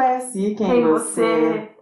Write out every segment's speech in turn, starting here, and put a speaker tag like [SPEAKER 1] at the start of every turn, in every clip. [SPEAKER 1] É seguir quem, você. é.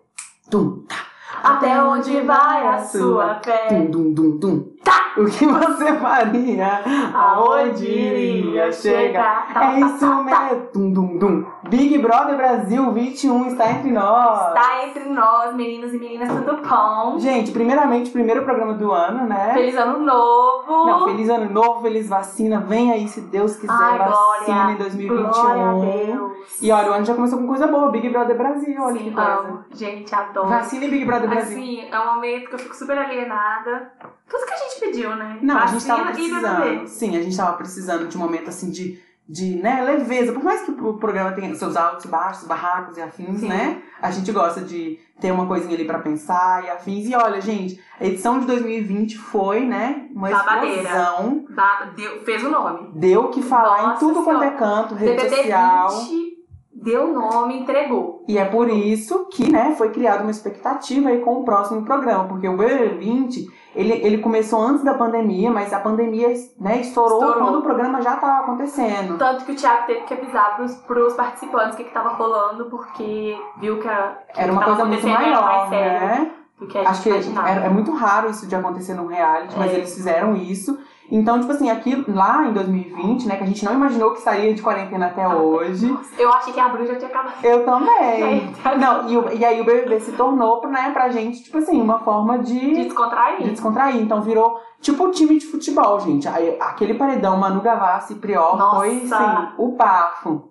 [SPEAKER 1] Tum, tá.
[SPEAKER 2] é. Até onde vai a sua
[SPEAKER 1] Tum,
[SPEAKER 2] fé?
[SPEAKER 1] dum, dum, dum. Tá. O que você faria? Aonde iria chegar?
[SPEAKER 2] Tá,
[SPEAKER 1] É isso mesmo. Tum, dum, dum. Big Brother Brasil 21 está entre nós.
[SPEAKER 2] Está entre nós, meninos e meninas, tudo bom?
[SPEAKER 1] Gente, primeiramente, primeiro programa do ano, né?
[SPEAKER 2] Feliz ano novo!
[SPEAKER 1] Não, feliz ano novo, feliz vacina. Vem aí, se Deus quiser,
[SPEAKER 2] Ai,
[SPEAKER 1] vacina
[SPEAKER 2] glória.
[SPEAKER 1] em 2021.
[SPEAKER 2] Glória a Deus!
[SPEAKER 1] E olha, o ano já começou com coisa boa, Big Brother Brasil, olha que
[SPEAKER 2] Sim,
[SPEAKER 1] coisa.
[SPEAKER 2] amo. Gente, adoro.
[SPEAKER 1] Vacina e Big Brother Brasil.
[SPEAKER 2] Assim, é um momento que eu fico super alienada. Tudo que a gente pediu, né?
[SPEAKER 1] Não, a
[SPEAKER 2] Vacina
[SPEAKER 1] gente tava
[SPEAKER 2] e
[SPEAKER 1] precisando.
[SPEAKER 2] BBB.
[SPEAKER 1] Sim, a gente tava precisando de um momento assim de, de né, leveza. Por mais que o programa tenha seus altos, e baixos, barracos e afins,
[SPEAKER 2] Sim.
[SPEAKER 1] né? A gente gosta de ter uma coisinha ali pra pensar e afins. E olha, gente, a edição de 2020 foi, né, uma
[SPEAKER 2] Babadeira.
[SPEAKER 1] explosão.
[SPEAKER 2] Ba- deu- fez o nome.
[SPEAKER 1] Deu o que falar em
[SPEAKER 2] Nossa
[SPEAKER 1] tudo quanto é
[SPEAKER 2] Senhora.
[SPEAKER 1] canto, rede
[SPEAKER 2] BBB
[SPEAKER 1] social.
[SPEAKER 2] 20 deu nome, entregou.
[SPEAKER 1] E é por isso que, né, foi criada uma expectativa aí com o próximo programa, porque o BBB 20, ele, ele começou antes da pandemia, mas a pandemia, né, estourou,
[SPEAKER 2] Estourou.
[SPEAKER 1] quando o programa já estava acontecendo.
[SPEAKER 2] Tanto que o Thiago teve que avisar pros, pros participantes o que, que tava rolando, porque viu que, a, que
[SPEAKER 1] Era
[SPEAKER 2] o
[SPEAKER 1] uma
[SPEAKER 2] que
[SPEAKER 1] coisa
[SPEAKER 2] Então, tava
[SPEAKER 1] muito
[SPEAKER 2] acontecendo era
[SPEAKER 1] maior,
[SPEAKER 2] mais sério
[SPEAKER 1] né?
[SPEAKER 2] do que a gente
[SPEAKER 1] Acho que
[SPEAKER 2] imaginava.
[SPEAKER 1] é, é muito raro isso de acontecer num reality, mas
[SPEAKER 2] É.
[SPEAKER 1] eles fizeram isso. Então, tipo assim, aqui lá em 2020, né, que a gente não imaginou que sairia de quarentena até hoje.
[SPEAKER 2] Nossa, É. eu achei que a Bruna já tinha acabado. tá?
[SPEAKER 1] Eu também.
[SPEAKER 2] Gente,
[SPEAKER 1] É. Não, e, o- e aí o BBB se tornou, né, pra gente, tipo assim, uma forma
[SPEAKER 2] de
[SPEAKER 1] de, de
[SPEAKER 2] descontrair.
[SPEAKER 1] descontrair. Então virou tipo um time de futebol, gente. Aí, aquele paredão, Manu Gavassi e Prior,
[SPEAKER 2] Nossa.
[SPEAKER 1] foi, assim, o bafo.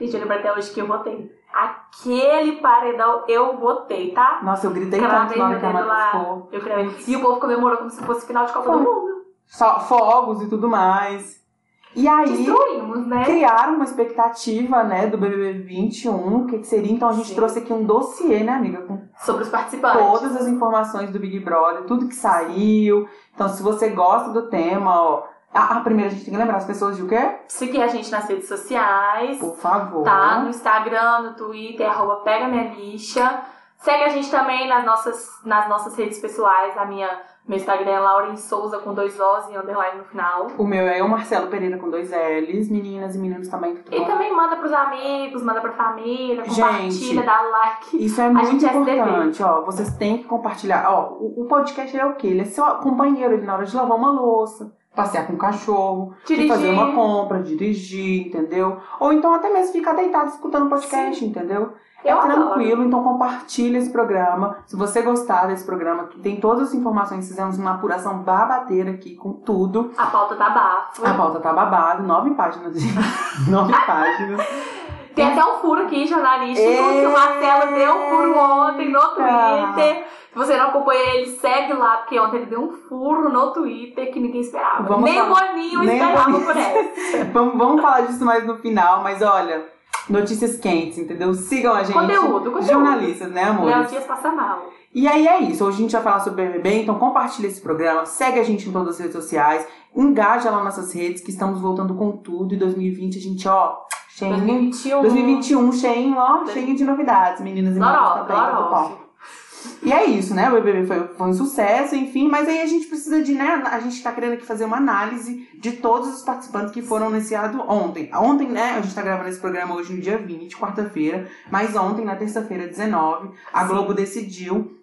[SPEAKER 2] Gente, eu lembro até hoje que eu votei. Aquele paredão eu votei, tá?
[SPEAKER 1] Nossa, eu gritei tanto
[SPEAKER 2] Cravei
[SPEAKER 1] na hora
[SPEAKER 2] meu
[SPEAKER 1] que a
[SPEAKER 2] dedo
[SPEAKER 1] Manu
[SPEAKER 2] lá.
[SPEAKER 1] ficou.
[SPEAKER 2] Eu falei, e o povo comemorou como se fosse final de Copa
[SPEAKER 1] Foi.
[SPEAKER 2] do Mundo.
[SPEAKER 1] Só fogos e tudo mais. E aí,
[SPEAKER 2] Destruímos, né?
[SPEAKER 1] criaram uma expectativa, né, do BBB 21, o que, que seria. Então a gente
[SPEAKER 2] Sim.
[SPEAKER 1] trouxe aqui um dossiê, né, amiga, com
[SPEAKER 2] Sobre os participantes.
[SPEAKER 1] todas as informações do Big Brother, tudo que saiu. Então, se você gosta do tema, ó. Ah, ah, primeiro a gente tem que lembrar as pessoas de o quê?
[SPEAKER 2] Seguir a gente nas redes sociais.
[SPEAKER 1] Por favor.
[SPEAKER 2] Tá? No Instagram, no Twitter, arroba Pega Minha Lixa. Segue a gente também nas nossas, nas nossas redes pessoais. A minha, meu Instagram é Lauren Souza com dois O's e underline no final.
[SPEAKER 1] O meu é o Marcelo Pereira com dois L's, meninas e meninos também, tudo
[SPEAKER 2] E
[SPEAKER 1] bom?
[SPEAKER 2] também manda pros amigos, manda pra família,
[SPEAKER 1] Gente.
[SPEAKER 2] compartilha, dá like.
[SPEAKER 1] Isso é muito
[SPEAKER 2] gente é SDV.
[SPEAKER 1] importante, ó. Vocês têm que compartilhar. Ó, o, o podcast ele é o quê? Ele é seu companheiro ele na hora de lavar uma louça, passear com o cachorro, de
[SPEAKER 2] Dirigir.
[SPEAKER 1] fazer uma compra, dirigir, entendeu? Ou então até mesmo ficar deitado escutando podcast, entendeu? É
[SPEAKER 2] Eu
[SPEAKER 1] tranquilo,
[SPEAKER 2] adoro.
[SPEAKER 1] então compartilha esse programa. Se você gostar desse programa, que tem todas as informações, fizemos uma apuração babadeira aqui com tudo.
[SPEAKER 2] A pauta tá bafo.
[SPEAKER 1] A pauta tá babado, nove páginas, gente. nove páginas.
[SPEAKER 2] Tem até um furo aqui,
[SPEAKER 1] É.
[SPEAKER 2] jornalístico, que o Marcelo deu um furo ontem no
[SPEAKER 1] Eita.
[SPEAKER 2] Twitter. Se você não acompanha ele, segue lá, porque ontem ele deu um furo no Twitter que ninguém esperava.
[SPEAKER 1] Vamos
[SPEAKER 2] Nem o
[SPEAKER 1] falar-
[SPEAKER 2] Boninho
[SPEAKER 1] nem o
[SPEAKER 2] esperava
[SPEAKER 1] Boninho.
[SPEAKER 2] por essa.
[SPEAKER 1] Vamos, vamos falar disso mais no final, mas olha, notícias quentes, entendeu? Sigam a gente.
[SPEAKER 2] Conteúdo, conteúdo.
[SPEAKER 1] Jornalistas, né, amor?
[SPEAKER 2] Léo Dias passa mal.
[SPEAKER 1] E aí é isso. Hoje a gente vai falar sobre BBB, então compartilha esse programa, segue a gente em todas as redes sociais, engaja lá nossas redes, que estamos voltando com tudo. E 2020 a gente, ó, cheinho.
[SPEAKER 2] 2021.
[SPEAKER 1] 2021, cheinho, um, ó, cheinho de novidades, meninas e um. meninos
[SPEAKER 2] Loró,
[SPEAKER 1] também. tudo tá bom.
[SPEAKER 2] Loró.
[SPEAKER 1] E é isso, né? O BBB foi, foi um sucesso, enfim, mas aí a gente precisa de, né? A gente tá querendo aqui fazer uma análise de todos os participantes que foram anunciados ontem. Ontem, né? A gente tá gravando esse programa hoje no dia 20, quarta-feira, mas ontem, na terça-feira, 19, a
[SPEAKER 2] Sim.
[SPEAKER 1] Globo decidiu,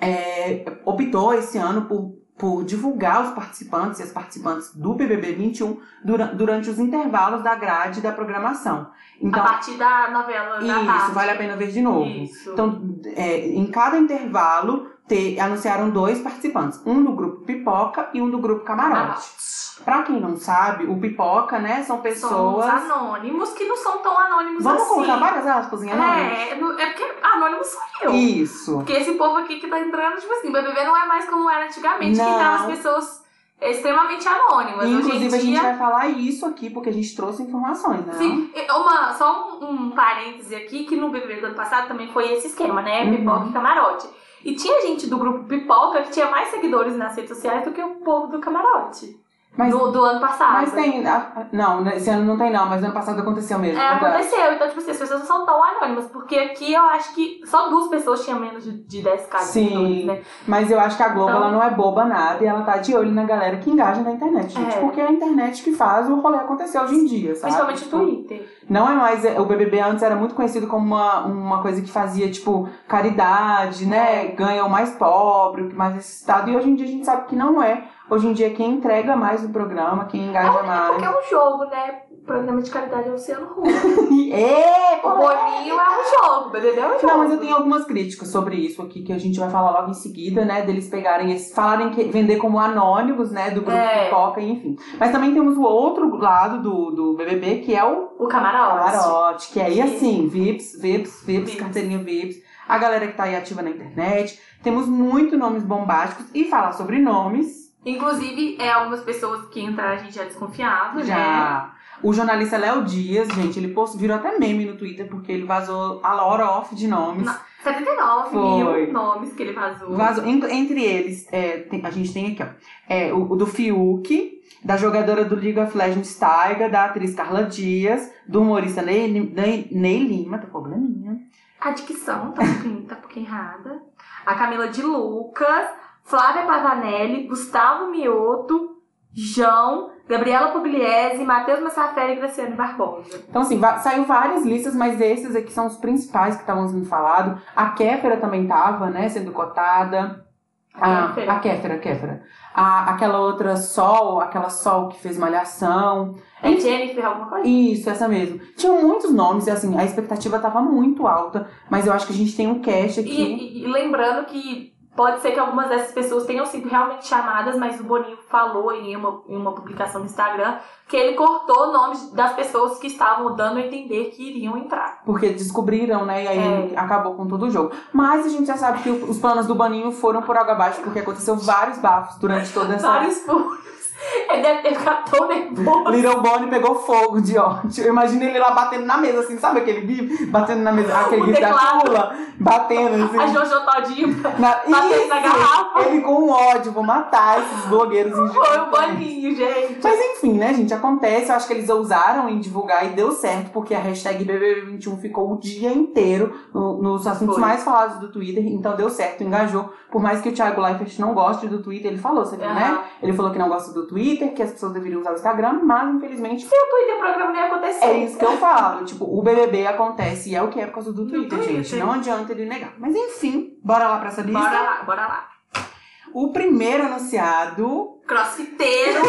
[SPEAKER 1] é, optou esse ano por. Por divulgar os participantes e as participantes do BBB 21 dura- durante os intervalos da grade da programação. Então,
[SPEAKER 2] a partir da novela da
[SPEAKER 1] isso
[SPEAKER 2] tarde.
[SPEAKER 1] vale a pena ver de novo.
[SPEAKER 2] Isso.
[SPEAKER 1] Então, é, em cada intervalo, te- anunciaram dois participantes. Um do grupo Pipoca e um do grupo
[SPEAKER 2] Ah,
[SPEAKER 1] Camarote.
[SPEAKER 2] tá.
[SPEAKER 1] Pra quem não sabe, o Pipoca, né, são
[SPEAKER 2] São os
[SPEAKER 1] pessoas...
[SPEAKER 2] anônimos que não são tão anônimos
[SPEAKER 1] Vamos
[SPEAKER 2] assim.
[SPEAKER 1] colocar várias aspas em anônimo?
[SPEAKER 2] É, não- é porque anônimo sou eu.
[SPEAKER 1] Isso.
[SPEAKER 2] Porque esse povo aqui que tá entrando, tipo assim, BBB não é mais como era antigamente,
[SPEAKER 1] Não.
[SPEAKER 2] que tava as pessoas extremamente anônimas.
[SPEAKER 1] Inclusive,
[SPEAKER 2] Hoje
[SPEAKER 1] a
[SPEAKER 2] em
[SPEAKER 1] gente
[SPEAKER 2] dia.
[SPEAKER 1] vai falar isso aqui, porque a gente trouxe informações, né?
[SPEAKER 2] Sim, e uma, só um, um parêntese aqui, que no BBB do ano passado também foi esse esquema, né?
[SPEAKER 1] Uhum.
[SPEAKER 2] Pipoca e camarote. E tinha gente do grupo Pipoca que tinha mais seguidores nas redes sociais do que o povo do camarote.
[SPEAKER 1] Mas,
[SPEAKER 2] do, do ano passado.
[SPEAKER 1] mas tem. ah, Não, esse ano não tem, não, mas no ano passado aconteceu mesmo.
[SPEAKER 2] É,
[SPEAKER 1] verdade.
[SPEAKER 2] aconteceu. Então, tipo assim, as pessoas não são tão anônimas, porque aqui eu acho que só duas pessoas tinham menos de, de 10k de
[SPEAKER 1] Sim.
[SPEAKER 2] seguidores, né?
[SPEAKER 1] Mas eu acho que a Globo
[SPEAKER 2] Então-
[SPEAKER 1] ela não é boba nada e ela tá de olho na galera que engaja na internet, gente.
[SPEAKER 2] É.
[SPEAKER 1] Porque é a internet que faz o rolê acontecer hoje em dia, sabe?
[SPEAKER 2] Principalmente o
[SPEAKER 1] Tipo,
[SPEAKER 2] Twitter.
[SPEAKER 1] Não é mais. O BBB antes era muito conhecido como uma, uma coisa que fazia, tipo, caridade, né? Ganha o mais pobre, o que mais necessitado. E hoje em dia a gente sabe que não é. Hoje em dia quem entrega mais no programa, quem engaja
[SPEAKER 2] Porque
[SPEAKER 1] mais.
[SPEAKER 2] é um jogo, né? O programa de caridade é o Luciano Huck.
[SPEAKER 1] Ê,
[SPEAKER 2] O
[SPEAKER 1] pô!
[SPEAKER 2] Boninho é um jogo, o BBB é um
[SPEAKER 1] É,
[SPEAKER 2] jogo.
[SPEAKER 1] Não, mas eu tenho algumas críticas sobre isso aqui que a gente vai falar logo em seguida, né? Deles pegarem esse. falarem que vender como anônimos, né? Do grupo
[SPEAKER 2] É.
[SPEAKER 1] pipoca, e enfim. Mas também temos o outro lado do, do BBB, que é o
[SPEAKER 2] O camarote.
[SPEAKER 1] camarote, que aí
[SPEAKER 2] Sim.
[SPEAKER 1] assim, VIPs, VIPs, VIPs,
[SPEAKER 2] Vips.
[SPEAKER 1] carteirinha VIPs, a galera que tá aí ativa na internet. Temos muito nomes bombásticos e falar sobre nomes.
[SPEAKER 2] Inclusive, é algumas pessoas que entraram a gente já desconfiava, né?
[SPEAKER 1] Já. O jornalista Léo Dias, gente, ele post, virou até meme no Twitter porque ele vazou a hora off de nomes.
[SPEAKER 2] Não. 79
[SPEAKER 1] Foi.
[SPEAKER 2] mil nomes que ele vazou.
[SPEAKER 1] Vazou- en- entre eles, é, tem- a gente tem aqui, ó. é, o, o do Fiuk, da jogadora do League of Legends Taiga, da atriz Carla Dias, do humorista Ney, Ney, Ney Lima, tá probleminha.
[SPEAKER 2] A dicção tá um pouquinho, tá um pouquinho errada. A Camila de Lucas, Flávia Pavanelli, Gustavo Mioto, João, Gabriela Pugliese, Matheus Massafera e Graciane Barbosa.
[SPEAKER 1] Então, assim, va- saiu várias listas, mas esses aqui são os principais que estavam sendo falados. A Kéfera também tava, né, sendo cotada. A,
[SPEAKER 2] Kéfera.
[SPEAKER 1] a Kéfera, a Kéfera. A, aquela outra Sol, aquela Sol que fez Malhação.
[SPEAKER 2] É Jennifer, alguma coisa?
[SPEAKER 1] Isso, essa mesmo. Tinham muitos nomes, e assim, a expectativa tava muito alta, mas eu acho que a gente tem um cast aqui.
[SPEAKER 2] E, e- e lembrando que pode ser que algumas dessas pessoas tenham sido realmente chamadas, mas o Boninho falou em uma, em uma publicação no Instagram que ele cortou nomes das pessoas que estavam dando a entender que iriam entrar.
[SPEAKER 1] Porque descobriram, né? E
[SPEAKER 2] É.
[SPEAKER 1] aí acabou com todo o jogo. Mas a gente já sabe que o- os planos do Baninho foram por água abaixo, porque aconteceu vários bafos durante toda essa.
[SPEAKER 2] Vários furos. Ele deve ter ficado tão nervoso.
[SPEAKER 1] Little Bonnie pegou fogo de ódio. Eu imagino ele lá batendo na mesa, assim, sabe aquele gif? Batendo na mesa, aquele
[SPEAKER 2] O
[SPEAKER 1] gif da
[SPEAKER 2] teclado.
[SPEAKER 1] chula, batendo
[SPEAKER 2] A
[SPEAKER 1] assim.
[SPEAKER 2] Jojo Todinho
[SPEAKER 1] Na...
[SPEAKER 2] batendo na
[SPEAKER 1] Isso!
[SPEAKER 2] garrafa.
[SPEAKER 1] Ele com um ódio, vou matar esses blogueiros
[SPEAKER 2] Foi o
[SPEAKER 1] indignados.
[SPEAKER 2] Boninho, gente.
[SPEAKER 1] Mas enfim, né, gente? Acontece, eu acho que eles ousaram em divulgar e deu certo, porque a hashtag BBB21 ficou o dia inteiro no- nos assuntos
[SPEAKER 2] Foi.
[SPEAKER 1] mais falados do Twitter, então deu certo, engajou. Por mais que o Thiago Leifert não goste do Twitter, ele falou, você viu, né?
[SPEAKER 2] Aham.
[SPEAKER 1] Ele falou que não gosta do Twitter, que as pessoas deveriam usar o Instagram, mas infelizmente
[SPEAKER 2] Se o Twitter programa não ia acontecer.
[SPEAKER 1] é isso que eu falo. Tipo, o BBB acontece e é o que é por causa do
[SPEAKER 2] Do
[SPEAKER 1] Twitter,
[SPEAKER 2] Twitter.
[SPEAKER 1] gente. Não adianta ele negar. Mas enfim, bora lá pra essa lista.
[SPEAKER 2] Bora lá, bora lá.
[SPEAKER 1] O primeiro anunciado,
[SPEAKER 2] Crossfiteiro,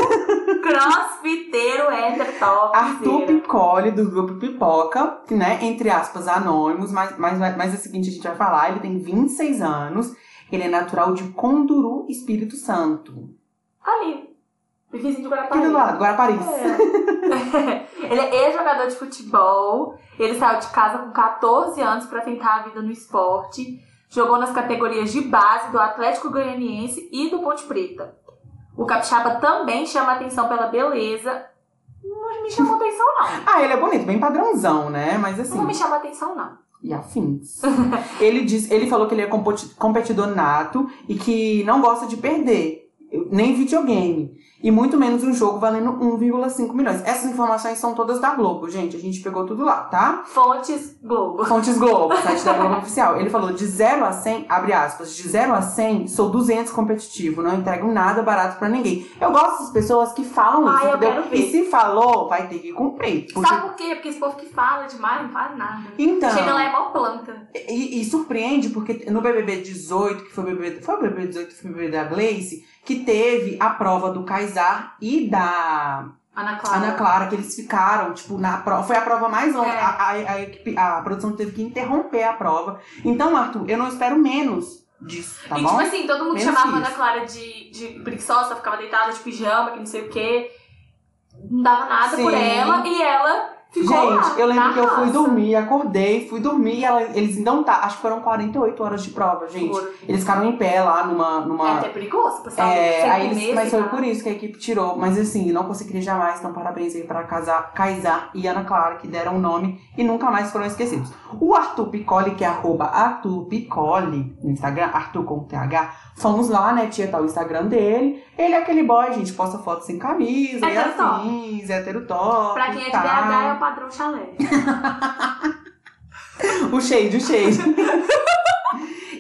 [SPEAKER 2] crossfiteiro é top.
[SPEAKER 1] Arthur Piccoli, do grupo Pipoca, que, né, entre aspas, anônimos, mas, mas, mas é o seguinte, a gente vai falar, ele tem 26 anos, ele é natural de Conduru, Espírito Santo.
[SPEAKER 2] Ali. Vizinho de
[SPEAKER 1] Aqui do
[SPEAKER 2] Guarapari.
[SPEAKER 1] lado, Guarapari.
[SPEAKER 2] É. ele é ex-jogador de futebol. Ele saiu de casa com 14 anos pra tentar a vida no esporte. Jogou nas categorias de base do Atlético Goianiense e do Ponte Preta. O capixaba também chama atenção pela beleza. Não me chamou atenção, não.
[SPEAKER 1] Ah, ele é bonito, bem padrãozão, né? Mas assim...
[SPEAKER 2] Não me chama atenção, não.
[SPEAKER 1] e afins. ele, diz, ele falou que ele é compoti- competidor nato e que não gosta de perder, nem videogame, e muito menos um jogo valendo 1,5 milhões. Essas informações são todas da Globo, gente. A gente pegou tudo lá, tá?
[SPEAKER 2] Fontes Globo.
[SPEAKER 1] Fontes Globo, site da Globo Oficial. Ele falou de 0 a 100, abre aspas, de 0 a 100, sou 200 competitivo, não entrego nada barato pra ninguém. Eu gosto das pessoas que falam isso,
[SPEAKER 2] Ai, Ah, eu
[SPEAKER 1] entendeu?
[SPEAKER 2] quero ver.
[SPEAKER 1] E se falou, vai ter que cumprir. porque-
[SPEAKER 2] Sabe por quê? Porque esse povo que fala demais não faz nada.
[SPEAKER 1] Então.
[SPEAKER 2] Chega lá é mó planta.
[SPEAKER 1] E, e surpreende, porque no BBB 18, que foi o BBB, foi o BBB 18, foi o BBB da Gleice, que teve a prova do Kaysar e da
[SPEAKER 2] Ana Clara.
[SPEAKER 1] Ana Clara, que eles ficaram, tipo, na prova. Foi a prova mais longa.
[SPEAKER 2] É.
[SPEAKER 1] A, a, a equipe- a produção teve que interromper a prova. Então, Arthur, eu não espero menos disso, tá
[SPEAKER 2] e
[SPEAKER 1] bom?
[SPEAKER 2] tipo assim, todo mundo
[SPEAKER 1] Menos
[SPEAKER 2] chamava
[SPEAKER 1] que
[SPEAKER 2] a Ana
[SPEAKER 1] isso.
[SPEAKER 2] Clara de, de preguiçosa, ficava deitada de pijama, que não sei o quê. Não dava nada por
[SPEAKER 1] Sim.
[SPEAKER 2] ela. E ela Ficou lá,
[SPEAKER 1] Gente, eu lembro
[SPEAKER 2] na
[SPEAKER 1] que eu fui
[SPEAKER 2] raça.
[SPEAKER 1] dormir, acordei, fui dormir e ela- eles então tá. Acho que foram 48 horas de prova, gente.
[SPEAKER 2] Foram.
[SPEAKER 1] Eles ficaram em pé lá numa.
[SPEAKER 2] É
[SPEAKER 1] numa
[SPEAKER 2] até perigoso, pessoal.
[SPEAKER 1] é,
[SPEAKER 2] sem
[SPEAKER 1] aí
[SPEAKER 2] comer,
[SPEAKER 1] eles, mas
[SPEAKER 2] sem
[SPEAKER 1] foi
[SPEAKER 2] nada.
[SPEAKER 1] por isso que a equipe tirou. Mas assim, não conseguiria jamais. Então, parabéns aí para Kaysar e Ana Clara, que deram o nome e nunca mais foram esquecidos. O Arthur Piccoli, que é arroba Arthur Piccoli no Instagram, Arthur com TH, fomos lá, né, tia, tá o Instagram dele. Ele é aquele boy, gente, posta foto sem camisa, é
[SPEAKER 2] Hétero top.
[SPEAKER 1] afins, hétero top.
[SPEAKER 2] Pra quem é de
[SPEAKER 1] tal.
[SPEAKER 2] BH é o padrão chalé.
[SPEAKER 1] O shade, o shade.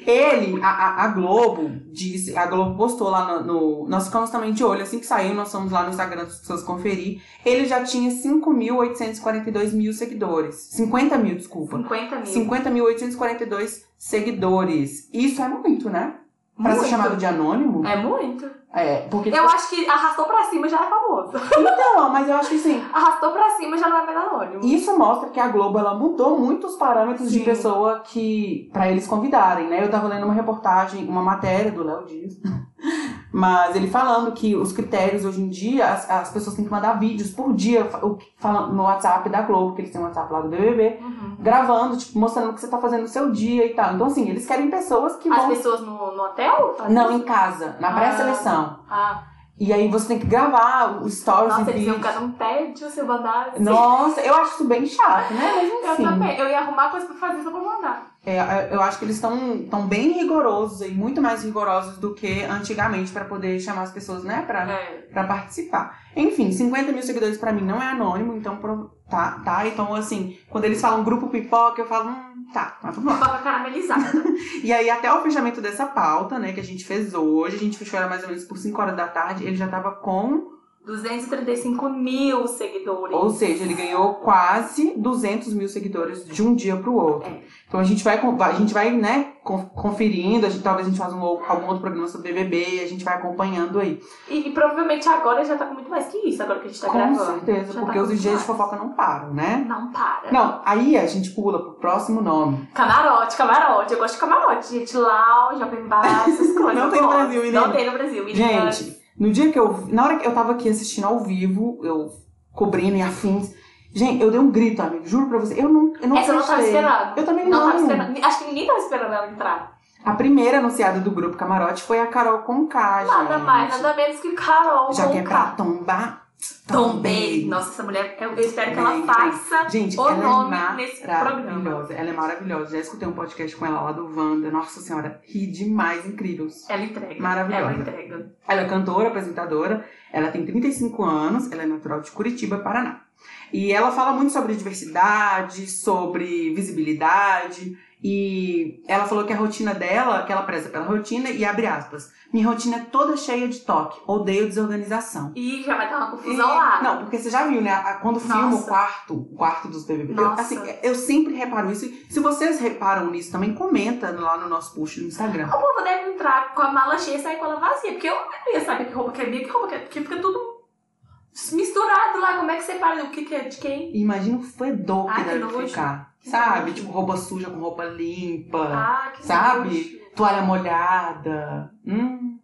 [SPEAKER 1] Ele, a, a- a Globo, disse, a Globo postou lá no, no- Nós ficamos também de olho, assim que saiu, nós fomos lá no Instagram das pessoas conferir. Ele já tinha 5.842 mil seguidores. 50 mil, desculpa.
[SPEAKER 2] 50 mil.
[SPEAKER 1] 50.842 seguidores. Isso é muito, né? Pra
[SPEAKER 2] Muito.
[SPEAKER 1] ser chamado de anônimo?
[SPEAKER 2] É muito.
[SPEAKER 1] É, porque.
[SPEAKER 2] Eu acho que arrastou pra cima já é famoso.
[SPEAKER 1] Então, mas eu acho que sim.
[SPEAKER 2] Arrastou pra cima já não é mais anônimo.
[SPEAKER 1] Isso mostra que a Globo ela mudou muito os parâmetros de
[SPEAKER 2] Sim.
[SPEAKER 1] pessoa que para eles convidarem, né? Eu tava lendo uma reportagem, uma matéria do Léo Dias, mas ele falando que os critérios hoje em dia as, as pessoas têm que mandar vídeos por dia fa- o que- fala- no WhatsApp da Globo, que eles têm um WhatsApp lá do BBB,
[SPEAKER 2] Uhum.
[SPEAKER 1] gravando, tipo, mostrando o que você tá fazendo no seu dia e tal. Então assim, eles querem pessoas que
[SPEAKER 2] As
[SPEAKER 1] vão
[SPEAKER 2] pessoas no, no hotel? fazem
[SPEAKER 1] não em
[SPEAKER 2] isso?
[SPEAKER 1] casa, na
[SPEAKER 2] Ah.
[SPEAKER 1] pré-seleção.
[SPEAKER 2] Ah,
[SPEAKER 1] E aí você tem que gravar os stories
[SPEAKER 2] nossa,
[SPEAKER 1] e
[SPEAKER 2] eles iam um
[SPEAKER 1] vídeos.
[SPEAKER 2] ficar num tédio se eu mandasse.
[SPEAKER 1] Nossa, eu acho isso bem chato, né? Mas enfim.
[SPEAKER 2] Eu também. Eu ia arrumar coisa pra fazer só pra mandar.
[SPEAKER 1] É, eu acho que eles estão tão bem rigorosos e muito mais rigorosos do que antigamente para poder chamar as pessoas, né, pra,
[SPEAKER 2] É.
[SPEAKER 1] pra participar. Enfim, 50 mil seguidores pra mim não é anônimo, então pro- tá, tá. Então, assim, quando eles falam grupo pipoca, eu falo, hum, tá, mas vamos lá.
[SPEAKER 2] Pipoca caramelizada.
[SPEAKER 1] E aí, até o fechamento dessa pauta, né, que a gente fez hoje, a gente fechou ela mais ou menos por 5 horas da tarde, ele já tava com.
[SPEAKER 2] 235 mil seguidores.
[SPEAKER 1] Ou seja, ele ganhou quase 200 mil seguidores de um dia pro outro.
[SPEAKER 2] É.
[SPEAKER 1] Então a gente vai, con- vai- a gente vai né, con- conferindo, a gente, talvez a gente faça um, ou- algum outro programa sobre BBB e a gente vai acompanhando aí.
[SPEAKER 2] E, e provavelmente agora já tá com muito mais que isso, agora que a gente tá
[SPEAKER 1] Com
[SPEAKER 2] gravando.
[SPEAKER 1] certeza, porque
[SPEAKER 2] Já tá com
[SPEAKER 1] os dias
[SPEAKER 2] muito
[SPEAKER 1] de
[SPEAKER 2] mais.
[SPEAKER 1] fofoca não param, né?
[SPEAKER 2] Não para.
[SPEAKER 1] Não, aí a gente pula pro próximo nome.
[SPEAKER 2] Camarote, camarote. Eu gosto de camarote, gente. Lounge, open bar, essas coisas.
[SPEAKER 1] Não
[SPEAKER 2] Eu
[SPEAKER 1] tem no
[SPEAKER 2] gosto.
[SPEAKER 1] Brasil, menina.
[SPEAKER 2] Não tem no Brasil, menina.
[SPEAKER 1] Gente, no dia que eu. Na hora que eu tava aqui assistindo ao vivo, eu cobrindo e afins. Gente, eu dei um grito, amigo. Juro pra você. Eu não. Eu não
[SPEAKER 2] Essa eu não tava
[SPEAKER 1] acreditei.
[SPEAKER 2] esperando.
[SPEAKER 1] Eu também
[SPEAKER 2] Não
[SPEAKER 1] não.
[SPEAKER 2] tava esperando. Acho que ninguém tava esperando ela entrar.
[SPEAKER 1] A primeira anunciada do grupo Camarote foi a Carol Conká,
[SPEAKER 2] Nada
[SPEAKER 1] gente.
[SPEAKER 2] mais, nada menos que Carol
[SPEAKER 1] Já que é pra
[SPEAKER 2] Conká.
[SPEAKER 1] tombar.
[SPEAKER 2] Tombei. Nossa, essa mulher, eu eu espero que ela
[SPEAKER 1] Tombei.
[SPEAKER 2] faça.
[SPEAKER 1] Gente,
[SPEAKER 2] o
[SPEAKER 1] ela
[SPEAKER 2] nome
[SPEAKER 1] é
[SPEAKER 2] nesse
[SPEAKER 1] maravilhosa. Ela é maravilhosa. Já escutei um podcast com ela lá do Wanda. Nossa senhora, ri demais, incrível.
[SPEAKER 2] Ela entrega.
[SPEAKER 1] Maravilhosa.
[SPEAKER 2] Ela entrega.
[SPEAKER 1] Ela é cantora, apresentadora, ela tem 35 anos, ela é natural de Curitiba, Paraná. E ela fala muito sobre diversidade, sobre visibilidade. E ela falou que a rotina dela, que ela preza pela rotina, e abre aspas. Minha rotina é toda cheia de toque, odeio desorganização.
[SPEAKER 2] E já vai dar uma
[SPEAKER 1] E-
[SPEAKER 2] confusão lá.
[SPEAKER 1] Não, porque você já viu, né? A- Quando filma o
[SPEAKER 2] Nossa.
[SPEAKER 1] quarto, o quarto dos BBB. Eu,
[SPEAKER 2] Nossa.
[SPEAKER 1] assim, eu sempre reparo isso. Se vocês reparam nisso também, comenta lá no nosso post no Instagram.
[SPEAKER 2] O povo deve entrar com a mala cheia e sair com ela vazia, porque eu não ia saber que roupa que é minha, que roupa que é. Porque fica tudo misturado lá. Como é que separa o que, que é de quem?
[SPEAKER 1] E Imagina o fedor que
[SPEAKER 2] Ai, que
[SPEAKER 1] deve
[SPEAKER 2] nojo.
[SPEAKER 1] ficar.
[SPEAKER 2] Que
[SPEAKER 1] Sabe?
[SPEAKER 2] nojo.
[SPEAKER 1] Tipo, roupa suja com roupa limpa.
[SPEAKER 2] Ah, que
[SPEAKER 1] É. Sabe?
[SPEAKER 2] nojo.
[SPEAKER 1] Toalha molhada. Hum.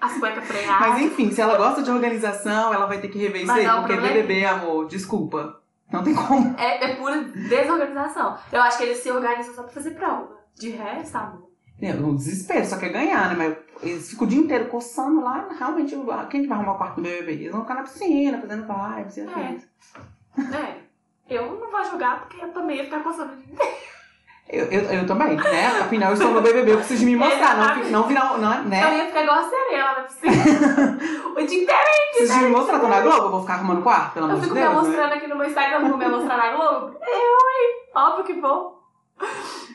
[SPEAKER 2] As cuecas freadas.
[SPEAKER 1] Mas enfim, se ela gosta de organização, ela vai ter que rever isso
[SPEAKER 2] Mas
[SPEAKER 1] aí.
[SPEAKER 2] dá um
[SPEAKER 1] Porque
[SPEAKER 2] problema.
[SPEAKER 1] BBB, amor, desculpa. Não tem como.
[SPEAKER 2] É, é pura desorganização. Eu acho que eles se organizam só pra fazer prova. De resto, amor.
[SPEAKER 1] É, Um desespero, só quer ganhar, né? Mas eles ficam o dia inteiro coçando lá. Realmente, quem que vai arrumar o quarto do BBB? Eles vão ficar na piscina, fazendo vibes e
[SPEAKER 2] É.
[SPEAKER 1] afins.
[SPEAKER 2] É. Eu não vou julgar porque eu também ia ficar coçando de
[SPEAKER 1] Eu, eu, eu também, né? Afinal, eu estou no BBB, eu preciso de me mostrar. Não, fi- não virar, um- não, né?
[SPEAKER 2] Eu ia ficar igual a sereia lá na piscina. o dia inteiro.
[SPEAKER 1] Preciso de me mostrar. Tô na Globo, eu vou ficar arrumando quarto, pelo
[SPEAKER 2] Eu
[SPEAKER 1] amor de
[SPEAKER 2] fico
[SPEAKER 1] Deus.
[SPEAKER 2] me
[SPEAKER 1] né?
[SPEAKER 2] mostrando aqui no meu Instagram, como me mostrar na Globo. Eu, hein? Óbvio que vou.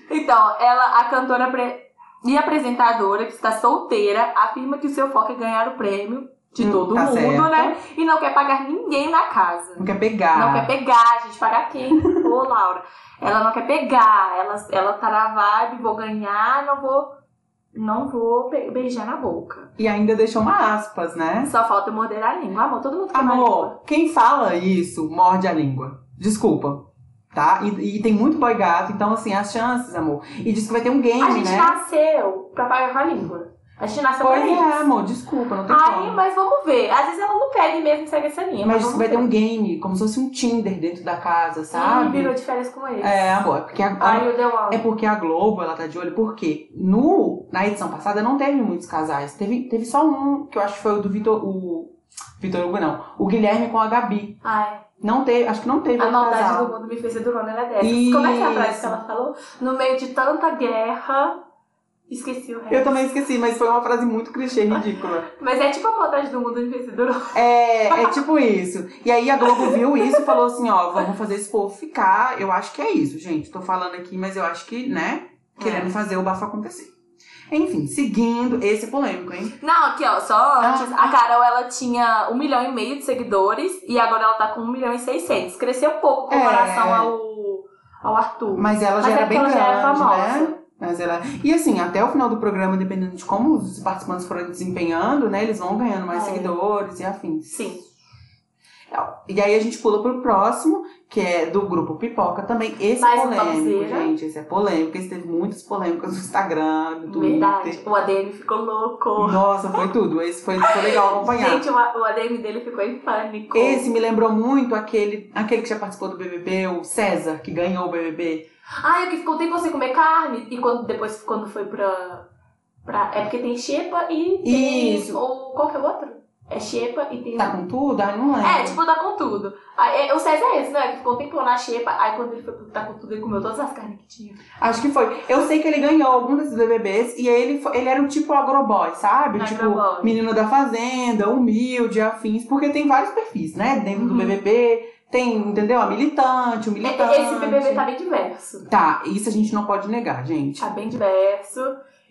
[SPEAKER 2] Então, ela, a cantora pre- e apresentadora, que está solteira, afirma que o seu foco é ganhar o prêmio de
[SPEAKER 1] Hum,
[SPEAKER 2] todo
[SPEAKER 1] tá
[SPEAKER 2] mundo,
[SPEAKER 1] certo. Ah.
[SPEAKER 2] né? E não quer pagar ninguém na casa.
[SPEAKER 1] Não quer pegar.
[SPEAKER 2] Não quer pegar, gente. Pagar quem? Ô, Laura. Ela não quer pegar. Ela, ela tá na vibe, vou ganhar, não vou. Não vou be- beijar na boca.
[SPEAKER 1] E ainda deixou uma aspas, né?
[SPEAKER 2] Só falta morder a língua. Amor, todo mundo quer
[SPEAKER 1] Amor, quem fala isso morde a língua. Desculpa. Tá? E, e tem muito boy gato, então assim, as chances, amor. E diz que vai ter um game,
[SPEAKER 2] A gente
[SPEAKER 1] né?
[SPEAKER 2] nasceu pra pagar com a língua. A A gente nasceu pra
[SPEAKER 1] Pois é,
[SPEAKER 2] isso.
[SPEAKER 1] amor, desculpa, não tem
[SPEAKER 2] Aí,
[SPEAKER 1] como.
[SPEAKER 2] mas vamos ver. Às vezes ela não pega e mesmo segue essa linha.
[SPEAKER 1] Mas
[SPEAKER 2] vamos
[SPEAKER 1] vai ter
[SPEAKER 2] ver.
[SPEAKER 1] um game, como se fosse um Tinder dentro da casa,
[SPEAKER 2] Sim,
[SPEAKER 1] sabe?
[SPEAKER 2] virou de férias com ele.
[SPEAKER 1] É, amor, é porque a, a-
[SPEAKER 2] Aí um o The One.
[SPEAKER 1] é porque a Globo, ela tá de olho, porque no, na edição passada não teve muitos casais. Teve, teve só um, que eu acho que foi o do Vitor, o... Vitor Hugo não, o Guilherme com a Gabi.
[SPEAKER 2] Ai,
[SPEAKER 1] Não teve, acho que não teve
[SPEAKER 2] a
[SPEAKER 1] outro
[SPEAKER 2] maldade
[SPEAKER 1] é casal.
[SPEAKER 2] do mundo me fez sedurona, ela é dessas. Como é que é a frase que
[SPEAKER 1] Isso.
[SPEAKER 2] ela falou? No meio de tanta guerra, esqueci o resto.
[SPEAKER 1] Eu também esqueci, mas foi uma frase muito clichê, ridícula.
[SPEAKER 2] Mas é tipo a maldade do mundo me fez sedurona.
[SPEAKER 1] É, é tipo isso. E aí a Globo viu isso e falou assim, ó, vamos fazer esse povo ficar. Eu acho que é isso, gente. Tô falando aqui, mas eu acho que, né,
[SPEAKER 2] É.
[SPEAKER 1] querendo fazer o bafo acontecer. Enfim, seguindo esse polêmico, hein?
[SPEAKER 2] Não, aqui ó, só antes.
[SPEAKER 1] Ah.
[SPEAKER 2] A Carol, ela tinha um milhão e meio de seguidores e agora ela tá com um milhão e seiscentos. Cresceu pouco com
[SPEAKER 1] É.
[SPEAKER 2] relação ao, ao Arthur.
[SPEAKER 1] Mas ela já
[SPEAKER 2] Mas
[SPEAKER 1] era
[SPEAKER 2] é
[SPEAKER 1] bem
[SPEAKER 2] porque
[SPEAKER 1] grande,
[SPEAKER 2] ela já era famosa.
[SPEAKER 1] né? Mas ela... E assim, até o final do programa, dependendo de como os participantes forem desempenhando, né? Eles vão ganhando mais
[SPEAKER 2] É.
[SPEAKER 1] seguidores e afins.
[SPEAKER 2] Sim.
[SPEAKER 1] E aí a gente pula pro próximo, que é do grupo Pipoca também. Esse é
[SPEAKER 2] Mais um
[SPEAKER 1] polêmico,
[SPEAKER 2] topzera.
[SPEAKER 1] gente. Esse é polêmico. Esse teve muitas polêmicas no Instagram, no Twitter.
[SPEAKER 2] Verdade. O ADM ficou louco.
[SPEAKER 1] Nossa, foi tudo. Esse foi, foi legal acompanhar.
[SPEAKER 2] Gente, o o ADM dele ficou em pânico.
[SPEAKER 1] esse me lembrou muito aquele, aquele que já participou do BBB, o César, que ganhou o BBB.
[SPEAKER 2] Ah, é que ficou tempo sem comer carne. E quando, depois, quando foi pra, pra. É porque tem xepa e tem.
[SPEAKER 1] Isso.
[SPEAKER 2] Ou qual que é o outro? É xepa e tem.
[SPEAKER 1] Tá com tudo? Ai, não lembro.
[SPEAKER 2] É, tipo, tá com tudo. Aí, é, o César é esse, né? Que ficou um tempão na xepa. Aí quando ele foi pro tá com tudo, ele comeu todas as carnes que tinha.
[SPEAKER 1] Acho que foi. Eu sei que ele ganhou algum desses BBBs e ele, foi- ele era um tipo agroboy, sabe? tipo,
[SPEAKER 2] Um Agroboy.
[SPEAKER 1] menino da fazenda, humilde, afins. Porque tem vários perfis, né? Dentro do
[SPEAKER 2] Uhum. É,
[SPEAKER 1] BBB. Tem, entendeu? A militante, o
[SPEAKER 2] E- e-
[SPEAKER 1] militante.
[SPEAKER 2] Esse BBB tá bem diverso.
[SPEAKER 1] Tá, isso a gente não pode negar, gente.
[SPEAKER 2] Tá bem diverso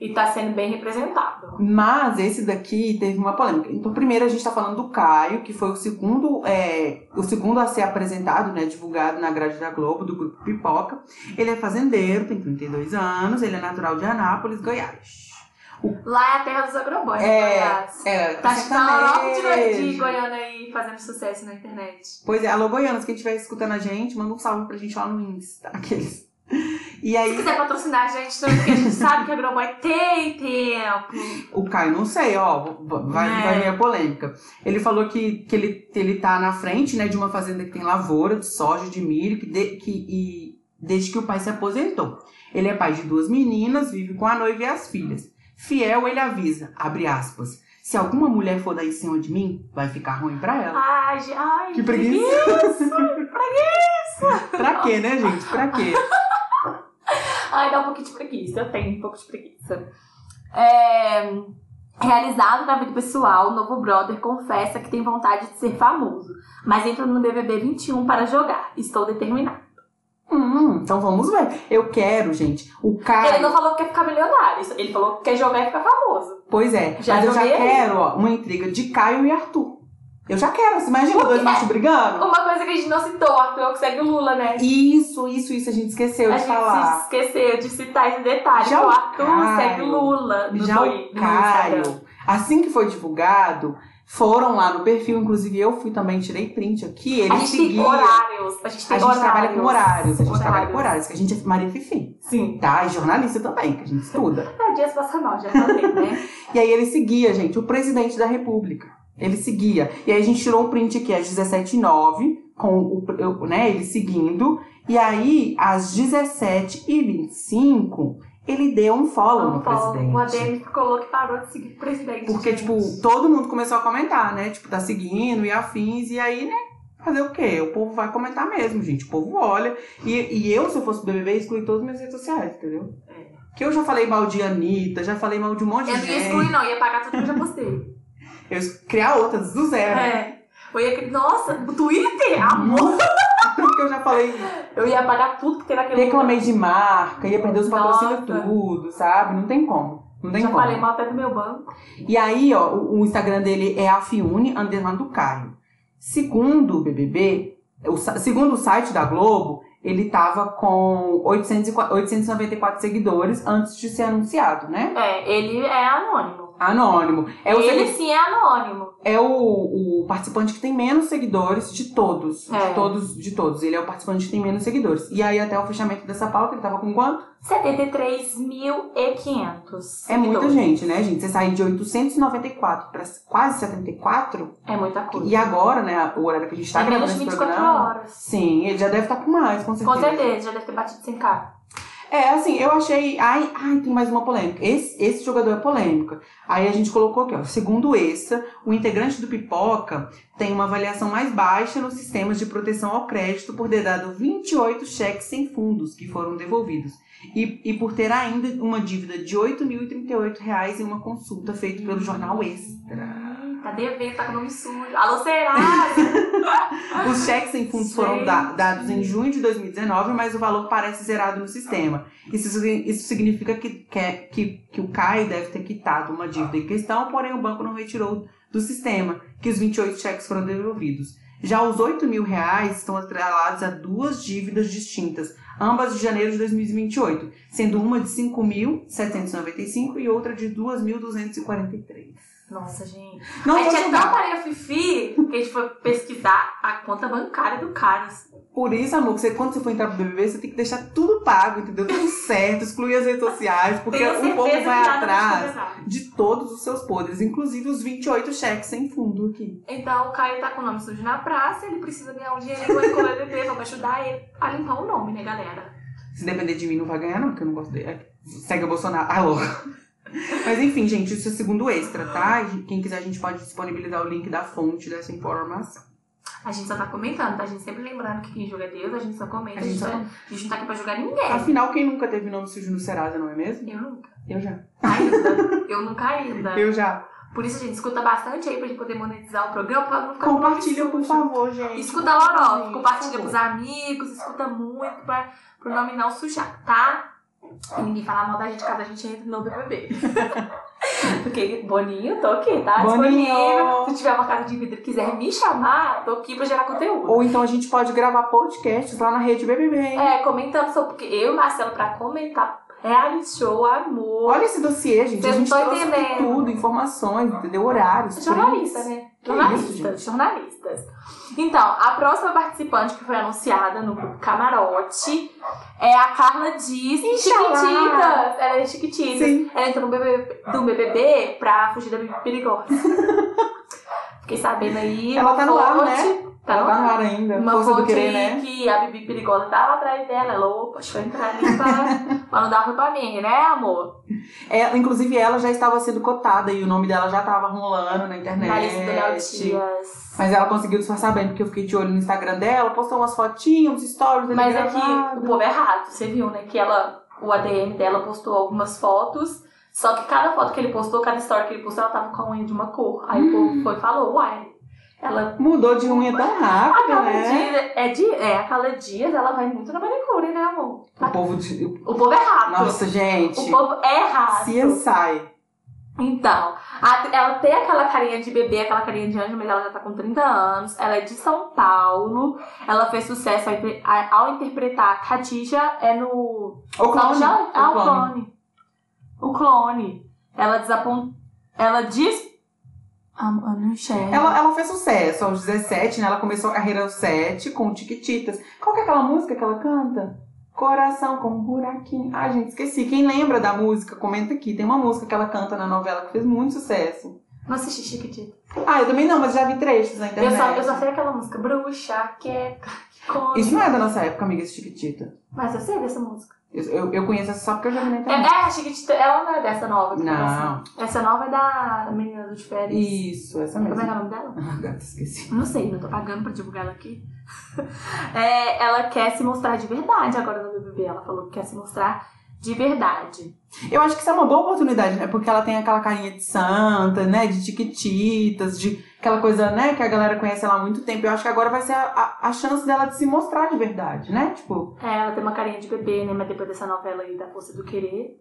[SPEAKER 2] e tá sendo bem representado.
[SPEAKER 1] Mas esse daqui teve uma polêmica. Então, primeiro a gente tá falando do Caio, que foi o segundo, é, o segundo a ser apresentado, né, divulgado na grade da Globo, do grupo Pipoca. Ele é fazendeiro, tem 32 anos, ele é natural de Anápolis, Goiás.
[SPEAKER 2] Lá é a terra dos agroboys,
[SPEAKER 1] É,
[SPEAKER 2] né, Goiás.
[SPEAKER 1] É,
[SPEAKER 2] Tá chutando de, Goi- de
[SPEAKER 1] sertanejo.
[SPEAKER 2] Goiânia aí fazendo sucesso na internet.
[SPEAKER 1] Pois é, alô Goianas, quem estiver escutando a gente, manda um salve pra gente lá no Insta, aqueles. E
[SPEAKER 2] Se
[SPEAKER 1] aí,
[SPEAKER 2] quiser patrocinar a gente também, porque a gente sabe que a Agroboy tem tempo.
[SPEAKER 1] o Caio, não sei, ó, v- vai,
[SPEAKER 2] É.
[SPEAKER 1] vai vir a polêmica. Ele falou que, que ele, ele tá na frente, né, de uma fazenda que tem lavoura, de soja, de milho, que, de- que e desde que o pai se aposentou. Ele é pai de duas meninas, vive com a noiva e as filhas. Fiel, ele avisa, abre aspas, se alguma mulher for dar em cima de mim, vai ficar ruim pra ela.
[SPEAKER 2] Ai, ge- ai,
[SPEAKER 1] Que preguiça. pra quê, né, gente? Pra quê?
[SPEAKER 2] Ai, dá um pouquinho de preguiça. Eu tenho um pouco de preguiça. É, Realizado na vida pessoal, o novo brother confessa que tem vontade de ser famoso, mas entra no BBB 21 para jogar. Estou determinado.
[SPEAKER 1] Hum, então vamos ver. Eu quero, gente, o Caio...
[SPEAKER 2] Ele não falou que quer ficar milionário, isso- ele falou que quer jogar e ficar famoso.
[SPEAKER 1] Pois é,
[SPEAKER 2] Já
[SPEAKER 1] mas eu já
[SPEAKER 2] joguei.
[SPEAKER 1] quero ó, uma intriga de Caio e Arthur. Eu já quero, você imagina dois machos brigando?
[SPEAKER 2] Uma coisa que a gente não citou, Arthur, é o que segue o Lula, né?
[SPEAKER 1] Isso, isso, isso, a gente esqueceu
[SPEAKER 2] a
[SPEAKER 1] de
[SPEAKER 2] gente se
[SPEAKER 1] falar.
[SPEAKER 2] esqueceu de citar esse detalhe.
[SPEAKER 1] Já
[SPEAKER 2] que o
[SPEAKER 1] o
[SPEAKER 2] Arthur
[SPEAKER 1] Caio-
[SPEAKER 2] segue Lula no
[SPEAKER 1] Já
[SPEAKER 2] Twi-
[SPEAKER 1] o
[SPEAKER 2] no Instagram.
[SPEAKER 1] Caio, assim que foi divulgado, foram lá no perfil, inclusive eu fui também, tirei print aqui, ele
[SPEAKER 2] a gente
[SPEAKER 1] seguia.
[SPEAKER 2] tem horários. A gente tem
[SPEAKER 1] A gente
[SPEAKER 2] horários.
[SPEAKER 1] trabalha com horários, a gente trabalha
[SPEAKER 2] Horários.
[SPEAKER 1] com horários, que a gente é Maria Fifi,
[SPEAKER 2] Sim.
[SPEAKER 1] tá? E jornalista também, que a gente estuda.
[SPEAKER 2] É, dias passa mal, já falei, né?
[SPEAKER 1] E aí ele seguia, gente, o presidente da república. Ele seguia. E aí a gente tirou um print aqui às 17h09, com o, eu- né, ele seguindo. E aí, às 17h25, ele deu um follow no
[SPEAKER 2] Não falo,
[SPEAKER 1] presidente.
[SPEAKER 2] o ADM ficou que parou de seguir o presidente.
[SPEAKER 1] Porque,
[SPEAKER 2] gente.
[SPEAKER 1] tipo, todo mundo começou a comentar, né? Tipo, tá seguindo e afins. E aí, né? Fazer o quê? O povo vai comentar mesmo, gente. O povo olha. E, e eu, se eu fosse BBB, excluí todas as minhas redes sociais, entendeu? Que eu já falei mal de Anitta, já falei mal de um monte
[SPEAKER 2] Eu
[SPEAKER 1] de
[SPEAKER 2] não ia
[SPEAKER 1] gente.
[SPEAKER 2] É excluir, não, ia pagar tudo que eu já postei.
[SPEAKER 1] Eu es- criar outras do zero.
[SPEAKER 2] É. Eu ia. Nossa, o Twitter, amor!
[SPEAKER 1] Tudo que eu já falei.
[SPEAKER 2] Eu ia pagar tudo que tem naquele.
[SPEAKER 1] Reclamei de marca, ia perder os patrocínios
[SPEAKER 2] Nossa.
[SPEAKER 1] tudo, sabe? Não tem como. Não tem
[SPEAKER 2] Já
[SPEAKER 1] como.
[SPEAKER 2] falei mal até do meu banco.
[SPEAKER 1] E aí, ó, o, o Instagram dele é afiune, underline do Caio. Segundo o BBB, o sa- segundo o site da Globo, ele tava com 800 e qua- 894 seguidores antes de ser anunciado, né?
[SPEAKER 2] É, ele é anônimo.
[SPEAKER 1] Anônimo. É o,
[SPEAKER 2] Ele
[SPEAKER 1] segui-
[SPEAKER 2] sim é anônimo.
[SPEAKER 1] é o, o participante que tem menos seguidores de todos.
[SPEAKER 2] É.
[SPEAKER 1] De todos, de todos. Ele é o participante que tem menos seguidores. E aí, até o fechamento dessa pauta, ele tava com quanto?
[SPEAKER 2] 73.500.
[SPEAKER 1] É muita
[SPEAKER 2] seguidores.
[SPEAKER 1] gente, né, gente? Você sair de 894 pra quase 74.
[SPEAKER 2] É muita coisa.
[SPEAKER 1] E agora, né, o horário que a gente tá
[SPEAKER 2] Em
[SPEAKER 1] gravando
[SPEAKER 2] É menos
[SPEAKER 1] esse
[SPEAKER 2] de 24
[SPEAKER 1] programa.
[SPEAKER 2] horas.
[SPEAKER 1] Sim, ele já deve estar com mais, com certeza.
[SPEAKER 2] Com certeza, já deve ter batido 100k.
[SPEAKER 1] É, assim, eu achei. Ai, ai, tem mais uma polêmica. Esse, esse jogador é polêmica. Aí a gente colocou aqui, ó. Segundo essa, o integrante do Pipoca tem uma avaliação mais baixa nos sistemas de proteção ao crédito por ter dado 28 cheques sem fundos que foram devolvidos. E, e por ter ainda uma dívida de R$ 8.038 reais em uma consulta feita pelo jornal Extra.
[SPEAKER 2] Hum, Tá devendo, tá com nome sujo. Alô, Serasa!
[SPEAKER 1] Os cheques sem fundos foram
[SPEAKER 2] Gente.
[SPEAKER 1] da- dados em junho de 2019, mas o valor parece zerado no sistema. Isso, sig- isso significa que, que, é- que, que o Caio deve ter quitado uma dívida em questão, porém o banco não retirou do sistema, que os 28 cheques foram devolvidos. Já os 8 mil reais estão atrelados a duas dívidas distintas, ambas de janeiro de 2028, sendo uma de 5.795 e outra de 2.243.
[SPEAKER 2] Nossa, gente.
[SPEAKER 1] Não
[SPEAKER 2] a
[SPEAKER 1] vou
[SPEAKER 2] gente é tão
[SPEAKER 1] julgar.
[SPEAKER 2] parelho fifi que a gente foi pesquisar a conta bancária do cara.
[SPEAKER 1] Por isso, amor, que você, quando você for entrar pro BBB, você tem que deixar tudo pago, entendeu? Tudo certo, excluir as redes sociais, porque
[SPEAKER 2] Tenho
[SPEAKER 1] o
[SPEAKER 2] certeza
[SPEAKER 1] povo
[SPEAKER 2] que
[SPEAKER 1] vai
[SPEAKER 2] nada vai
[SPEAKER 1] atrás
[SPEAKER 2] pesquisar.
[SPEAKER 1] de todos os seus podres, inclusive os 28 cheques sem fundo aqui.
[SPEAKER 2] Então o Caio tá com o nome sujo na praça, ele precisa ganhar um dinheiro vai comer bebê, vamos ajudar ele a limpar o nome, né, galera?
[SPEAKER 1] Se depender de mim, não vai ganhar, não, porque eu não gosto dele. É, Segue o Bolsonaro. Alô. Mas enfim, gente, isso é segundo extra, tá? E Quem quiser, a gente pode disponibilizar o link da fonte dessa informação.
[SPEAKER 2] A gente só tá comentando, tá? A gente sempre lembrando que quem joga é Deus, a gente só comenta,
[SPEAKER 1] A gente só...
[SPEAKER 2] não- a gente não tá aqui pra jogar ninguém.
[SPEAKER 1] Afinal, quem nunca teve nome sujo no Serasa, não é mesmo?
[SPEAKER 2] Eu nunca.
[SPEAKER 1] Eu já.
[SPEAKER 2] Ainda. Eu nunca ainda.
[SPEAKER 1] Eu já.
[SPEAKER 2] Por isso, gente, escuta bastante aí pra gente poder monetizar o programa, pra não ficar com
[SPEAKER 1] Compartilha,
[SPEAKER 2] nome
[SPEAKER 1] por
[SPEAKER 2] sujo. né?
[SPEAKER 1] favor, gente.
[SPEAKER 2] Escuta Loró,
[SPEAKER 1] Gente,
[SPEAKER 2] compartilha
[SPEAKER 1] por favor.
[SPEAKER 2] com os amigos, escuta muito pra, pro nome não sujar, tá? E ninguém falar mal da gente caso a gente entre no BBB. Porque Boninho, tô aqui, tá?
[SPEAKER 1] Boninho!
[SPEAKER 2] Disponível. Se tiver uma casa de vidro e quiser me chamar, tô aqui pra gerar conteúdo.
[SPEAKER 1] Ou então a gente pode gravar podcasts lá na rede BBB, hein?
[SPEAKER 2] É, comentando sobre. Porque eu e o Marcelo, pra comentar reality show, amor.
[SPEAKER 1] Olha esse dossiê, gente.
[SPEAKER 2] Vocês
[SPEAKER 1] a gente
[SPEAKER 2] não tão
[SPEAKER 1] trouxe
[SPEAKER 2] entendendo.
[SPEAKER 1] tudo, informações, entendeu? Horários,
[SPEAKER 2] Jornalista,
[SPEAKER 1] prints.
[SPEAKER 2] né?
[SPEAKER 1] Que isso,
[SPEAKER 2] Jornalistas,
[SPEAKER 1] gente?
[SPEAKER 2] jornalistas. Então, a próxima participante que foi anunciada no grupo Camarote é a Carla Dias,
[SPEAKER 1] Inxalá!
[SPEAKER 2] Chiquititas. Ela é Chiquititas.
[SPEAKER 1] Então, Sim.
[SPEAKER 2] Ela entrou no BBB, do BBB pra fugir da Bibi Perigosa. Fiquei sabendo aí.
[SPEAKER 1] Ela tá no ar,
[SPEAKER 2] fonte-
[SPEAKER 1] né?
[SPEAKER 2] Tá
[SPEAKER 1] Ela
[SPEAKER 2] no
[SPEAKER 1] tá no
[SPEAKER 2] ar.
[SPEAKER 1] ar ainda.
[SPEAKER 2] Uma
[SPEAKER 1] Força
[SPEAKER 2] fonte
[SPEAKER 1] do querer, né?
[SPEAKER 2] que a Bibi Perigosa tá lá atrás dela. Ela, opa, acho que vai entrar ali pra, pra não dar ruim pra mim, né, amor?
[SPEAKER 1] É, inclusive, ela já estava sendo cotada e o nome dela já tava rolando na internet.
[SPEAKER 2] Na lista do Léo Dias.
[SPEAKER 1] Mas ela conseguiu disfarçar bem, porque eu fiquei de olho no Instagram dela, postou umas fotinhas, uns stories, dele
[SPEAKER 2] Mas é que
[SPEAKER 1] gravado.
[SPEAKER 2] o povo é errado, você viu, né? Que ela, o ADM dela postou algumas fotos, só que cada foto que ele postou, cada story que ele postou, ela tava com a unha de uma cor. Aí o povo foi e falou, uai, ela.
[SPEAKER 1] Mudou de unha tão
[SPEAKER 2] A
[SPEAKER 1] rápido,
[SPEAKER 2] Carla
[SPEAKER 1] É né?
[SPEAKER 2] Dias, é de, é, a Carla Dias, ela vai muito na manicure, né, amor?
[SPEAKER 1] O povo de...
[SPEAKER 2] O povo é errado.
[SPEAKER 1] Nossa, gente.
[SPEAKER 2] O povo é errado.
[SPEAKER 1] CSI.
[SPEAKER 2] Então, a- ela tem aquela carinha de bebê, aquela carinha de anjo, mas ela já tá com 30 anos. Ela é de São Paulo. Ela fez sucesso ao, inter- a- ao interpretar Khadija é no
[SPEAKER 1] O clone.
[SPEAKER 2] já,
[SPEAKER 1] O
[SPEAKER 2] ah, o
[SPEAKER 1] clone.
[SPEAKER 2] clone. O clone. Ela desapont... Ela diz. Ah, eu não enxergo.
[SPEAKER 1] Ela, ela fez sucesso aos 17, né? Ela começou a carreira aos 7 com Tiquititas. Qual que é aquela música que ela canta? Coração com um buraquinho. Ah, gente, esqueci. Quem lembra da música, comenta aqui. Tem uma música que ela canta na novela que fez muito sucesso.
[SPEAKER 2] Não assisti Chiquitita.
[SPEAKER 1] Ah, eu também não, mas já vi trechos na
[SPEAKER 2] Eu
[SPEAKER 1] internet.
[SPEAKER 2] só, eu só sei aquela música. Bruxa, queca, que come.
[SPEAKER 1] Isso não é da nossa época, amiga, esse Tiquitita.
[SPEAKER 2] Mas eu sei dessa música.
[SPEAKER 1] Eu, eu, eu conheço essa só porque eu já vi na
[SPEAKER 2] É,
[SPEAKER 1] internet.
[SPEAKER 2] é a Chiquitita. Ela não é dessa nova. que tá
[SPEAKER 1] Não.
[SPEAKER 2] assim. Essa nova é da menina do de férias.
[SPEAKER 1] Isso, essa
[SPEAKER 2] Como é que é
[SPEAKER 1] mesma.
[SPEAKER 2] o nome dela?
[SPEAKER 1] Ah, gata, esqueci.
[SPEAKER 2] Não sei, não tô pagando pra divulgar ela aqui. É, ela quer se mostrar de verdade agora no BBB. Ela falou que quer se mostrar de verdade.
[SPEAKER 1] Eu acho que isso é uma boa oportunidade, né? Porque ela tem aquela carinha de santa, né? De tiquititas, de aquela coisa, né? Que a galera conhece ela há muito tempo. Eu acho que agora vai ser a, a, a chance dela de se mostrar de verdade, né? Tipo,
[SPEAKER 2] É, ela tem uma carinha de bebê, né? Mas depois dessa novela aí da Força do Querer,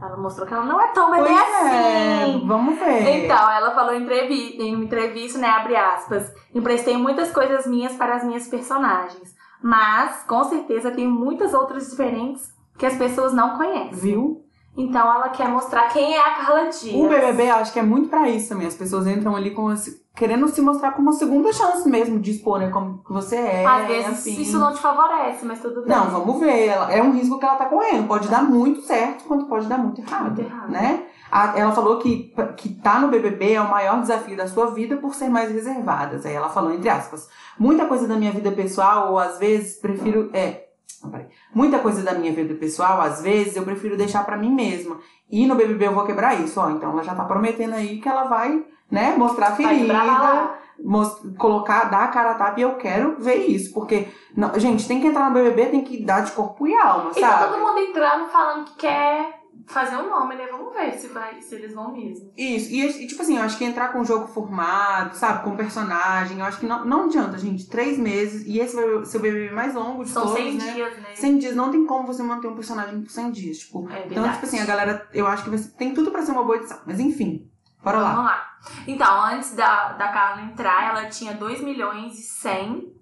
[SPEAKER 2] ela mostrou que ela não é tão bebê assim.
[SPEAKER 1] é, vamos ver.
[SPEAKER 2] Então, ela falou em, entrevi- em uma entrevista, né? Abre aspas. Emprestei muitas coisas minhas para as minhas personagens. Mas, com certeza, tenho muitas outras diferentes que as pessoas não conhecem.
[SPEAKER 1] Viu?
[SPEAKER 2] Então ela quer mostrar quem é a
[SPEAKER 1] Um
[SPEAKER 2] Carla Dias.
[SPEAKER 1] O BBB, eu acho que é muito pra isso também. As pessoas entram ali com esse- querendo se mostrar como uma segunda chance mesmo de expor, né? Como que você é.
[SPEAKER 2] Às vezes
[SPEAKER 1] assim.
[SPEAKER 2] isso não te favorece, mas tudo bem.
[SPEAKER 1] Não, vamos ver. Ela, é um risco que ela tá correndo. Pode dar muito certo, quanto pode dar muito errado.
[SPEAKER 2] Muito errado.
[SPEAKER 1] Né? A- ela falou que, que tá no BBB é o maior desafio da sua vida por ser mais reservadas. Aí ela falou, entre aspas, muita coisa da minha vida pessoal, ou às vezes prefiro. É. não, peraí. Muita coisa da minha vida pessoal, às vezes eu prefiro deixar pra mim mesma. E no BBB eu vou quebrar isso, ó. Então ela já tá prometendo aí que ela vai, né, mostrar a
[SPEAKER 2] Vai
[SPEAKER 1] ferida
[SPEAKER 2] pra lá.
[SPEAKER 1] mos- colocar, dar a cara a tapa e eu quero ver isso. Porque, não- gente, tem que entrar no BBB, tem que dar de corpo e alma,
[SPEAKER 2] E tá todo
[SPEAKER 1] sabe?
[SPEAKER 2] mundo entrando falando que quer fazer um nome, né? Vamos ver se, vai, se eles vão mesmo.
[SPEAKER 1] Isso, e, e, tipo assim, eu acho que entrar com o jogo formado, sabe? Com personagem, eu acho que não, não adianta, gente. Três meses, e esse vai ser o BBB mais longo de
[SPEAKER 2] São
[SPEAKER 1] todos,
[SPEAKER 2] 100
[SPEAKER 1] né?
[SPEAKER 2] dias, né?
[SPEAKER 1] 100 dias, não tem como você manter um personagem por 100 dias, tipo.
[SPEAKER 2] É verdade.
[SPEAKER 1] Então, tipo assim, a galera, eu acho que vai ser- tem tudo pra ser uma boa edição. Mas enfim, bora lá.
[SPEAKER 2] Vamos lá. Então, antes da, da Carla entrar, ela tinha 2 milhões e 100.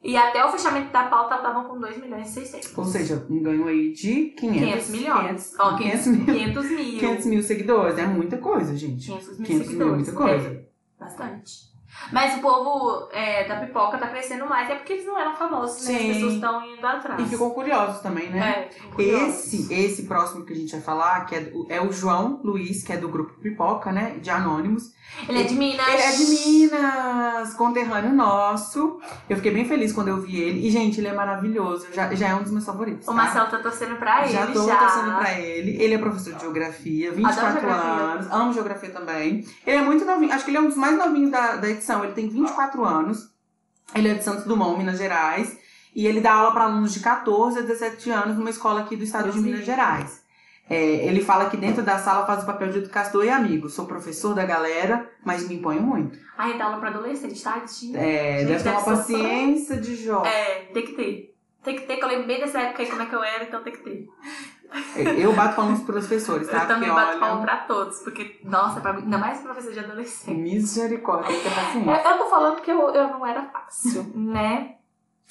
[SPEAKER 2] E até o fechamento da pauta, ela tava com 2 milhões e 600.
[SPEAKER 1] Ou seja, um ganho aí de 500,
[SPEAKER 2] 500 milhões.
[SPEAKER 1] 500,
[SPEAKER 2] Ó,
[SPEAKER 1] 500
[SPEAKER 2] 500
[SPEAKER 1] mil.
[SPEAKER 2] mil. 500 mil.
[SPEAKER 1] 500 mil seguidores, é muita coisa, gente.
[SPEAKER 2] 500 mil
[SPEAKER 1] 500 mil é
[SPEAKER 2] seguidores.
[SPEAKER 1] muita coisa.
[SPEAKER 2] É, bastante. Mas o povo é, da pipoca tá crescendo mais. É porque eles não eram famosos, né?
[SPEAKER 1] Sim.
[SPEAKER 2] As pessoas estão indo atrás.
[SPEAKER 1] E ficam curiosos também, né?
[SPEAKER 2] tá. É, ficam curiosos.
[SPEAKER 1] Esse, esse próximo que a gente vai falar, que é, do- é o João Luiz, que é do grupo Pipoca, né? De Anônimos.
[SPEAKER 2] Ele é de Minas.
[SPEAKER 1] Ele é de Minas, conterrâneo nosso. Eu fiquei bem feliz quando eu vi ele. E, gente, ele é maravilhoso. Eu Já, já é um dos meus favoritos.
[SPEAKER 2] O
[SPEAKER 1] tá?
[SPEAKER 2] Marcelo tá torcendo pra ele.
[SPEAKER 1] já tô
[SPEAKER 2] já.
[SPEAKER 1] torcendo pra ele. Ele é professor de geografia, 24
[SPEAKER 2] geografia.
[SPEAKER 1] anos. Amo geografia também. Ele é muito novinho. Acho que ele é um dos mais novinhos da, da edição. Ele tem 24 anos. Ele é de Santos Dumont, Minas Gerais. E ele dá aula para alunos de 14 a 17 anos numa escola aqui do estado de
[SPEAKER 2] Sim.
[SPEAKER 1] Minas Gerais. É, ele fala que dentro da sala faz o papel de educador e amigo. Sou professor da galera, mas me imponho muito.
[SPEAKER 2] Ai, dá aula tá pra adolescente, tadinho.
[SPEAKER 1] É,
[SPEAKER 2] Gente,
[SPEAKER 1] deve ter uma
[SPEAKER 2] deve sofrer.
[SPEAKER 1] paciência de jovem.
[SPEAKER 2] É, tem que ter. Tem que ter, que eu lembrei dessa época aí como é que eu era, então tem que ter. Então,
[SPEAKER 1] Eu bato palma pros professores, tá?
[SPEAKER 2] É. eu também
[SPEAKER 1] Porque,
[SPEAKER 2] bato
[SPEAKER 1] olha,
[SPEAKER 2] palma pra todos, porque, nossa, pra, ainda mais professor de adolescente.
[SPEAKER 1] Misericórdia, tem que ter paciência.
[SPEAKER 2] Eu, eu tô falando que eu, eu não era fácil, né?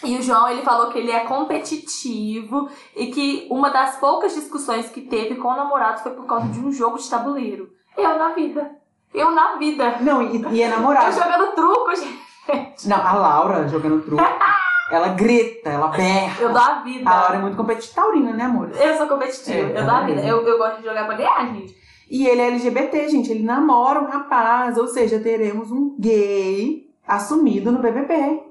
[SPEAKER 2] E o João, ele falou que ele é competitivo e que uma das poucas discussões que teve com o namorado foi por causa de um jogo de tabuleiro. Eu na vida. Eu na vida.
[SPEAKER 1] Não, e, e é
[SPEAKER 2] Eu
[SPEAKER 1] namorado.
[SPEAKER 2] jogando truco, gente.
[SPEAKER 1] Não, a Laura jogando truco. ela grita, ela berra.
[SPEAKER 2] Eu dou a vida.
[SPEAKER 1] A Laura é muito competitiva. Taurina, né, amor?
[SPEAKER 2] Eu sou competitiva.
[SPEAKER 1] É,
[SPEAKER 2] eu dou a
[SPEAKER 1] é
[SPEAKER 2] vida.
[SPEAKER 1] mesmo.
[SPEAKER 2] Eu, eu gosto de jogar pra ganhar, gente.
[SPEAKER 1] E ele é LGBT, gente. Ele namora um rapaz. Ou seja, teremos um gay assumido no BBB.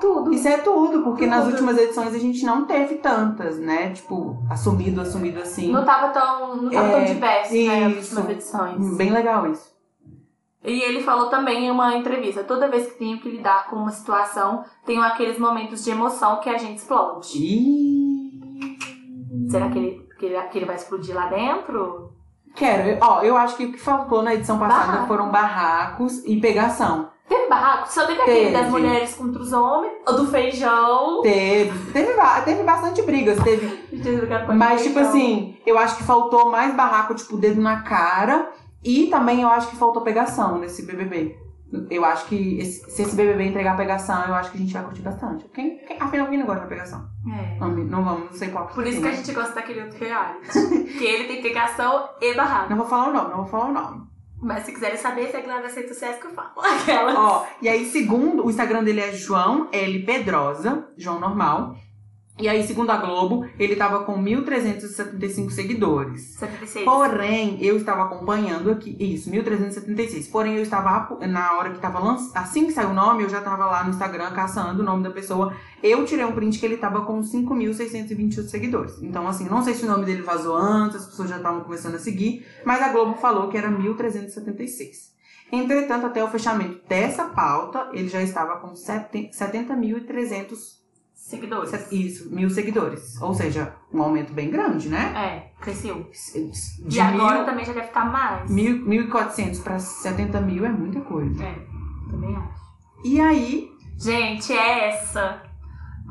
[SPEAKER 2] Tudo.
[SPEAKER 1] Isso é tudo, porque nas
[SPEAKER 2] Tudo.
[SPEAKER 1] últimas edições a gente não teve tantas, né? Tipo, assumido, assumido assim.
[SPEAKER 2] Não tava tão, não tava tão
[SPEAKER 1] É,
[SPEAKER 2] diverso, né? Nas
[SPEAKER 1] isso.
[SPEAKER 2] últimas edições.
[SPEAKER 1] Bem legal isso.
[SPEAKER 2] E ele falou também em uma entrevista: toda vez que tenho que lidar com uma situação, tenho aqueles momentos de emoção que a gente explode.
[SPEAKER 1] Ih.
[SPEAKER 2] Será que ele, que ele, que ele vai explodir lá dentro?
[SPEAKER 1] Quero. Eu- Ó, eu acho que o que faltou na edição passada
[SPEAKER 2] Barraco.
[SPEAKER 1] foram barracos e pegação.
[SPEAKER 2] Teve um barraco? Só teve aquele
[SPEAKER 1] Teve.
[SPEAKER 2] das mulheres contra os homens, ou do feijão.
[SPEAKER 1] Teve. Teve, ba- teve bastante brigas. Teve
[SPEAKER 2] é
[SPEAKER 1] Mas, tipo assim, eu acho que faltou mais barraco, tipo, dedo na cara. E também eu acho que faltou pegação nesse BBB. Eu acho que esse- se esse BBB entregar pegação, eu acho que a gente vai curtir bastante. Quem, quem, afinal, quem não gosta de pegação?
[SPEAKER 2] É.
[SPEAKER 1] Não, não vamos, não sei qual. né?
[SPEAKER 2] Por isso que a gente gosta daquele outro reality. que ele tem pegação e barraco.
[SPEAKER 1] Não vou falar o nome, não vou falar o nome.
[SPEAKER 2] Mas se quiserem saber, segue lá nas redes sociais que eu falo. Aquela.
[SPEAKER 1] Ó, e aí, segundo, o Instagram dele é João L. Pedrosa, João normal. E aí, segundo a Globo, ele tava com 1.375 seguidores.
[SPEAKER 2] 76.
[SPEAKER 1] Porém, eu estava acompanhando aqui, isso, 1376. Porém, eu estava apo- na hora que estava lançando, assim que saiu o nome, eu já estava lá no Instagram caçando o nome da pessoa. Eu tirei um print que ele estava com 5.628 seguidores. Então, assim, não sei se o nome dele vazou antes, as pessoas já estavam começando a seguir, mas a Globo falou que era 1376. Entretanto, até o fechamento dessa pauta, ele já estava com 70- 70.300
[SPEAKER 2] Seguidores.
[SPEAKER 1] isso, mil seguidores. Ou seja, um aumento bem grande, né?
[SPEAKER 2] É, cresceu.
[SPEAKER 1] De
[SPEAKER 2] E agora
[SPEAKER 1] mil-
[SPEAKER 2] também já deve estar mais.
[SPEAKER 1] Mil- 1.400 pra 70 mil é muita coisa.
[SPEAKER 2] É, também acho.
[SPEAKER 1] E aí,
[SPEAKER 2] Gente, é essa.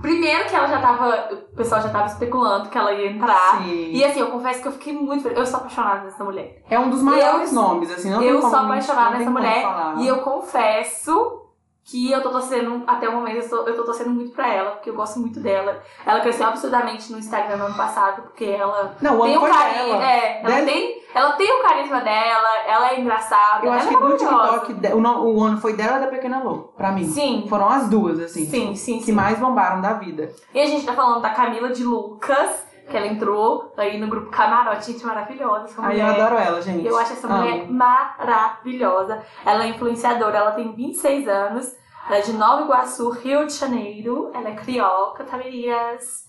[SPEAKER 2] Primeiro que ela já tava. O pessoal já tava especulando que ela ia entrar.
[SPEAKER 1] sim,
[SPEAKER 2] E assim, eu confesso que eu fiquei muito. Eu sou apaixonada nessa mulher.
[SPEAKER 1] é um dos maiores
[SPEAKER 2] eu-
[SPEAKER 1] nomes, assim, não tem
[SPEAKER 2] eu
[SPEAKER 1] como
[SPEAKER 2] sou
[SPEAKER 1] mentir,
[SPEAKER 2] apaixonada
[SPEAKER 1] não tem
[SPEAKER 2] nessa
[SPEAKER 1] como
[SPEAKER 2] mulher.
[SPEAKER 1] falar.
[SPEAKER 2] E eu confesso que eu tô torcendo, até o momento, eu tô, eu tô torcendo muito pra ela, porque eu gosto muito dela. Ela cresceu absurdamente no Instagram no ano passado, porque ela
[SPEAKER 1] Não, o
[SPEAKER 2] tem
[SPEAKER 1] ano
[SPEAKER 2] o
[SPEAKER 1] foi né?
[SPEAKER 2] carisma.
[SPEAKER 1] dela.
[SPEAKER 2] É, ela,
[SPEAKER 1] Deve-
[SPEAKER 2] tem, ela tem o carisma dela, ela é engraçada.
[SPEAKER 1] Eu
[SPEAKER 2] ela
[SPEAKER 1] acho
[SPEAKER 2] é
[SPEAKER 1] que do
[SPEAKER 2] maravilhosa.
[SPEAKER 1] TikTok, de- o, no- o ano foi dela e da Pequena Lou, pra mim.
[SPEAKER 2] Sim.
[SPEAKER 1] Foram as duas, assim.
[SPEAKER 2] Sim, sim,
[SPEAKER 1] Que
[SPEAKER 2] sim.
[SPEAKER 1] mais bombaram da vida.
[SPEAKER 2] E a gente tá falando da Camila de Lucas, que ela entrou aí no grupo Camarote, gente maravilhosa. Essa
[SPEAKER 1] Aí eu
[SPEAKER 2] mulher.
[SPEAKER 1] adoro ela, gente.
[SPEAKER 2] Eu acho essa
[SPEAKER 1] Amo.
[SPEAKER 2] mulher maravilhosa. Ela é influenciadora, ela tem 26 anos, ela é de Nova Iguaçu, Rio de Janeiro, ela é crioca, Tamirias.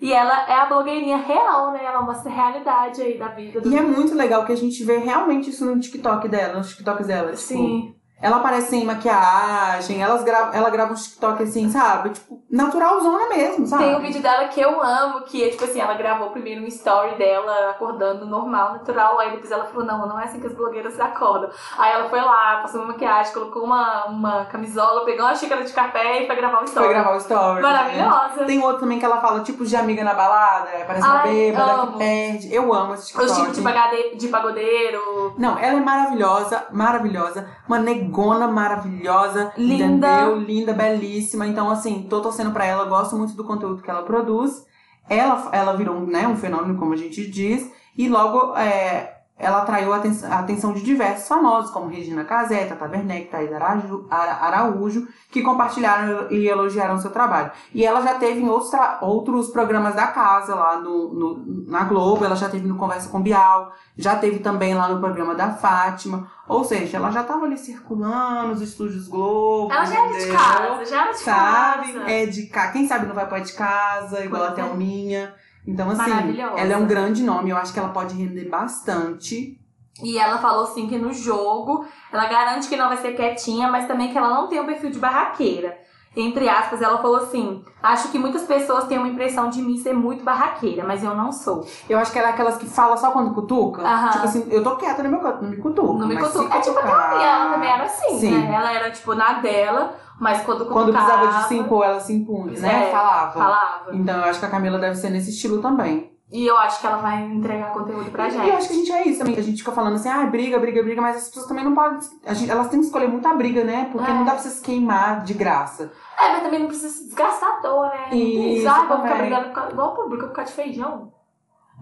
[SPEAKER 2] E ela é a blogueirinha real, né? Ela mostra a realidade aí da vida do
[SPEAKER 1] E é muito legal que a gente vê realmente isso no TikTok dela, nos TikToks dela. tipo,
[SPEAKER 2] Sim,
[SPEAKER 1] Ela aparece sem maquiagem, elas gra... ela grava uns TikTok assim, sabe? Tipo, naturalzona mesmo, sabe?
[SPEAKER 2] tem um vídeo dela que eu amo, que é tipo assim, ela gravou primeiro um story dela acordando normal, natural, aí depois ela falou, não, não é assim que as blogueiras acordam. Aí ela foi lá, passou uma maquiagem, colocou uma, uma camisola, pegou uma xícara de café e foi gravar
[SPEAKER 1] Foi
[SPEAKER 2] um story.
[SPEAKER 1] gravar o story. né?
[SPEAKER 2] Maravilhosa.
[SPEAKER 1] Tem outro também que ela fala, tipo, de amiga na balada, é, parece uma
[SPEAKER 2] Ai,
[SPEAKER 1] bêbada
[SPEAKER 2] amo.
[SPEAKER 1] que perde. Eu amo esse TikTok.
[SPEAKER 2] Os tipos de, bagade... de pagodeiro.
[SPEAKER 1] Não, ela é maravilhosa, maravilhosa, uma negona maravilhosa,
[SPEAKER 2] Linda.
[SPEAKER 1] entendeu? Linda, belíssima. Então, assim, tô torcendo pra ela, gosto muito do conteúdo que ela produz. Ela, ela virou um, né, um fenômeno, como a gente diz, e logo é, ela atraiu a, aten- a atenção de diversos famosos, como Regina Casé, Tata Werneck, Thaís Araju- Ara- Araújo, que compartilharam e elogiaram seu trabalho. E ela já teve em outros, tra- outros programas da casa, lá no, no- na Globo, ela já teve no Conversa com Bial, já teve também lá no programa da Fátima. Ou seja, ela já tava ali circulando os estúdios Globo.
[SPEAKER 2] Ela já era de
[SPEAKER 1] entendeu?
[SPEAKER 2] casa, já era de
[SPEAKER 1] Sabe?
[SPEAKER 2] casa.
[SPEAKER 1] É de casa. Quem sabe não vai pra de casa, igual
[SPEAKER 2] Pois
[SPEAKER 1] até
[SPEAKER 2] é.
[SPEAKER 1] o minha. Então, assim,
[SPEAKER 2] Maravilhosa.
[SPEAKER 1] ela é um grande nome. Eu acho que ela pode render bastante.
[SPEAKER 2] E ela falou assim que no jogo ela garante que não vai ser quietinha, mas também que ela não tem um perfil de barraqueira. Entre aspas, ela falou assim: acho que muitas pessoas têm uma impressão de mim ser muito barraqueira, mas eu não sou.
[SPEAKER 1] Eu acho que ela é aquelas que fala só quando cutuca.
[SPEAKER 2] Aham.
[SPEAKER 1] Tipo assim, eu tô quieta no meu canto, não me cutuca.
[SPEAKER 2] Não me
[SPEAKER 1] mas se
[SPEAKER 2] cutuca. É tipo
[SPEAKER 1] cutucar-
[SPEAKER 2] aquela Rihanna, ela também era assim,
[SPEAKER 1] Ah, Sim.
[SPEAKER 2] né? Ela era tipo na dela, mas quando
[SPEAKER 1] Quando
[SPEAKER 2] cutucava,
[SPEAKER 1] precisava de se impor, ela se impunha, né?
[SPEAKER 2] É,
[SPEAKER 1] Falava.
[SPEAKER 2] falava.
[SPEAKER 1] Então, eu acho que a Camila deve ser nesse estilo também.
[SPEAKER 2] E eu acho que ela vai entregar conteúdo pra gente.
[SPEAKER 1] E eu acho que a gente é isso também. A gente fica falando assim, ah, briga, briga, briga, mas as pessoas também não podem. a gente- elas têm que escolher muita briga, né? Porque
[SPEAKER 2] É.
[SPEAKER 1] não dá pra você se queimar de graça.
[SPEAKER 2] É, mas também não precisa se desgastar à toa, né?
[SPEAKER 1] Isso,
[SPEAKER 2] ah, vou ficar
[SPEAKER 1] também.
[SPEAKER 2] brigando por causa- igual o público por causa de feijão.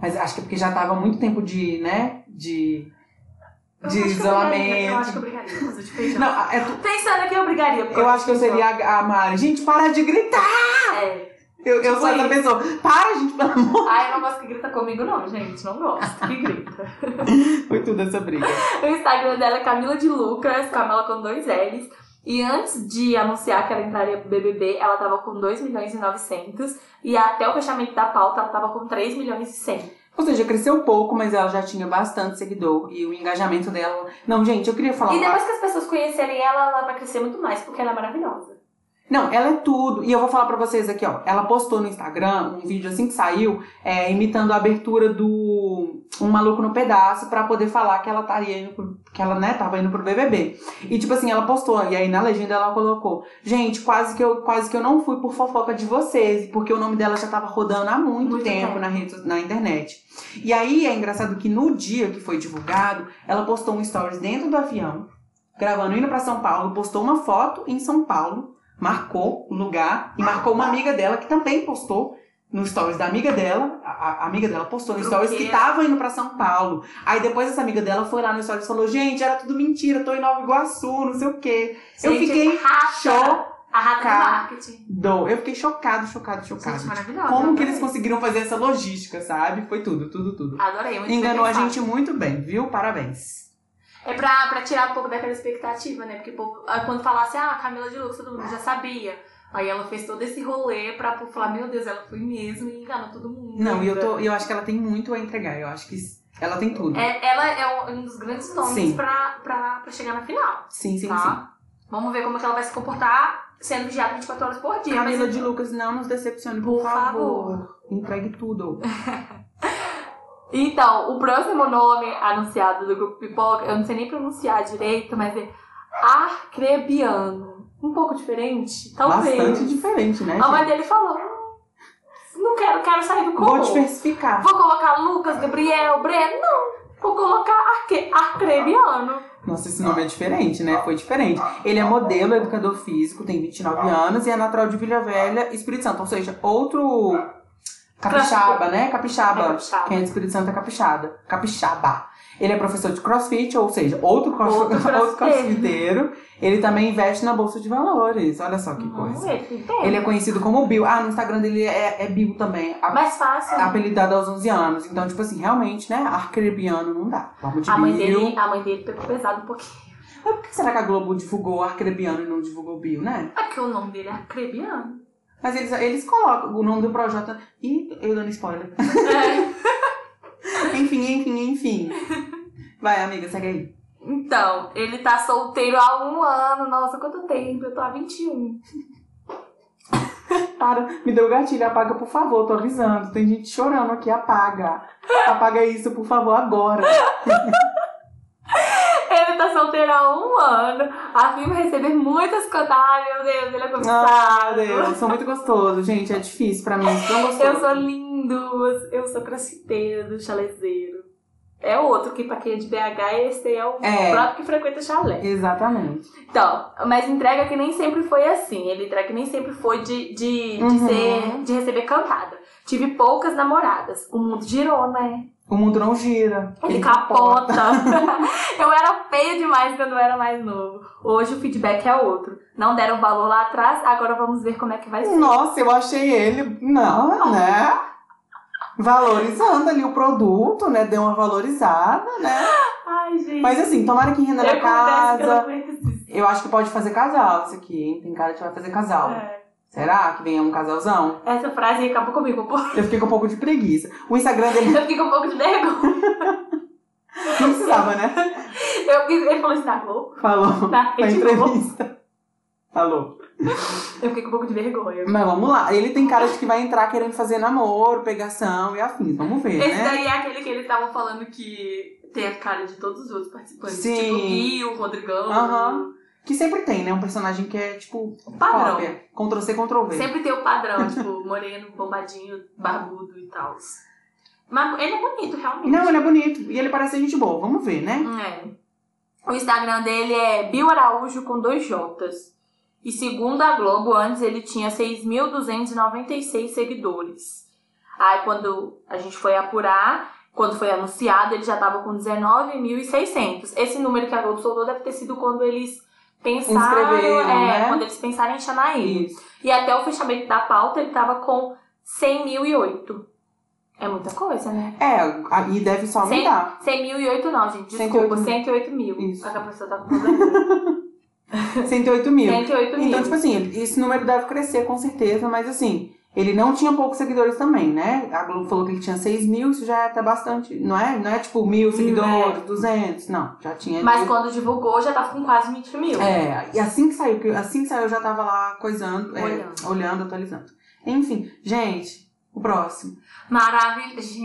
[SPEAKER 1] Mas acho que é porque já tava muito tempo de, né? De.
[SPEAKER 2] Eu
[SPEAKER 1] de
[SPEAKER 2] acho que eu brigaria, Eu acho
[SPEAKER 1] isolamento.
[SPEAKER 2] que eu brigaria por causa de feijão.
[SPEAKER 1] Não, a- é tu-
[SPEAKER 2] Pensando aqui, eu brigaria. por
[SPEAKER 1] eu
[SPEAKER 2] causa
[SPEAKER 1] acho que eu
[SPEAKER 2] de feijão.
[SPEAKER 1] seria a, a Mari. Gente, para de gritar!
[SPEAKER 2] É.
[SPEAKER 1] Eu, eu sou
[SPEAKER 2] Tipo
[SPEAKER 1] essa pessoa. Para, gente, pelo amor.
[SPEAKER 2] Ah, eu não gosto que grita comigo, não, gente. Não gosto que grita.
[SPEAKER 1] Foi tudo essa briga.
[SPEAKER 2] O Instagram dela é Camila de Lucas, Camila com dois L's. E antes de anunciar que ela entraria pro BBB, ela tava com 2 milhões e 900. E até o fechamento da pauta, ela tava com 3 milhões e 100.
[SPEAKER 1] Ou seja, cresceu pouco, mas ela já tinha bastante seguidor. E o engajamento dela. Não, gente, eu queria falar
[SPEAKER 2] E
[SPEAKER 1] uma
[SPEAKER 2] depois que as pessoas conhecerem ela, ela vai crescer muito mais, porque ela é maravilhosa.
[SPEAKER 1] Não, ela é tudo. E eu vou falar pra vocês aqui, ó. Ela postou no Instagram um vídeo assim que saiu, é, imitando a abertura do Um Maluco no Pedaço pra poder falar que ela estaria indo pro, que ela, né, tava indo pro BBB. E tipo assim, ela postou e aí na legenda ela colocou: "Gente, quase que eu quase que eu não fui por fofoca de vocês, porque o nome dela já tava rodando há muito,
[SPEAKER 2] Muito
[SPEAKER 1] tempo,
[SPEAKER 2] tempo.
[SPEAKER 1] Na, rede, na internet". E aí é engraçado que no dia que foi divulgado, ela postou um stories dentro do avião, gravando indo pra São Paulo, postou uma foto em São Paulo marcou o lugar e marcou uma amiga dela que também postou no stories da amiga dela, a, a amiga dela postou no stories que
[SPEAKER 2] Truqueira.
[SPEAKER 1] tava indo pra São Paulo. Aí depois essa amiga dela foi lá no stories e falou: "Gente, era tudo mentira, tô em Nova Iguaçu, não sei o quê". eu
[SPEAKER 2] Gente,
[SPEAKER 1] fiquei
[SPEAKER 2] rata,
[SPEAKER 1] chocado.
[SPEAKER 2] A rata do marketing.
[SPEAKER 1] Eu fiquei chocado, chocado, chocado.
[SPEAKER 2] Gente, maravilhosa.
[SPEAKER 1] Como que
[SPEAKER 2] adorei.
[SPEAKER 1] eles conseguiram fazer essa logística, sabe? Foi tudo, tudo, tudo.
[SPEAKER 2] Adorei, muito
[SPEAKER 1] Enganou a
[SPEAKER 2] bem
[SPEAKER 1] gente muito bem, viu? Parabéns.
[SPEAKER 2] pensado. É pra, pra tirar um pouco daquela expectativa, né? Porque o povo, ah, quando falasse, ah, Camila de Lucas, todo mundo já sabia. Aí ela fez todo esse rolê pra povo falar, meu Deus, ela foi mesmo e enganou todo mundo.
[SPEAKER 1] Não, e eu tô, eu acho que ela tem muito a entregar. Eu acho que ela tem tudo.
[SPEAKER 2] É, ela é um, um dos grandes nomes
[SPEAKER 1] Sim.
[SPEAKER 2] pra, pra, pra chegar na final,
[SPEAKER 1] Sim, sim, sim.
[SPEAKER 2] tá? Vamos ver como que ela vai se comportar sendo vigiada 24 horas por dia.
[SPEAKER 1] Camila
[SPEAKER 2] mas- assim,
[SPEAKER 1] de Lucas, não nos decepcione, por,
[SPEAKER 2] Por favor.
[SPEAKER 1] favor. Entregue tudo.
[SPEAKER 2] Então, o próximo nome anunciado do grupo Pipoca, eu não sei nem pronunciar direito, mas é Arcrebiano. Um pouco diferente, talvez.
[SPEAKER 1] Bastante diferente, né?
[SPEAKER 2] A mãe
[SPEAKER 1] gente?
[SPEAKER 2] dele falou: "Hum, não quero, quero sair do
[SPEAKER 1] Vou
[SPEAKER 2] comum.
[SPEAKER 1] diversificar.
[SPEAKER 2] Vou colocar Lucas, Gabriel, Breno. Não, por colocar arque... arcrebiano.
[SPEAKER 1] Nossa, esse nome é diferente, né? Foi diferente. Ele é modelo, educador físico, tem 29 anos e é natural de Vila Velha, Espírito Santo. Ou seja, outro capixaba, né? Capixaba.
[SPEAKER 2] É capixaba.
[SPEAKER 1] Quem é de Espírito Santo é capixada. Capixaba. Ele é professor de crossfit, ou seja, outro, cross...
[SPEAKER 2] Outro crossfiteiro.
[SPEAKER 1] outro crossfiteiro. Ele também investe na Bolsa de Valores. Olha só que
[SPEAKER 2] Vamos
[SPEAKER 1] coisa.
[SPEAKER 2] ver, que Hum, tem.
[SPEAKER 1] Ele é conhecido como Bill. Ah, no Instagram dele é, é Bill também. A-
[SPEAKER 2] Mais fácil.
[SPEAKER 1] Apelidado aos 11 anos. Então, tipo assim, realmente, né? Arcrebiano não dá. Vamos de
[SPEAKER 2] A mãe,
[SPEAKER 1] Bill.
[SPEAKER 2] dele, a mãe dele pegou pesado um pouquinho.
[SPEAKER 1] Mas por que será que a Globo divulgou Arcrebiano e não divulgou Bill, né?
[SPEAKER 2] É que o nome dele é arcrebiano.
[SPEAKER 1] Mas eles, eles colocam o nome do Projota. Ih, eu dando spoiler.
[SPEAKER 2] É.
[SPEAKER 1] enfim, enfim, enfim. Vai, amiga, segue aí.
[SPEAKER 2] Então, ele tá solteiro há um ano. Nossa, quanto tempo? Eu tô há 21.
[SPEAKER 1] Para, me deu gatilho, apaga, por favor, tô avisando. Tem gente chorando aqui, apaga. Apaga isso, por favor, agora.
[SPEAKER 2] Ele tá solteiro há um ano. Afirma receber muitas cotas. Ai, meu Deus, ele é
[SPEAKER 1] Ah,
[SPEAKER 2] cobiçado.
[SPEAKER 1] meu Deus, sou muito gostoso, gente. É difícil pra mim, tão
[SPEAKER 2] Eu
[SPEAKER 1] gostoso.
[SPEAKER 2] sou lindo, eu sou crossfiteiro do chalezeiro. É outro que pra quem é de BH, esse aí é o
[SPEAKER 1] É.
[SPEAKER 2] próprio que frequenta chalé.
[SPEAKER 1] Exatamente.
[SPEAKER 2] Então, mas entrega que nem sempre foi assim. Ele entrega que nem sempre foi de, de, de
[SPEAKER 1] Uhum.
[SPEAKER 2] ser, de receber cantada. Tive poucas namoradas. O mundo girou, né?
[SPEAKER 1] O mundo não gira.
[SPEAKER 2] Ele capota. eu era feio demais quando eu era mais novo. Hoje o feedback é outro. Não deram valor lá atrás, agora vamos ver como é que vai ser.
[SPEAKER 1] Nossa, eu achei ele. Não, né? Valorizando ali o produto, né? Deu uma valorizada, né?
[SPEAKER 2] Ai, gente.
[SPEAKER 1] Mas assim, tomara que renda na
[SPEAKER 2] eu confesso que eu não
[SPEAKER 1] casa.
[SPEAKER 2] aguento isso.
[SPEAKER 1] Eu acho que pode fazer casal isso aqui, hein? Tem cara que vai fazer casal.
[SPEAKER 2] É.
[SPEAKER 1] Será que vem um casalzão?
[SPEAKER 2] Essa frase acabou comigo. pô.
[SPEAKER 1] Eu fiquei com um pouco de preguiça. O Instagram dele
[SPEAKER 2] Eu fiquei com um pouco de vergonha.
[SPEAKER 1] não precisava, né?
[SPEAKER 2] Eu, ele falou assim, tá bom?
[SPEAKER 1] Falou
[SPEAKER 2] Na
[SPEAKER 1] na
[SPEAKER 2] rede Globo.
[SPEAKER 1] entrevista. Falou.
[SPEAKER 2] Eu fiquei com um pouco de vergonha.
[SPEAKER 1] Mas vamos lá. Ele tem cara de que vai entrar querendo fazer namoro, pegação e afins. Vamos ver,
[SPEAKER 2] Esse
[SPEAKER 1] né?
[SPEAKER 2] daí é aquele que eles estavam falando que tem a cara de todos os outros participantes.
[SPEAKER 1] Sim.
[SPEAKER 2] Tipo o Gui, o Rodrigão.
[SPEAKER 1] Aham. Que sempre tem, né? Um personagem que é tipo.
[SPEAKER 2] Padrão.
[SPEAKER 1] Cópia. Ctrl C, Ctrl V.
[SPEAKER 2] Sempre tem o padrão, tipo, moreno, bombadinho, barbudo e tal. Mas ele é bonito, realmente.
[SPEAKER 1] Não, ele é bonito. E ele parece gente boa. Vamos ver, né?
[SPEAKER 2] É. O Instagram dele é Bill Araújo com dois J's. E segundo a Globo, antes ele tinha 6.296 seguidores. Aí quando a gente foi apurar, quando foi anunciado, ele já estava com 19.600. Esse número que a Globo soltou deve ter sido quando eles pensaram,
[SPEAKER 1] Inscreveram,
[SPEAKER 2] é,
[SPEAKER 1] né?
[SPEAKER 2] quando eles pensaram em chamar ele.
[SPEAKER 1] Isso.
[SPEAKER 2] E até o fechamento da pauta, ele estava com 100.008. É muita coisa, né?
[SPEAKER 1] É, a- e deve só
[SPEAKER 2] Cem-
[SPEAKER 1] aumentar.
[SPEAKER 2] 100.008 não, gente. Desculpa,
[SPEAKER 1] 108.000.
[SPEAKER 2] 108 mil.
[SPEAKER 1] Isso.
[SPEAKER 2] Só que a pessoa tá com problema.
[SPEAKER 1] 108 mil.
[SPEAKER 2] 108 mil.
[SPEAKER 1] Então, tipo assim, ele- esse número deve crescer com certeza, mas assim, ele não tinha poucos seguidores também, né? A Globo falou que ele tinha 6 mil, isso já é até bastante, não é? Não é tipo mil seguidores, 200, não. Já tinha.
[SPEAKER 2] é. Mas quando divulgou, já tava com quase 20 mil.
[SPEAKER 1] É, e assim que saiu, que- assim que saiu eu já tava lá coisando, é,
[SPEAKER 2] Olhando.
[SPEAKER 1] olhando, atualizando. Enfim, gente, o próximo.
[SPEAKER 2] Maravilhoso.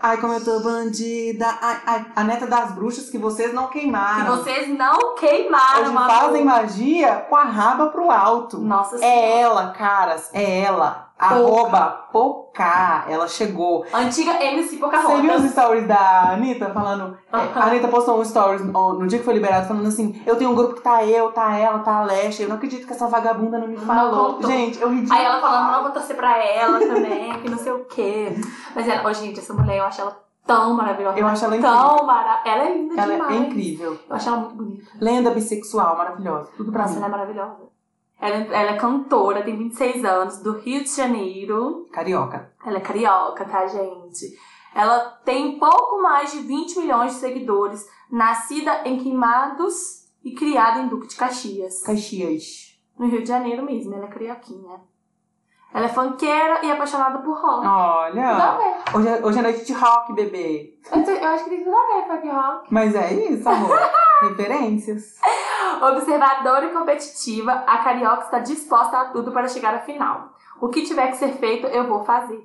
[SPEAKER 1] Ai, como eu tô bandida. Ai, ai, a neta das bruxas que vocês Ah, não
[SPEAKER 2] Que
[SPEAKER 1] queimaram.
[SPEAKER 2] vocês não queimaram,
[SPEAKER 1] Hoje
[SPEAKER 2] mano.
[SPEAKER 1] fazem magia com a raba pro alto.
[SPEAKER 2] Nossa
[SPEAKER 1] É ela, caras. É ela. Arroba Pocá. Ela chegou.
[SPEAKER 2] Antiga MC
[SPEAKER 1] Você viu
[SPEAKER 2] Pocahontas.
[SPEAKER 1] os stories da Anitta falando? É, A Anitta postou um stories on- no dia que foi liberado falando assim: Eu tenho um grupo que tá eu, tá ela, tá a Leste. Eu não acredito que essa vagabunda não me
[SPEAKER 2] Não
[SPEAKER 1] falou.
[SPEAKER 2] contou.
[SPEAKER 1] Gente, eu ridículo.
[SPEAKER 2] Aí ela falando, não vou torcer pra ela também, que não sei o quê. Mas ela, ô, gente, essa mulher, eu acho ela tão maravilhosa.
[SPEAKER 1] Eu acho ela é incrível.
[SPEAKER 2] tão maravilhosa. Ela é linda
[SPEAKER 1] Ela
[SPEAKER 2] demais.
[SPEAKER 1] é incrível.
[SPEAKER 2] Eu acho ela muito bonita.
[SPEAKER 1] Lenda bissexual, maravilhosa. Tudo pra
[SPEAKER 2] Nossa,
[SPEAKER 1] mim.
[SPEAKER 2] ela é maravilhosa. Ela, ela é cantora, tem 26 anos, do Rio de Janeiro.
[SPEAKER 1] Carioca.
[SPEAKER 2] Ela é carioca, tá, gente? Ela tem pouco mais de 20 milhões de seguidores, nascida em Queimados e criada em Duque de Caxias.
[SPEAKER 1] Caxias.
[SPEAKER 2] No Rio de Janeiro mesmo, ela é carioquinha. Ela é funkeira e apaixonada por rock. Tudo a
[SPEAKER 1] Olha,
[SPEAKER 2] ver.
[SPEAKER 1] hoje é, hoje é noite de rock, bebê.
[SPEAKER 2] Eu, te- eu acho que tem tudo a ver com a rock.
[SPEAKER 1] Mas é isso, amor. Referências.
[SPEAKER 2] Observadora e competitiva, a carioca está disposta a tudo para chegar à final. O que tiver que ser feito, eu vou fazer.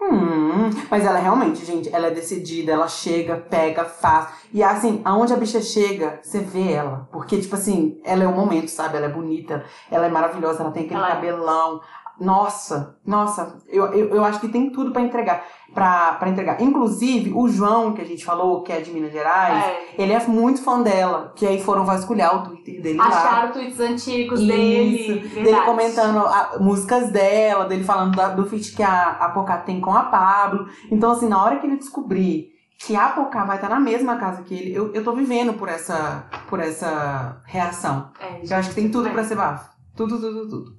[SPEAKER 1] Hum, mas ela realmente, gente, ela é decidida, ela chega, pega, faz. E assim, aonde a bicha chega, você vê um ela. Porque, tipo assim, ela é o momento, sabe? Ela é bonita, ela é maravilhosa, ela tem aquele
[SPEAKER 2] Ela é.
[SPEAKER 1] cabelão. Nossa, nossa, eu, eu, eu acho que tem tudo pra entregar. Pra, pra entregar. Inclusive, o João, que a gente falou, que é de Minas Gerais,
[SPEAKER 2] É.
[SPEAKER 1] ele é muito fã dela. Que aí foram vasculhar o Twitter dele lá.
[SPEAKER 2] Acharam tweets antigos
[SPEAKER 1] Tá. Isso,
[SPEAKER 2] dele.
[SPEAKER 1] Dele
[SPEAKER 2] verdade.
[SPEAKER 1] comentando a- músicas dela, dele falando da- do feat que a, a Pocá tem com a Pablo. Então, assim, na hora que ele descobrir que a Pocá vai estar na mesma casa que ele, eu, eu tô vivendo por essa, por essa reação.
[SPEAKER 2] É,
[SPEAKER 1] Eu acho que tem tudo
[SPEAKER 2] vai.
[SPEAKER 1] pra ser bafo. Tudo, tudo, tudo.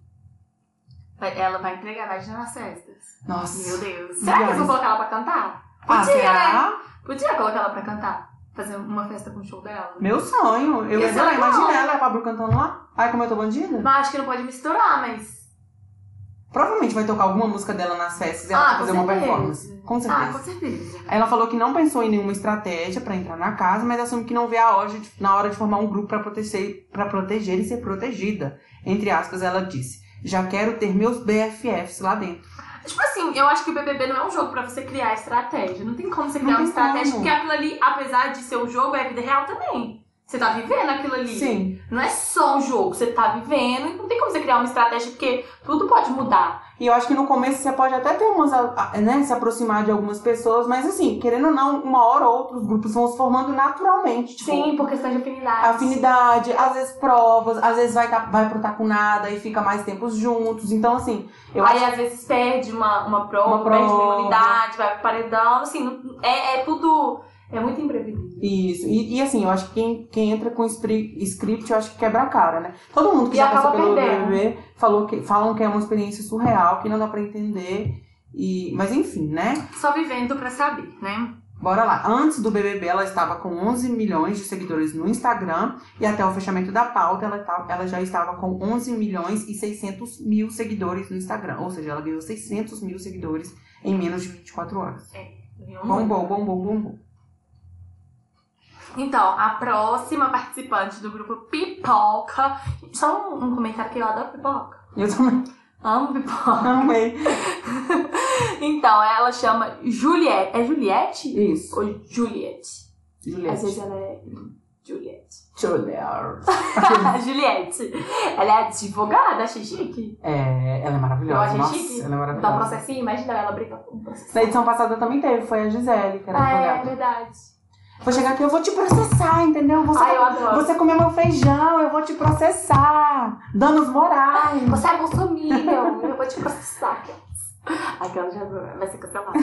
[SPEAKER 2] Vai- Ela vai entregar, vai gerar nas festas. Meu
[SPEAKER 1] Nossa.
[SPEAKER 2] Deus. Será que eles vão colocar ela pra cantar?
[SPEAKER 1] Ah,
[SPEAKER 2] Podia, né?
[SPEAKER 1] será?
[SPEAKER 2] Podia colocar ela pra cantar? Fazer uma festa com o show dela?
[SPEAKER 1] Meu sonho. Eu ia
[SPEAKER 2] Ia
[SPEAKER 1] sei lá,
[SPEAKER 2] ser legal.
[SPEAKER 1] imagina ela e a Pablo cantando lá. Ai, como eu tô bandida.
[SPEAKER 2] Mas acho que não pode misturar, mas.
[SPEAKER 1] Provavelmente vai tocar alguma música dela nas festas e ela
[SPEAKER 2] Ah,
[SPEAKER 1] vai
[SPEAKER 2] com
[SPEAKER 1] fazer uma
[SPEAKER 2] certeza.
[SPEAKER 1] performance. Com certeza.
[SPEAKER 2] Ah, com certeza.
[SPEAKER 1] Ela falou que não pensou em nenhuma estratégia pra entrar na casa, mas assume que não vê a hora de, na hora de formar um grupo pra proteger, pra proteger e ser protegida. Entre aspas, ela disse. Já quero ter meus BFFs lá dentro.
[SPEAKER 2] Tipo assim, eu acho que o BBB não é um jogo pra você criar estratégia. Não tem como você
[SPEAKER 1] Não
[SPEAKER 2] criar uma
[SPEAKER 1] tem
[SPEAKER 2] estratégia,
[SPEAKER 1] como.
[SPEAKER 2] porque aquilo ali, apesar de ser um jogo, é a vida real também. Você tá vivendo aquilo ali.
[SPEAKER 1] Sim.
[SPEAKER 2] Não é só um jogo, você tá vivendo e não tem como você criar uma estratégia, porque tudo pode mudar.
[SPEAKER 1] E eu acho que no começo você pode até ter umas, a- a- né, se aproximar de algumas pessoas, mas assim, querendo ou não, uma hora ou outra os grupos vão se formando naturalmente. Tipo,
[SPEAKER 2] Sim, por questão de afinidade.
[SPEAKER 1] afinidade, às vezes provas, às vezes vai, tá- vai pro tacunada e fica mais tempo juntos. Então, assim, eu
[SPEAKER 2] Aí às vezes perde uma, uma prova,
[SPEAKER 1] Uma
[SPEAKER 2] perde uma
[SPEAKER 1] prova.
[SPEAKER 2] imunidade, vai pro paredão, assim, não- é, é tudo. É muito imprevisível.
[SPEAKER 1] Isso, e, e assim, eu acho que quem, quem entra com espri- script, eu acho que quebra a cara, né? Todo mundo que
[SPEAKER 2] E
[SPEAKER 1] já
[SPEAKER 2] acaba
[SPEAKER 1] passou pelo
[SPEAKER 2] perdendo.
[SPEAKER 1] BBB falou que, falam que é uma experiência surreal, que não dá pra entender, e, mas enfim, né?
[SPEAKER 2] Só vivendo pra saber, né?
[SPEAKER 1] Bora lá. Antes do BBB, ela estava com 11 milhões de seguidores no Instagram, e até o fechamento da pauta, ela, tá- ela já estava com 11 milhões e 600 mil seguidores no Instagram, ou seja, ela ganhou 600 mil seguidores em menos de 24 horas.
[SPEAKER 2] Viu?
[SPEAKER 1] Bombou, bombou, bombou.
[SPEAKER 2] Então, a próxima participante do grupo Pipoca. Só um, um comentário que eu adoro pipoca.
[SPEAKER 1] Eu também
[SPEAKER 2] Amo pipoca.
[SPEAKER 1] amei.
[SPEAKER 2] Então, ela chama Juliette. É Juliette?
[SPEAKER 1] Isso.
[SPEAKER 2] Ou Juliette? Às vezes
[SPEAKER 1] Juliette.
[SPEAKER 2] ela é Juliette.
[SPEAKER 1] Juliette.
[SPEAKER 2] Juliette. Ela é advogada, achei chique.
[SPEAKER 1] É, ela é
[SPEAKER 2] Eu
[SPEAKER 1] maravilhosa.
[SPEAKER 2] achei
[SPEAKER 1] Nossa,
[SPEAKER 2] chique.
[SPEAKER 1] ela é
[SPEAKER 2] Dá um
[SPEAKER 1] maravilhosa.
[SPEAKER 2] processinho, imagina ela briga com um processo.
[SPEAKER 1] Na edição passada também teve, foi a Gisele, que era
[SPEAKER 2] Ah, é,
[SPEAKER 1] advogada.
[SPEAKER 2] verdade.
[SPEAKER 1] Vou chegar aqui, eu vou te processar, entendeu? Você,
[SPEAKER 2] Ai, eu adoro.
[SPEAKER 1] você comeu meu feijão, eu vou te processar. Danos morais.
[SPEAKER 2] Você é bolsominion, eu vou te processar. Aquela já vai ser cancelada.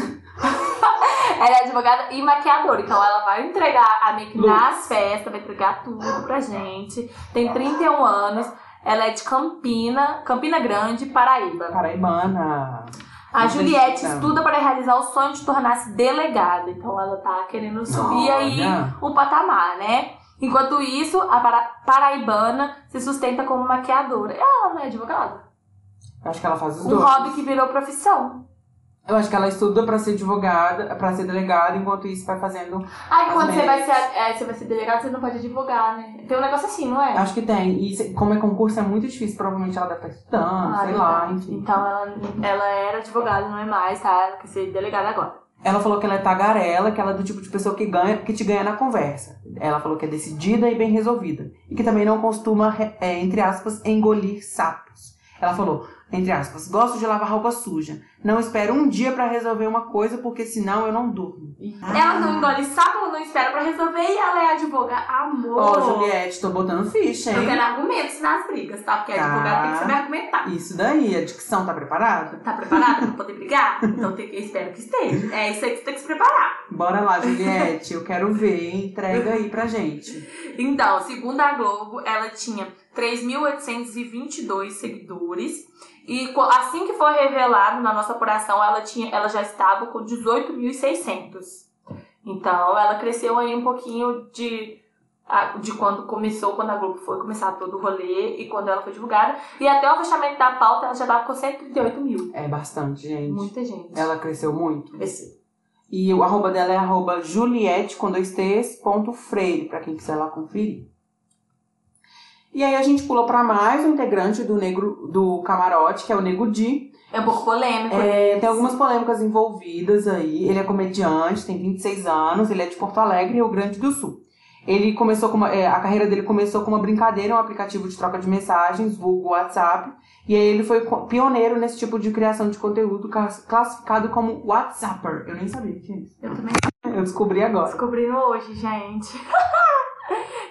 [SPEAKER 2] ela é advogada e maquiadora, então ela vai entregar a make
[SPEAKER 1] Luz.
[SPEAKER 2] nas festas, vai entregar tudo pra gente. Tem 31 anos, ela é de Campina, Campina Grande, Paraíba.
[SPEAKER 1] Paraibana.
[SPEAKER 2] A Juliette
[SPEAKER 1] Nordestina.
[SPEAKER 2] estuda para realizar o sonho de tornar-se delegada, então ela tá querendo subir aí
[SPEAKER 1] Olha.
[SPEAKER 2] o patamar, né? Enquanto isso, a para- paraibana se sustenta como maquiadora. Ela não é advogada?
[SPEAKER 1] Eu acho que ela faz os
[SPEAKER 2] Um
[SPEAKER 1] dois.
[SPEAKER 2] hobby que virou profissão.
[SPEAKER 1] Eu acho que ela estuda pra ser advogada, pra ser delegada, enquanto isso vai fazendo.
[SPEAKER 2] Aí quando
[SPEAKER 1] As
[SPEAKER 2] você vai, ser,
[SPEAKER 1] meias.
[SPEAKER 2] é, você vai ser delegado, você não pode advogar, né? Tem um negócio assim, não é?
[SPEAKER 1] Acho que tem. E se- como é concurso, é muito difícil. Provavelmente ela deve estar estudando,
[SPEAKER 2] Ah,
[SPEAKER 1] sei
[SPEAKER 2] então.
[SPEAKER 1] lá, enfim.
[SPEAKER 2] Então ela, ela era advogada, não é mais, tá? Ela quer ser delegada agora.
[SPEAKER 1] Ela falou que ela é tagarela, que ela é do tipo de pessoa que, ganha, que te ganha na conversa. Ela falou que é decidida e bem resolvida. E que também não costuma, re- é, entre aspas, engolir sapos. Ela falou, entre aspas, gosto de lavar roupa suja. Não espero um dia pra resolver uma coisa, porque senão eu não durmo.
[SPEAKER 2] Ela não engole sapo, ela não espera pra resolver e ela é advogada. Amor!
[SPEAKER 1] Ó, Juliette, tô botando ficha,
[SPEAKER 2] eu
[SPEAKER 1] hein?
[SPEAKER 2] quero argumentos nas brigas, tá? Porque advogado
[SPEAKER 1] Tá.
[SPEAKER 2] tem que saber argumentar.
[SPEAKER 1] Isso daí, a dicção tá preparada?
[SPEAKER 2] Tá preparada pra poder brigar? Então tem que, eu espero que esteja. É isso aí que você tem que se preparar.
[SPEAKER 1] Bora lá, Juliette, eu quero ver, hein? Entrega aí pra gente.
[SPEAKER 2] Então, segundo a Globo, ela tinha 3.822 seguidores. E co- assim que foi revelado na nossa apuração, ela, tinha, ela já estava com 18.600. Então, ela cresceu aí um pouquinho de, a- de quando começou, quando a Globo foi começar todo o rolê e quando ela foi divulgada. E até o fechamento da pauta, ela já estava com 138 mil.
[SPEAKER 1] É bastante, gente.
[SPEAKER 2] Muita gente.
[SPEAKER 1] Ela cresceu muito.
[SPEAKER 2] Esse-
[SPEAKER 1] E o arroba dela é arroba Juliette com dois T's, ponto Freire, pra quem quiser lá conferir. E aí a gente pulou pra mais um integrante do negro do camarote, que é o Nego Di.
[SPEAKER 2] É um pouco polêmico.
[SPEAKER 1] É, tem algumas polêmicas envolvidas aí. Ele é comediante, tem 26 anos, ele é de Porto Alegre, Rio Grande do Sul. Ele começou com uma- é, a carreira dele começou com uma brincadeira, um aplicativo de troca de mensagens, vulgo WhatsApp, e aí ele foi co- pioneiro nesse tipo de criação de conteúdo cas- classificado como WhatsApper. Eu nem sabia o que é isso.
[SPEAKER 2] Eu também
[SPEAKER 1] Eu descobri agora.
[SPEAKER 2] Descobrindo hoje, gente.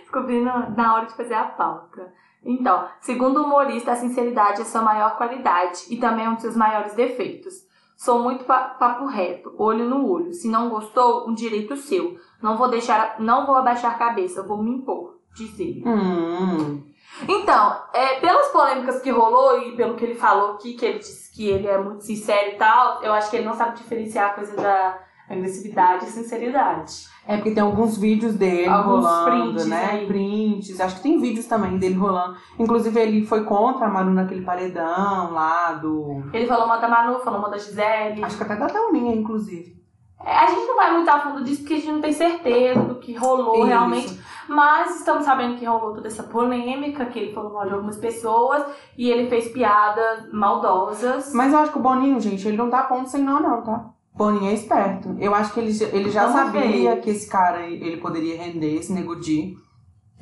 [SPEAKER 2] Descobrindo na hora de fazer a pauta. Então, segundo o humorista, a sinceridade é sua maior qualidade e também é um dos seus maiores defeitos. Sou muito pa- papo reto, olho no olho. Se não gostou, um direito seu. Não vou deixar, não vou abaixar a cabeça, vou me impor, diz ele.
[SPEAKER 1] Hum,
[SPEAKER 2] Então, é, pelas polêmicas que rolou e pelo que ele falou aqui, que ele disse que ele é muito sincero e tal, eu acho que ele não sabe diferenciar a coisa da agressividade e sinceridade.
[SPEAKER 1] é porque tem alguns vídeos dele
[SPEAKER 2] Alguns
[SPEAKER 1] rolando,
[SPEAKER 2] prints
[SPEAKER 1] né?
[SPEAKER 2] aí.
[SPEAKER 1] Prints. Acho que tem vídeos também dele rolando. Inclusive, ele foi contra a Manu naquele paredão lá do.
[SPEAKER 2] Ele falou uma da Manu, falou uma da Gisele.
[SPEAKER 1] Acho que até da Thelminha, inclusive.
[SPEAKER 2] É, A gente não vai muito a fundo disso porque a gente não tem certeza do que rolou realmente.
[SPEAKER 1] Isso.
[SPEAKER 2] Mas estamos sabendo que rolou toda essa polêmica, que ele falou mal de algumas pessoas e ele fez piadas maldosas.
[SPEAKER 1] Mas eu acho que o Boninho, gente, ele não dá ponto sem nó, não, tá? Boninho é esperto. Eu acho que ele, já- ele já
[SPEAKER 2] Vamos ver.
[SPEAKER 1] sabia que esse cara aí, ele poderia render, esse nego Di.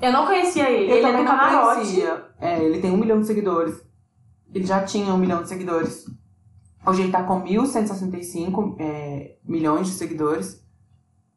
[SPEAKER 2] Eu não conhecia ele, ele é
[SPEAKER 1] também
[SPEAKER 2] do
[SPEAKER 1] não
[SPEAKER 2] camarote.
[SPEAKER 1] conhecia. É, ele tem um milhão de seguidores. Ele já tinha um milhão de seguidores. Hoje ele tá com 1.165 é, milhões de seguidores.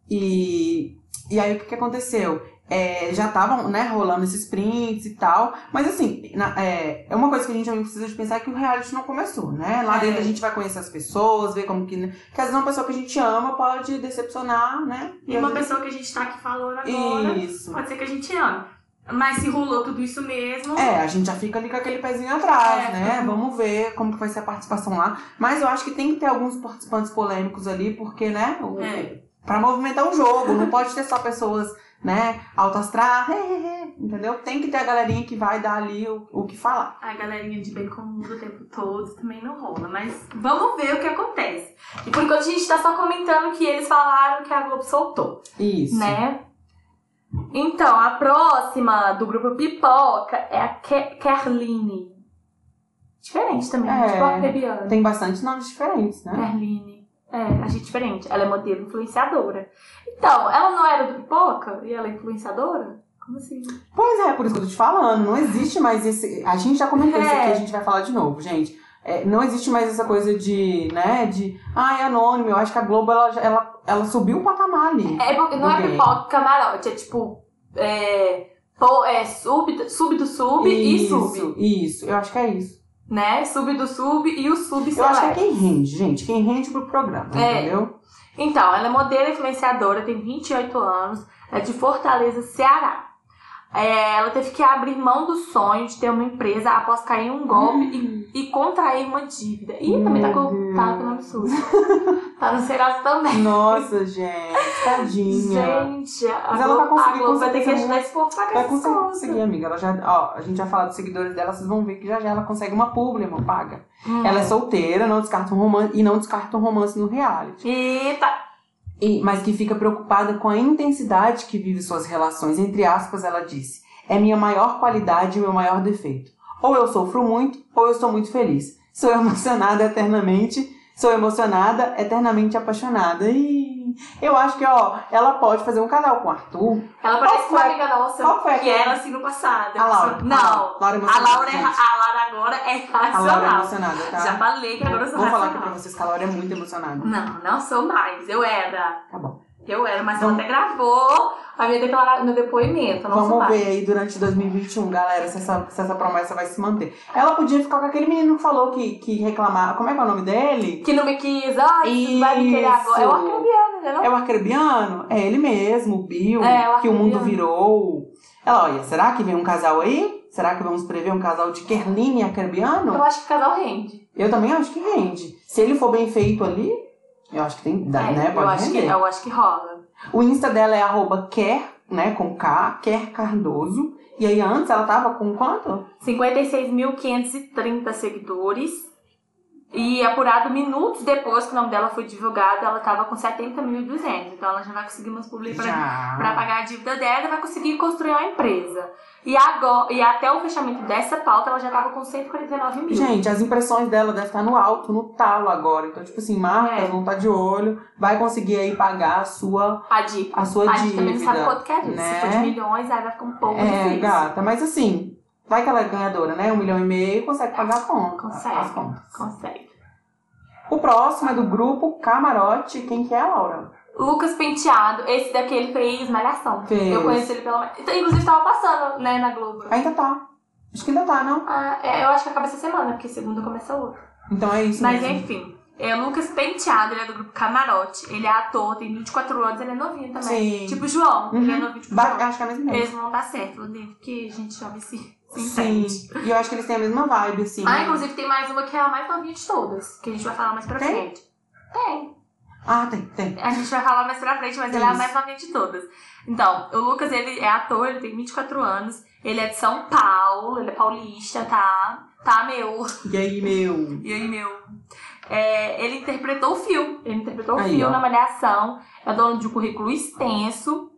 [SPEAKER 1] E, e aí o que, que aconteceu? É, já estavam né, rolando esses prints e tal. Mas assim, na- é, é uma coisa que a gente também precisa de pensar é que o reality não começou, né? Lá
[SPEAKER 2] É.
[SPEAKER 1] dentro a gente vai conhecer as pessoas, ver como que. Que às vezes uma pessoa que a gente ama pode decepcionar, né?
[SPEAKER 2] E uma
[SPEAKER 1] às vezes-
[SPEAKER 2] pessoa que a gente tá aqui falando agora,
[SPEAKER 1] Isso.
[SPEAKER 2] pode ser que a gente ame. Mas se rolou tudo isso mesmo,
[SPEAKER 1] É, a gente já fica ali com aquele pezinho atrás,
[SPEAKER 2] É.
[SPEAKER 1] né? Vamos ver como que vai ser a participação lá. Mas eu acho que tem que ter alguns participantes polêmicos ali, porque, né? O...
[SPEAKER 2] É.
[SPEAKER 1] Pra movimentar o jogo, não pode ter só pessoas, né? Alto astral, entendeu? Tem que ter a galerinha que vai dar ali o, o que falar.
[SPEAKER 2] a galerinha de bem com o mundo o tempo todo também não rola. Mas vamos ver o que acontece. E por enquanto a gente tá só comentando que eles falaram que a Globo soltou.
[SPEAKER 1] Isso.
[SPEAKER 2] né? Então, a próxima do grupo Pipoca é a Ke Kerline. Diferente também,
[SPEAKER 1] É.
[SPEAKER 2] tipo a Fabiana.
[SPEAKER 1] Tem bastante nomes diferentes, né?
[SPEAKER 2] Kerline. É, achei diferente. Ela é modelo influenciadora. Então, ela não era do Pipoca e ela é influenciadora? Como assim?
[SPEAKER 1] Pois é, por isso que eu tô te falando, não existe mais esse. A gente já comentou isso aqui,
[SPEAKER 2] É.
[SPEAKER 1] a gente vai falar de novo, gente. É, não existe mais essa coisa de, né, de. Ah, é anônimo. Eu acho que a Globo ela, já- ela, ela subiu o patamar ali.
[SPEAKER 2] É porque não é
[SPEAKER 1] Ok.
[SPEAKER 2] Pipoca e Camarote, é tipo... É, pô, é sub, do- sub do sub e sub,
[SPEAKER 1] Isso, eu acho que é isso.
[SPEAKER 2] né? Sub do sub e o sub
[SPEAKER 1] Eu acho que é
[SPEAKER 2] select.
[SPEAKER 1] quem rende, gente. Quem rende pro programa,
[SPEAKER 2] É.
[SPEAKER 1] entendeu?
[SPEAKER 2] Então, ela é modelo influenciadora, tem 28 anos, é de Fortaleza, Ceará. É, ela teve que abrir mão do sonho de ter uma empresa após cair em um golpe e, e contrair uma dívida. Ih, também tá
[SPEAKER 1] Hum. Meu
[SPEAKER 2] com tá com o SUS. tá no Serasa também.
[SPEAKER 1] Nossa, gente, tadinha.
[SPEAKER 2] Gente, a
[SPEAKER 1] Mas ela vai
[SPEAKER 2] Globo, a
[SPEAKER 1] conseguir,
[SPEAKER 2] Globo vai
[SPEAKER 1] com
[SPEAKER 2] ter que
[SPEAKER 1] certeza,
[SPEAKER 2] ajudar esse povo a pagar
[SPEAKER 1] Vai
[SPEAKER 2] essas
[SPEAKER 1] conseguir,
[SPEAKER 2] coisas.
[SPEAKER 1] conseguir, amiga. Ela já, ó, a gente já fala dos seguidores dela, vocês vão ver que já já ela consegue uma publi, uma paga.
[SPEAKER 2] Hum.
[SPEAKER 1] Ela é solteira, não descarta um romance e não descarta um romance no reality.
[SPEAKER 2] Eita!
[SPEAKER 1] E- mas que fica preocupada com a intensidade que vive suas relações. Entre aspas, ela disse: É minha maior qualidade e meu maior defeito. Ou eu sofro muito, ou eu sou muito feliz. Sou emocionada eternamente, sou emocionada, eternamente apaixonada. E eu acho que, ó, ela pode fazer um canal com o Arthur.
[SPEAKER 2] Ela parece
[SPEAKER 1] foi
[SPEAKER 2] uma
[SPEAKER 1] a-
[SPEAKER 2] amiga nossa
[SPEAKER 1] qual foi a-
[SPEAKER 2] que era assim no passado.
[SPEAKER 1] A Laura.
[SPEAKER 2] Não.
[SPEAKER 1] A Laura,
[SPEAKER 2] A
[SPEAKER 1] emocionada,
[SPEAKER 2] Laura, é,
[SPEAKER 1] gente.
[SPEAKER 2] a Laura agora é
[SPEAKER 1] A Laura é
[SPEAKER 2] racional.
[SPEAKER 1] emocionada, tá?
[SPEAKER 2] Já falei que agora eu sou
[SPEAKER 1] Vou falar
[SPEAKER 2] racional.
[SPEAKER 1] aqui pra vocês que a Laura é muito emocionada.
[SPEAKER 2] Não, não sou mais. Eu era.
[SPEAKER 1] Tá bom.
[SPEAKER 2] Eu era, mas
[SPEAKER 1] Vamos-
[SPEAKER 2] ela até gravou a minha declara... meu depoimento. eu Não sou
[SPEAKER 1] Vamos
[SPEAKER 2] mais.
[SPEAKER 1] ver aí durante 2021, galera, se essa, se essa promessa vai se manter. Ela podia ficar com aquele menino que falou que, que reclamava. Como é que é o nome dele?
[SPEAKER 2] Que não me quis. Ai,
[SPEAKER 1] Isso.
[SPEAKER 2] vai me querer agora. É o arcambiano, né? Não?
[SPEAKER 1] É o arcrebiano? É ele mesmo, o Bill,
[SPEAKER 2] É, o
[SPEAKER 1] que o mundo
[SPEAKER 2] Arcrebiano.
[SPEAKER 1] virou. Ela, olha, será que vem um casal aí? Será que vamos prever um casal de Kerline e
[SPEAKER 2] Eu
[SPEAKER 1] Arcrebiano?
[SPEAKER 2] acho que o casal rende.
[SPEAKER 1] Eu também acho que rende. Se ele for bem feito ali, eu acho que tem, dá,
[SPEAKER 2] É,
[SPEAKER 1] né?
[SPEAKER 2] eu,
[SPEAKER 1] Pode
[SPEAKER 2] acho que,
[SPEAKER 1] render.
[SPEAKER 2] eu acho que rola.
[SPEAKER 1] O Insta dela é arroba quer, né, com K, quer Cardoso. E aí antes ela tava com quanto?
[SPEAKER 2] 56.530 seguidores. E apurado minutos depois que o nome dela foi divulgado, ela estava com 70.200. Então ela já vai conseguir umas publi para
[SPEAKER 1] Já.
[SPEAKER 2] pagar a dívida dela e vai conseguir construir uma empresa. E, agora, e até o fechamento dessa pauta, ela já estava com 149 mil.
[SPEAKER 1] Gente, as impressões dela devem estar no alto, no talo agora. Então, tipo assim, marcas
[SPEAKER 2] É.
[SPEAKER 1] vão estar de olho, vai conseguir aí pagar a sua,
[SPEAKER 2] a dica.
[SPEAKER 1] a sua
[SPEAKER 2] A gente
[SPEAKER 1] dívida.
[SPEAKER 2] também não sabe quanto que é isso. Se
[SPEAKER 1] né?
[SPEAKER 2] for de milhões, aí vai ficar um pouco
[SPEAKER 1] É,
[SPEAKER 2] difícil.
[SPEAKER 1] gata, mas assim, vai que ela é ganhadora, né? Um milhão e meio, consegue pagar a conta.
[SPEAKER 2] Consegue.
[SPEAKER 1] As contas.
[SPEAKER 2] Consegue.
[SPEAKER 1] O próximo é do grupo Camarote. Quem que é, Laura?
[SPEAKER 2] Lucas Penteado, esse daqui ele fez Malhação.
[SPEAKER 1] Fez.
[SPEAKER 2] Eu conheci ele pela. Então, Inclusive, tava passando, né, na Globo.
[SPEAKER 1] Ainda tá. Acho que ainda tá, não?
[SPEAKER 2] Ah, é, eu acho que acaba essa semana, porque segunda começa outra.
[SPEAKER 1] Então é isso
[SPEAKER 2] Mas
[SPEAKER 1] mesmo.
[SPEAKER 2] enfim, é o Lucas Penteado, ele é do grupo Camarote, ele é ator, tem 24 anos, ele é novinho também.
[SPEAKER 1] Sim.
[SPEAKER 2] Tipo o João, ele é
[SPEAKER 1] Uhum.
[SPEAKER 2] novinho tipo o
[SPEAKER 1] Ba-
[SPEAKER 2] João.
[SPEAKER 1] acho que é a mesma ideia.
[SPEAKER 2] Eles não dá certo lá dentro, porque a gente chama esse se
[SPEAKER 1] Sim.
[SPEAKER 2] entende.
[SPEAKER 1] E eu acho que eles têm a mesma vibe, assim.
[SPEAKER 2] Ah, inclusive tem mais uma que é a mais novinha de todas, que a gente vai falar mais pra
[SPEAKER 1] Tem?
[SPEAKER 2] frente. Tem.
[SPEAKER 1] Ah, tem, tem.
[SPEAKER 2] A gente vai falar mais pra frente, mas ela é a
[SPEAKER 1] Isso.
[SPEAKER 2] mais novinha de todas. Então, o Lucas, ele é ator, ele tem 24 anos, ele é de São Paulo, ele é paulista, tá? Tá, meu.
[SPEAKER 1] E aí, meu?
[SPEAKER 2] E aí, meu. É, ele interpretou o fio. Ele interpretou o
[SPEAKER 1] Aí,
[SPEAKER 2] fio
[SPEAKER 1] ó.
[SPEAKER 2] na Malhação. É dono de um currículo extenso.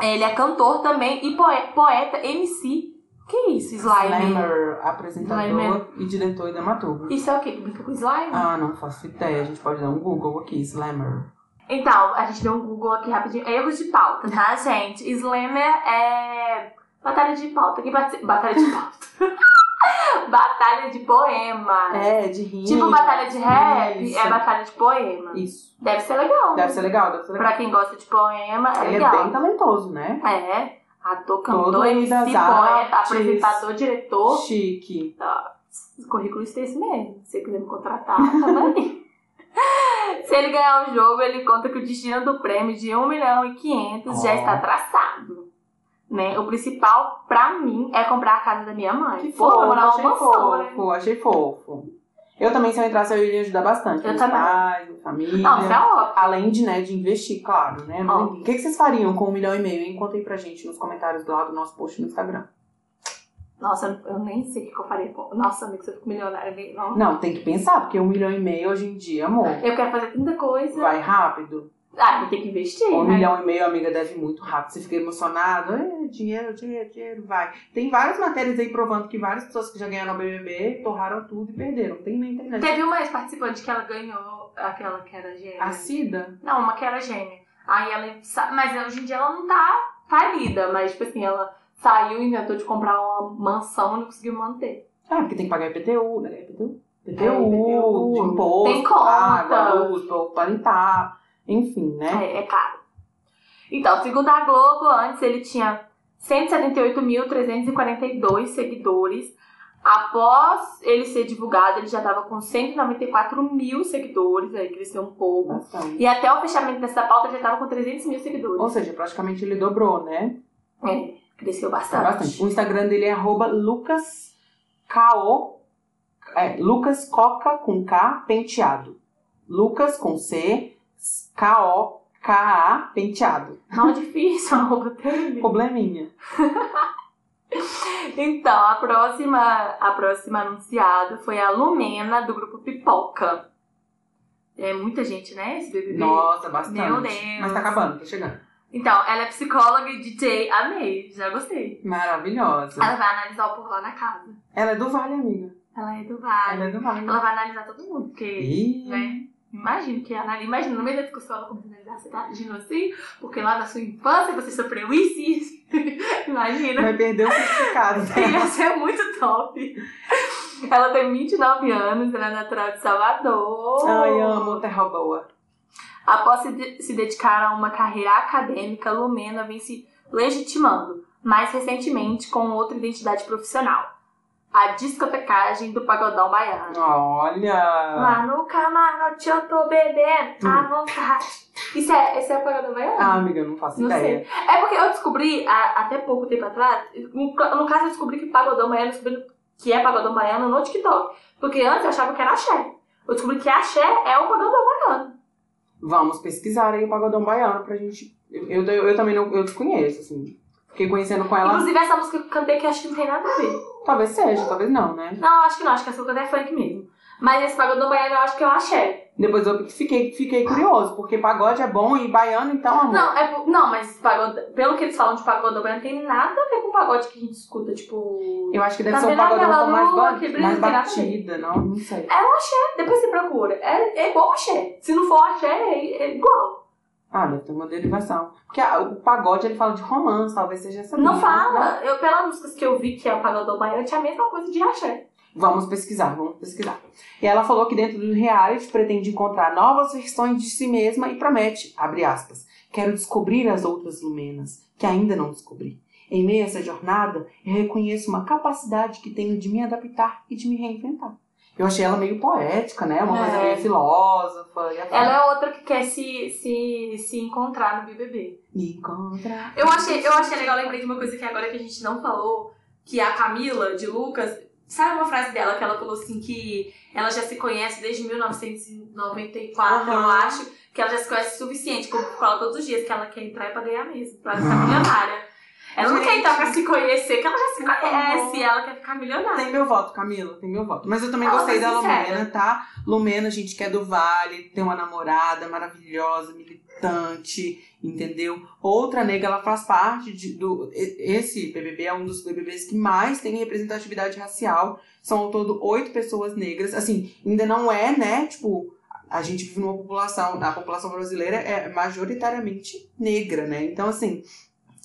[SPEAKER 2] Ele é cantor também e poe- poeta, MC. Que isso, slime?
[SPEAKER 1] Slimer, apresentador
[SPEAKER 2] Slimer.
[SPEAKER 1] e diretor e dramaturgo.
[SPEAKER 2] Isso é o quê? Que brinca com slime?
[SPEAKER 1] Ah, não faço ideia. A gente pode dar um Google aqui, Slimer.
[SPEAKER 2] Então, a gente deu um Google aqui rapidinho. Erros de pauta, tá, gente? Slammer é. Batalha de pauta. Que bate- Batalha de pauta. batalha de poema.
[SPEAKER 1] É, de rir.
[SPEAKER 2] Tipo batalha de rap,
[SPEAKER 1] Isso.
[SPEAKER 2] é batalha de poema.
[SPEAKER 1] Isso.
[SPEAKER 2] Deve ser legal. né?
[SPEAKER 1] Deve ser legal, deve ser legal.
[SPEAKER 2] Pra quem gosta de poema, é
[SPEAKER 1] Ele
[SPEAKER 2] legal.
[SPEAKER 1] é bem talentoso, né?
[SPEAKER 2] É, ator,
[SPEAKER 1] Todo
[SPEAKER 2] cantor,
[SPEAKER 1] mundo
[SPEAKER 2] MC,
[SPEAKER 1] das
[SPEAKER 2] poeta,
[SPEAKER 1] artes.
[SPEAKER 2] apresentador, diretor.
[SPEAKER 1] Chique.
[SPEAKER 2] O currículo está esse mesmo. Se você quiser me contratar, também. Se ele ganhar o jogo, ele conta que o destino do prêmio de 1 milhão e 500 já
[SPEAKER 1] Ó.
[SPEAKER 2] está traçado. Né? O principal, pra mim, é comprar a casa da minha mãe.
[SPEAKER 1] Que
[SPEAKER 2] Pô,
[SPEAKER 1] fofo,
[SPEAKER 2] morar numa
[SPEAKER 1] achei
[SPEAKER 2] mansão, né?
[SPEAKER 1] fofo, achei fofo. Eu também, se eu entrasse, eu iria ajudar bastante.
[SPEAKER 2] Eu
[SPEAKER 1] meus
[SPEAKER 2] também.
[SPEAKER 1] pais, minha família.
[SPEAKER 2] Não, isso é óbvio.
[SPEAKER 1] Além de, né, de investir, claro, né?
[SPEAKER 2] Óbvio.
[SPEAKER 1] O que, que vocês fariam com um milhão e meio, hein? Conta aí pra gente nos comentários lá do nosso post no Instagram.
[SPEAKER 2] Nossa, eu- eu nem sei o que eu falei. com- Nossa, amigo, se eu fico milionária, nem- não.
[SPEAKER 1] Não, tem que pensar, porque um milhão e meio hoje em dia, amor,
[SPEAKER 2] Eu quero fazer tanta coisa.
[SPEAKER 1] vai rápido.
[SPEAKER 2] Ah, vou ter que investir,
[SPEAKER 1] Um
[SPEAKER 2] né?
[SPEAKER 1] milhão e meio, amiga, deve muito rápido. Você fica emocionado. É, dinheiro, dinheiro, dinheiro, vai. Tem várias matérias aí provando que várias pessoas que já ganharam o BBB torraram tudo e perderam. Tem na internet.
[SPEAKER 2] Teve uma ex-participante que ela ganhou, aquela que era gêmea.
[SPEAKER 1] A Cida?
[SPEAKER 2] Não, uma que era gêmea. Aí ela. sa- Mas hoje em dia ela não tá falida, mas tipo assim, ela saiu e inventou de comprar uma mansão e não conseguiu manter.
[SPEAKER 1] Ah, porque tem que pagar IPTU, né? IPTU?
[SPEAKER 2] É,
[SPEAKER 1] IPTU,
[SPEAKER 2] IPTU,
[SPEAKER 1] de imposto,
[SPEAKER 2] tem conta.
[SPEAKER 1] água, luz, pouco para limpar. Enfim, né?
[SPEAKER 2] É, é caro. Então, segundo a Globo, antes ele tinha 178.342 seguidores. Após ele ser divulgado, ele já tava com 194 mil seguidores, aí cresceu um pouco.
[SPEAKER 1] Bastante.
[SPEAKER 2] E até o fechamento dessa pauta ele já tava com 300 mil seguidores.
[SPEAKER 1] Ou seja, praticamente ele dobrou, né?
[SPEAKER 2] É, cresceu
[SPEAKER 1] Tá
[SPEAKER 2] bastante.
[SPEAKER 1] bastante. O Instagram dele é arroba Lucas K.O. É, Lucas Coca com K penteado. Lucas com C, K.O. K.A. penteado.
[SPEAKER 2] Não difícil, arroba dele.
[SPEAKER 1] Probleminha.
[SPEAKER 2] Então, a próxima, a próxima anunciada foi a Lumena, do grupo Pipoca. É muita gente, né? Esse BBB.
[SPEAKER 1] Nossa, bastante.
[SPEAKER 2] Meu Deus.
[SPEAKER 1] Mas tá acabando, tá chegando.
[SPEAKER 2] Então, ela é psicóloga e DJ. Amei, já gostei.
[SPEAKER 1] Maravilhosa.
[SPEAKER 2] Ela vai analisar o povo lá na casa.
[SPEAKER 1] Ela é do Vale, amiga.
[SPEAKER 2] Ela é do Vale.
[SPEAKER 1] Ela é do Vale.
[SPEAKER 2] Ela vai analisar todo mundo, porque...
[SPEAKER 1] Ih.
[SPEAKER 2] Né? Imagino que analisa. Imagina, no meio da discussão ela começa a analisar, você tá agindo assim, porque lá na sua infância você sofreu isso e isso. Imagina.
[SPEAKER 1] Vai perder o certificado.
[SPEAKER 2] Ia ser é muito top. Ela tem 29 anos, ela é natural de Salvador.
[SPEAKER 1] Ai, amo terra boa.
[SPEAKER 2] Após se, de- se dedicar a uma carreira acadêmica, Lumena vem se legitimando, mais recentemente com outra identidade profissional. A discotecagem do Pagodão Baiano.
[SPEAKER 1] Olha!
[SPEAKER 2] Lá no camarote eu tô bebendo
[SPEAKER 1] Hum.
[SPEAKER 2] à vontade. Isso é, esse é o Pagodão Baiano?
[SPEAKER 1] Ah, amiga, eu não faço
[SPEAKER 2] Não
[SPEAKER 1] ideia.
[SPEAKER 2] sei. É porque eu descobri, a- até pouco tempo atrás, no, ca- no caso eu descobri que pagodão baiano, eu descobri que é pagodão baiano no TikTok. Porque antes eu achava que era axé. Eu descobri que axé é o pagodão baiano.
[SPEAKER 1] Vamos pesquisar aí o Pagodão Baiano pra gente. Eu, eu, eu também não eu desconheço, assim. Fiquei conhecendo com ela.
[SPEAKER 2] Inclusive essa música que eu cantei que eu acho que não tem nada a ver.
[SPEAKER 1] Talvez seja, talvez não, né?
[SPEAKER 2] Não, acho que não, acho que essa música é funk mesmo. Mas esse pagodão baiano eu acho que é eu achei.
[SPEAKER 1] Depois eu fiquei, fiquei curioso, porque pagode é bom e baiano, então, amor.
[SPEAKER 2] Não, é, por- não mas pagodão, pelo que eles falam de pagodão baiano, tem nada a ver com o pagode que a gente escuta, tipo.
[SPEAKER 1] Eu acho que deve
[SPEAKER 2] Tá
[SPEAKER 1] ser um
[SPEAKER 2] vendo
[SPEAKER 1] pagodão
[SPEAKER 2] aquela
[SPEAKER 1] tão mais,
[SPEAKER 2] lua
[SPEAKER 1] ba-
[SPEAKER 2] que né? brilha
[SPEAKER 1] mais
[SPEAKER 2] no telhado?
[SPEAKER 1] batida, não, não sei.
[SPEAKER 2] É um axé, depois você procura. É, é igual ao axé. Se não for axé, é, é igual.
[SPEAKER 1] Ah, deve ter uma derivação. Porque ah, o pagode, ele fala de romance, talvez seja essa
[SPEAKER 2] Não
[SPEAKER 1] brisa, né?
[SPEAKER 2] fala. Eu, pelas músicas que eu vi que é o pagodão baiano, tinha a mesma coisa de axé.
[SPEAKER 1] Vamos pesquisar, vamos pesquisar. E ela falou que dentro do reality pretende encontrar novas versões de si mesma e promete, abre aspas, quero descobrir as outras lumenas, que ainda não descobri. Em meio a essa jornada, eu reconheço uma capacidade que tenho de me adaptar e de me reinventar. Eu achei ela meio poética, né? Uma coisa
[SPEAKER 2] É.
[SPEAKER 1] meio filósofa. E ela
[SPEAKER 2] Ela é outra que quer se, se, se encontrar no BBB.
[SPEAKER 1] Me encontra.
[SPEAKER 2] Eu achei, eu achei legal, lembrei de uma coisa que agora que a gente não falou, que é a Camila, de Lucas, sabe uma frase dela que ela falou assim que ela já se conhece desde 1994, eu
[SPEAKER 1] Aham.
[SPEAKER 2] acho, que ela já se conhece o suficiente, como fala todos os dias, que ela quer entrar é pra ganhar mesmo, pra ficar milionária. Ela não quer
[SPEAKER 1] Gente.
[SPEAKER 2] entrar pra se conhecer, que ela já se conhece, ela quer ficar milionária.
[SPEAKER 1] Tem meu voto, Camila, tem meu voto. Mas eu também
[SPEAKER 2] Ah,
[SPEAKER 1] gostei
[SPEAKER 2] mas
[SPEAKER 1] da
[SPEAKER 2] sincera.
[SPEAKER 1] Lumena, tá? Lumena, gente, que é do Vale, tem uma namorada maravilhosa, militante, entendeu? Outra nega, ela faz parte de, do. e- Esse BBB é um dos BBBs que mais tem representatividade racial. São ao todo oito pessoas negras. Assim, ainda não é, né? Tipo. A gente vive numa população, a população brasileira é majoritariamente negra, né? Então, assim,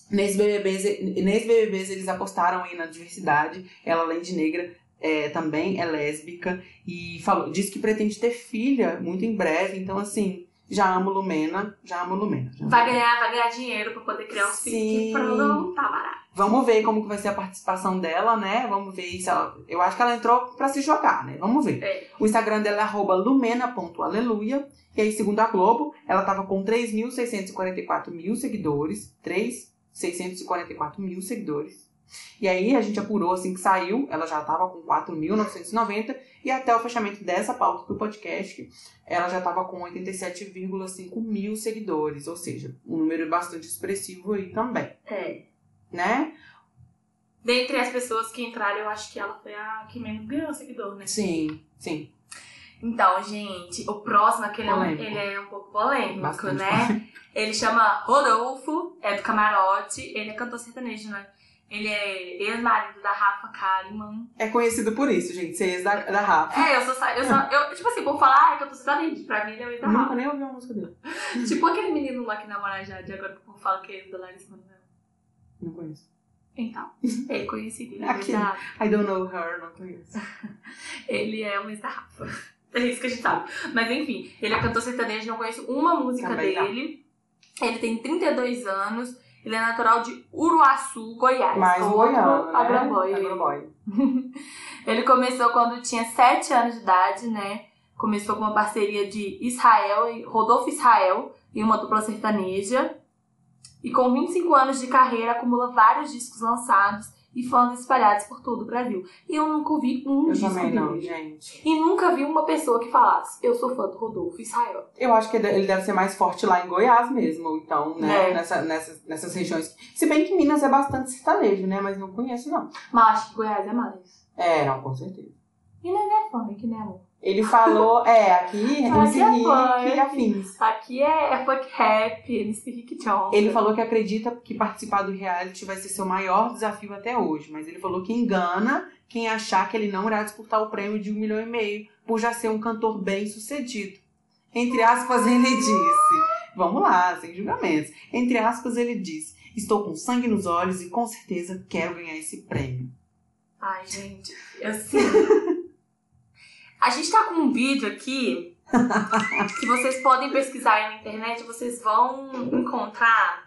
[SPEAKER 1] Nesse BBB, nesse BBB eles apostaram aí na diversidade. Ela, além de negra, é, também é lésbica. E falou, disse que pretende ter filha muito em breve. Então, assim, já amo Lumena, já amo Lumena. Já amo.
[SPEAKER 2] Vai ganhar, vai ganhar dinheiro pra poder criar uns filhos que
[SPEAKER 1] Sim.
[SPEAKER 2] pra não tá barato.
[SPEAKER 1] Vamos ver como que vai ser a participação dela, né? Vamos ver se ela. Eu acho que ela entrou pra se jogar, né? Vamos ver.
[SPEAKER 2] É.
[SPEAKER 1] O Instagram dela é arroba lumena.aleluia. E aí, segundo a Globo, ela tava com 3.644 mil seguidores. 3.644 mil seguidores. E aí, a gente apurou assim que saiu, ela já tava com 4.990. E até o fechamento dessa pauta do podcast, ela já tava com 87,5 mil seguidores. Ou seja, um número bastante expressivo aí também,
[SPEAKER 2] É.
[SPEAKER 1] né?
[SPEAKER 2] Dentre as pessoas que entraram, eu acho que ela foi a que menos ganhou seguidor, né?
[SPEAKER 1] Sim, sim.
[SPEAKER 2] Então, gente, o próximo, aquele é um,
[SPEAKER 1] Polêmico.
[SPEAKER 2] ele é um pouco polêmico,
[SPEAKER 1] Bastante
[SPEAKER 2] né? Ele chama Rodolfo, é do Camarote, ele é cantor sertanejo, né? Ele é ex-marido da Rafa Kalimann.
[SPEAKER 1] É conhecido por isso, gente. Ser ex da, da Rafa.
[SPEAKER 2] É, eu sou. sa- Eu sou eu, tipo assim, vou falar, ah, é cantor sertanejo. Pra mim, ele é o ex da Rafa.
[SPEAKER 1] Nunca nem ouvi uma música dele.
[SPEAKER 2] Tipo aquele menino lá que namora a Jade, agora que eu falo que é ex da Larissa Manoel.
[SPEAKER 1] Não conheço.
[SPEAKER 2] Então, ele conhecido, ele é
[SPEAKER 1] Aqui.
[SPEAKER 2] da
[SPEAKER 1] I don't know her, não conheço.
[SPEAKER 2] Ele é uma estarrafa. É isso que a gente sabe. Mas enfim, ele é cantor sertanejo, não conheço uma música
[SPEAKER 1] Também não.
[SPEAKER 2] dele. Ele tem 32 anos, ele é natural de Uruaçu, Goiás.
[SPEAKER 1] Mais um
[SPEAKER 2] Outro
[SPEAKER 1] goiano, né?
[SPEAKER 2] agroboy.
[SPEAKER 1] Agroboy.
[SPEAKER 2] Ele começou quando tinha 7 anos de idade, né? Começou com uma parceria de Israel, e Rodolfo Israel e uma dupla sertaneja. E com 25 anos de carreira, acumula vários discos lançados e fãs espalhados por todo o Brasil. E eu nunca ouvi um
[SPEAKER 1] Eu
[SPEAKER 2] disco
[SPEAKER 1] também
[SPEAKER 2] dele.
[SPEAKER 1] não, gente.
[SPEAKER 2] E nunca vi uma pessoa que falasse, eu sou fã do Rodolfo Israel.
[SPEAKER 1] Eu acho que ele deve ser mais forte lá em Goiás mesmo, ou então, né?
[SPEAKER 2] É.
[SPEAKER 1] Nessa, nessas, nessas regiões. Se bem que Minas é bastante sertanejo, né? Mas não conheço, não.
[SPEAKER 2] Mas acho que Goiás é mais.
[SPEAKER 1] É, não, com certeza.
[SPEAKER 2] E não é funk, né, amor?
[SPEAKER 1] Ele falou, é, aqui,
[SPEAKER 2] Aqui
[SPEAKER 1] MC
[SPEAKER 2] é
[SPEAKER 1] Rick
[SPEAKER 2] funk.
[SPEAKER 1] e afins.
[SPEAKER 2] Aqui é, é funk rap, MC Rick Johnson.
[SPEAKER 1] Ele falou que acredita que participar do reality vai ser seu maior desafio até hoje, mas ele falou que engana quem achar que ele não irá disputar o prêmio de um milhão e meio por já ser um cantor bem sucedido. Entre aspas, ele disse. Vamos lá, sem julgamentos. Entre aspas, ele disse: Estou com sangue nos olhos e com certeza quero ganhar esse prêmio.
[SPEAKER 2] Ai, gente, eu sei. A gente tá com um vídeo aqui que vocês podem pesquisar aí na internet, vocês vão encontrar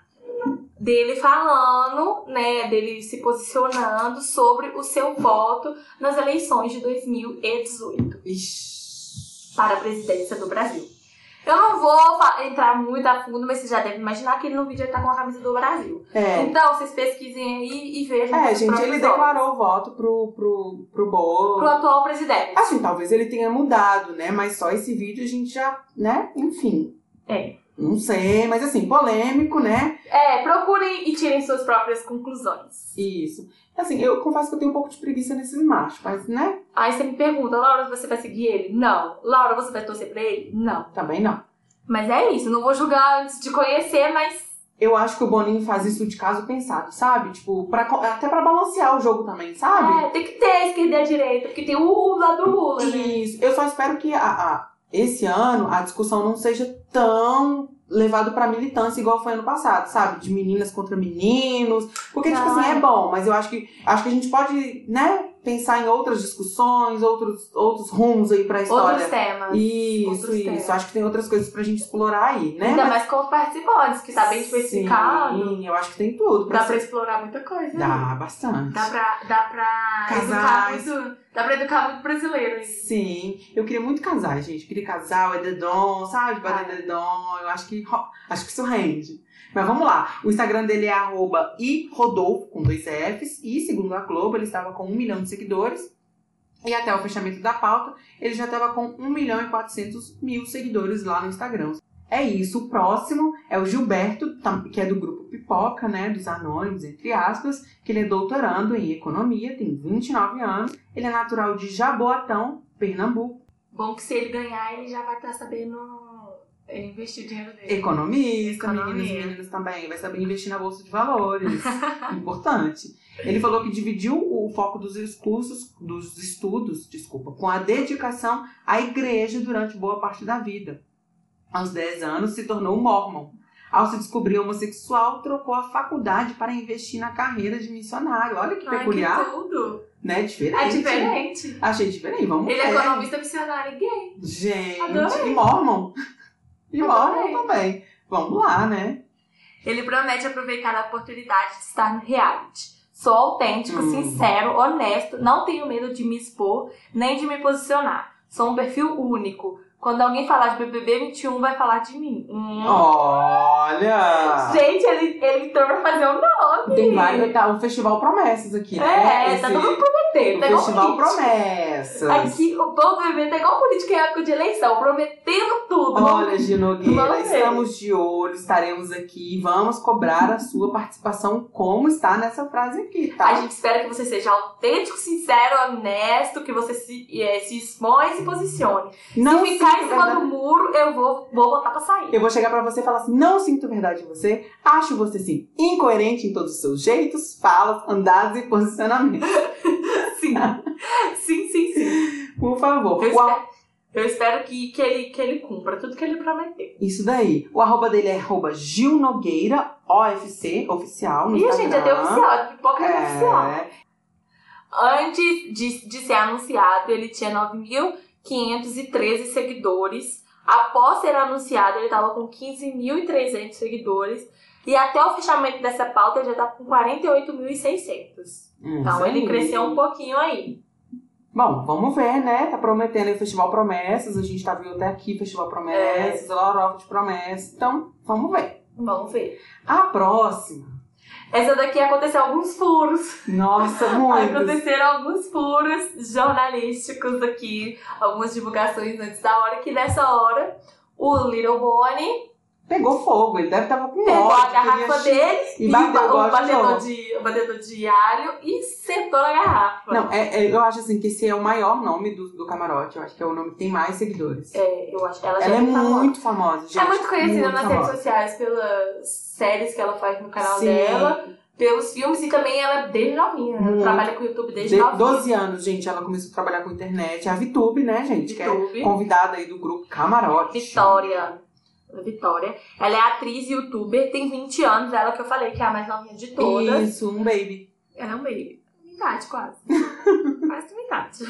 [SPEAKER 2] dele falando, né, dele se posicionando sobre o seu voto nas eleições de 2018.
[SPEAKER 1] Ixi.
[SPEAKER 2] para a presidência do Brasil. Eu não vou fa- entrar muito a fundo, mas você já deve imaginar que ele no vídeo ele tá com a camisa do Brasil.
[SPEAKER 1] É.
[SPEAKER 2] Então, vocês pesquisem aí e vejam. com
[SPEAKER 1] É,
[SPEAKER 2] seus
[SPEAKER 1] gente,
[SPEAKER 2] próprios
[SPEAKER 1] ele
[SPEAKER 2] olhos.
[SPEAKER 1] declarou o voto pro, pro, pro
[SPEAKER 2] Pro
[SPEAKER 1] Bolo.
[SPEAKER 2] atual presidente.
[SPEAKER 1] Assim, talvez ele tenha mudado, né? Mas só esse vídeo a gente já, né? Enfim.
[SPEAKER 2] É.
[SPEAKER 1] Não sei, mas assim, polêmico, né?
[SPEAKER 2] É, procurem e tirem suas próprias conclusões.
[SPEAKER 1] Isso. Assim, eu confesso que eu tenho um pouco de preguiça nesses machos, mas, né?
[SPEAKER 2] Aí você me pergunta, Laura, você vai seguir ele? Não. Laura, você vai torcer pra ele? Não.
[SPEAKER 1] Também não.
[SPEAKER 2] Mas é isso, não vou julgar antes de conhecer, mas
[SPEAKER 1] Eu acho que o Boninho faz isso de caso pensado, sabe? Tipo, pra, co- até pra balancear o jogo também, sabe?
[SPEAKER 2] é, tem que ter a esquerda e a direita, porque tem o lado do Lula, né?
[SPEAKER 1] Isso. Eu só espero que a, a- esse ano a discussão não seja tão levado pra militância igual foi ano passado, sabe? De meninas contra meninos. Porque, tipo
[SPEAKER 2] Não,
[SPEAKER 1] assim,
[SPEAKER 2] é.
[SPEAKER 1] é bom, mas eu acho que acho que a gente pode, né, pensar em outras discussões, outros, outros rumos aí pra história.
[SPEAKER 2] Outros temas.
[SPEAKER 1] isso,
[SPEAKER 2] outros
[SPEAKER 1] isso.
[SPEAKER 2] temas.
[SPEAKER 1] Acho que tem outras coisas pra gente explorar aí, né?
[SPEAKER 2] Ainda mais com os participantes, que tá bem diversificado.
[SPEAKER 1] Sim, eu acho que tem tudo.
[SPEAKER 2] Dá pra
[SPEAKER 1] ser-
[SPEAKER 2] explorar muita coisa. né?
[SPEAKER 1] Dá bastante.
[SPEAKER 2] Dá pra, dá pra educar
[SPEAKER 1] Casais.
[SPEAKER 2] muito. Dá pra educar muito brasileiro. isso.
[SPEAKER 1] Sim, eu queria muito casar, gente. Queria casar o Edredom, sabe?
[SPEAKER 2] Ah.
[SPEAKER 1] Para Edredom. Eu acho que, ro- acho que isso rende. Mas vamos lá. O Instagram dele é arroba irodolfo, com dois Fs. E, segundo a Globo, ele estava com um milhão de seguidores. E até o fechamento da pauta, ele já estava com 1 milhão e 400 mil seguidores lá no Instagram. É isso. O próximo é o Gilberto, tam- que é do grupo Pipoca, né? Dos anônimos, entre aspas. Que ele é doutorando em economia, tem 29 anos. Ele é natural de Jaboatão, Pernambuco.
[SPEAKER 2] Bom que se ele ganhar, ele já vai estar sabendo é, investir o dinheiro dele.
[SPEAKER 1] Economista,
[SPEAKER 2] Economia.
[SPEAKER 1] meninos e meninas também. Vai saber investir na Bolsa de Valores. Importante. Ele falou que dividiu o foco dos discursos, dos estudos, desculpa, com a dedicação à igreja durante boa parte da vida. Aos 10 anos, se tornou mormon. Ao se descobrir homossexual, trocou a faculdade para investir na carreira de missionário. Olha que
[SPEAKER 2] Ai,
[SPEAKER 1] peculiar,
[SPEAKER 2] que tudo.
[SPEAKER 1] né? Diferente.
[SPEAKER 2] É diferente.
[SPEAKER 1] Achei diferente, vamos
[SPEAKER 2] Ele é
[SPEAKER 1] ver.
[SPEAKER 2] economista missionário e gay.
[SPEAKER 1] Gente,
[SPEAKER 2] Adorei.
[SPEAKER 1] e Mormon. E
[SPEAKER 2] Adorei.
[SPEAKER 1] Mormon também. Vamos lá, né?
[SPEAKER 2] Ele promete aproveitar a oportunidade de estar no reality. Sou autêntico,
[SPEAKER 1] Hum.
[SPEAKER 2] sincero, honesto, não tenho medo de me expor nem de me posicionar. Sou um perfil único. Quando alguém falar de BBB 21, vai falar de mim. Hum.
[SPEAKER 1] Olha!
[SPEAKER 2] Gente, ele, ele entrou pra fazer um nome.
[SPEAKER 1] Tem vários. Tá, o Festival Promessas aqui, né?
[SPEAKER 2] É, tá todo mundo prometendo.
[SPEAKER 1] o
[SPEAKER 2] tá igual
[SPEAKER 1] Festival
[SPEAKER 2] político.
[SPEAKER 1] Promessas.
[SPEAKER 2] Aqui, o povo bebê tá igual político em época de eleição, prometendo tudo.
[SPEAKER 1] Olha, Ginogueira,
[SPEAKER 2] Vamos ver.
[SPEAKER 1] estamos de olho, estaremos aqui e vamos cobrar a sua participação, como está nessa frase aqui, tá?
[SPEAKER 2] A gente espera que você seja autêntico, sincero, honesto, que você se, eh, se expõe e se posicione.
[SPEAKER 1] não
[SPEAKER 2] se ficar
[SPEAKER 1] sinto
[SPEAKER 2] em cima
[SPEAKER 1] verdade-
[SPEAKER 2] do muro, eu vou, vou votar pra sair.
[SPEAKER 1] Eu vou chegar pra você e falar assim: não sinto verdade em você, acho você sim incoerente em todos os seus jeitos, falas, andares e posicionamentos.
[SPEAKER 2] Sim. sim, sim, sim.
[SPEAKER 1] Por favor.
[SPEAKER 2] Eu
[SPEAKER 1] O
[SPEAKER 2] espero, eu espero que, que, ele, que ele cumpra tudo que ele prometeu.
[SPEAKER 1] Isso daí. O arroba dele é arroba Gil Nogueira, OFC, oficial. No
[SPEAKER 2] E a
[SPEAKER 1] Instagram.
[SPEAKER 2] gente até oficial, é pipoca é oficial.
[SPEAKER 1] É,
[SPEAKER 2] Antes de, de ser anunciado, ele tinha 9.513 seguidores. Após ser anunciado, ele estava com 15.300 seguidores. E até o fechamento dessa pauta, ele já está com
[SPEAKER 1] é
[SPEAKER 2] 48.600. Então,
[SPEAKER 1] isso
[SPEAKER 2] ele
[SPEAKER 1] aí.
[SPEAKER 2] cresceu um pouquinho aí.
[SPEAKER 1] Bom, vamos ver, né? Tá prometendo aí o Festival Promessas. A gente tá vendo até aqui Festival Promessas,
[SPEAKER 2] É.
[SPEAKER 1] Lorofa de Promessas. Então, vamos ver.
[SPEAKER 2] Vamos ver.
[SPEAKER 1] A próxima.
[SPEAKER 2] Essa daqui aconteceu alguns furos.
[SPEAKER 1] Nossa, muitos.
[SPEAKER 2] Aconteceram alguns furos jornalísticos aqui. Algumas divulgações antes da hora, que nessa hora... O Little Bonnie
[SPEAKER 1] Pegou fogo. Ele deve estar com
[SPEAKER 2] pegou a
[SPEAKER 1] ódio.
[SPEAKER 2] garrafa
[SPEAKER 1] queria-
[SPEAKER 2] dele
[SPEAKER 1] E bateu
[SPEAKER 2] o,
[SPEAKER 1] igual de
[SPEAKER 2] batedor
[SPEAKER 1] novo.
[SPEAKER 2] de, o batedor de alho e sentou na garrafa.
[SPEAKER 1] Não, é, é, eu acho assim que esse é o maior nome do, do camarote. Eu acho que é o nome que tem mais seguidores.
[SPEAKER 2] É, eu acho. Ela, já
[SPEAKER 1] Ela é
[SPEAKER 2] famosa.
[SPEAKER 1] muito famosa, gente.
[SPEAKER 2] é muito conhecida
[SPEAKER 1] muito
[SPEAKER 2] nas
[SPEAKER 1] famosa.
[SPEAKER 2] redes sociais pelas séries que ela faz no canal
[SPEAKER 1] Sim.
[SPEAKER 2] dela, pelos filmes e também ela é desde novinha. Ela
[SPEAKER 1] Muito.
[SPEAKER 2] trabalha com o YouTube desde
[SPEAKER 1] De-
[SPEAKER 2] novinha.
[SPEAKER 1] 12 anos, gente, ela começou a trabalhar com internet. É a VTube, né, gente? Que é
[SPEAKER 2] YouTube.
[SPEAKER 1] convidada aí do grupo Camarote.
[SPEAKER 2] Vitória. Vitória. Ela é atriz e youtuber, tem 20 anos, ela que eu falei que é a mais novinha de todas.
[SPEAKER 1] Isso, um baby.
[SPEAKER 2] Ela é um baby. Minha idade, quase. quase que minha idade.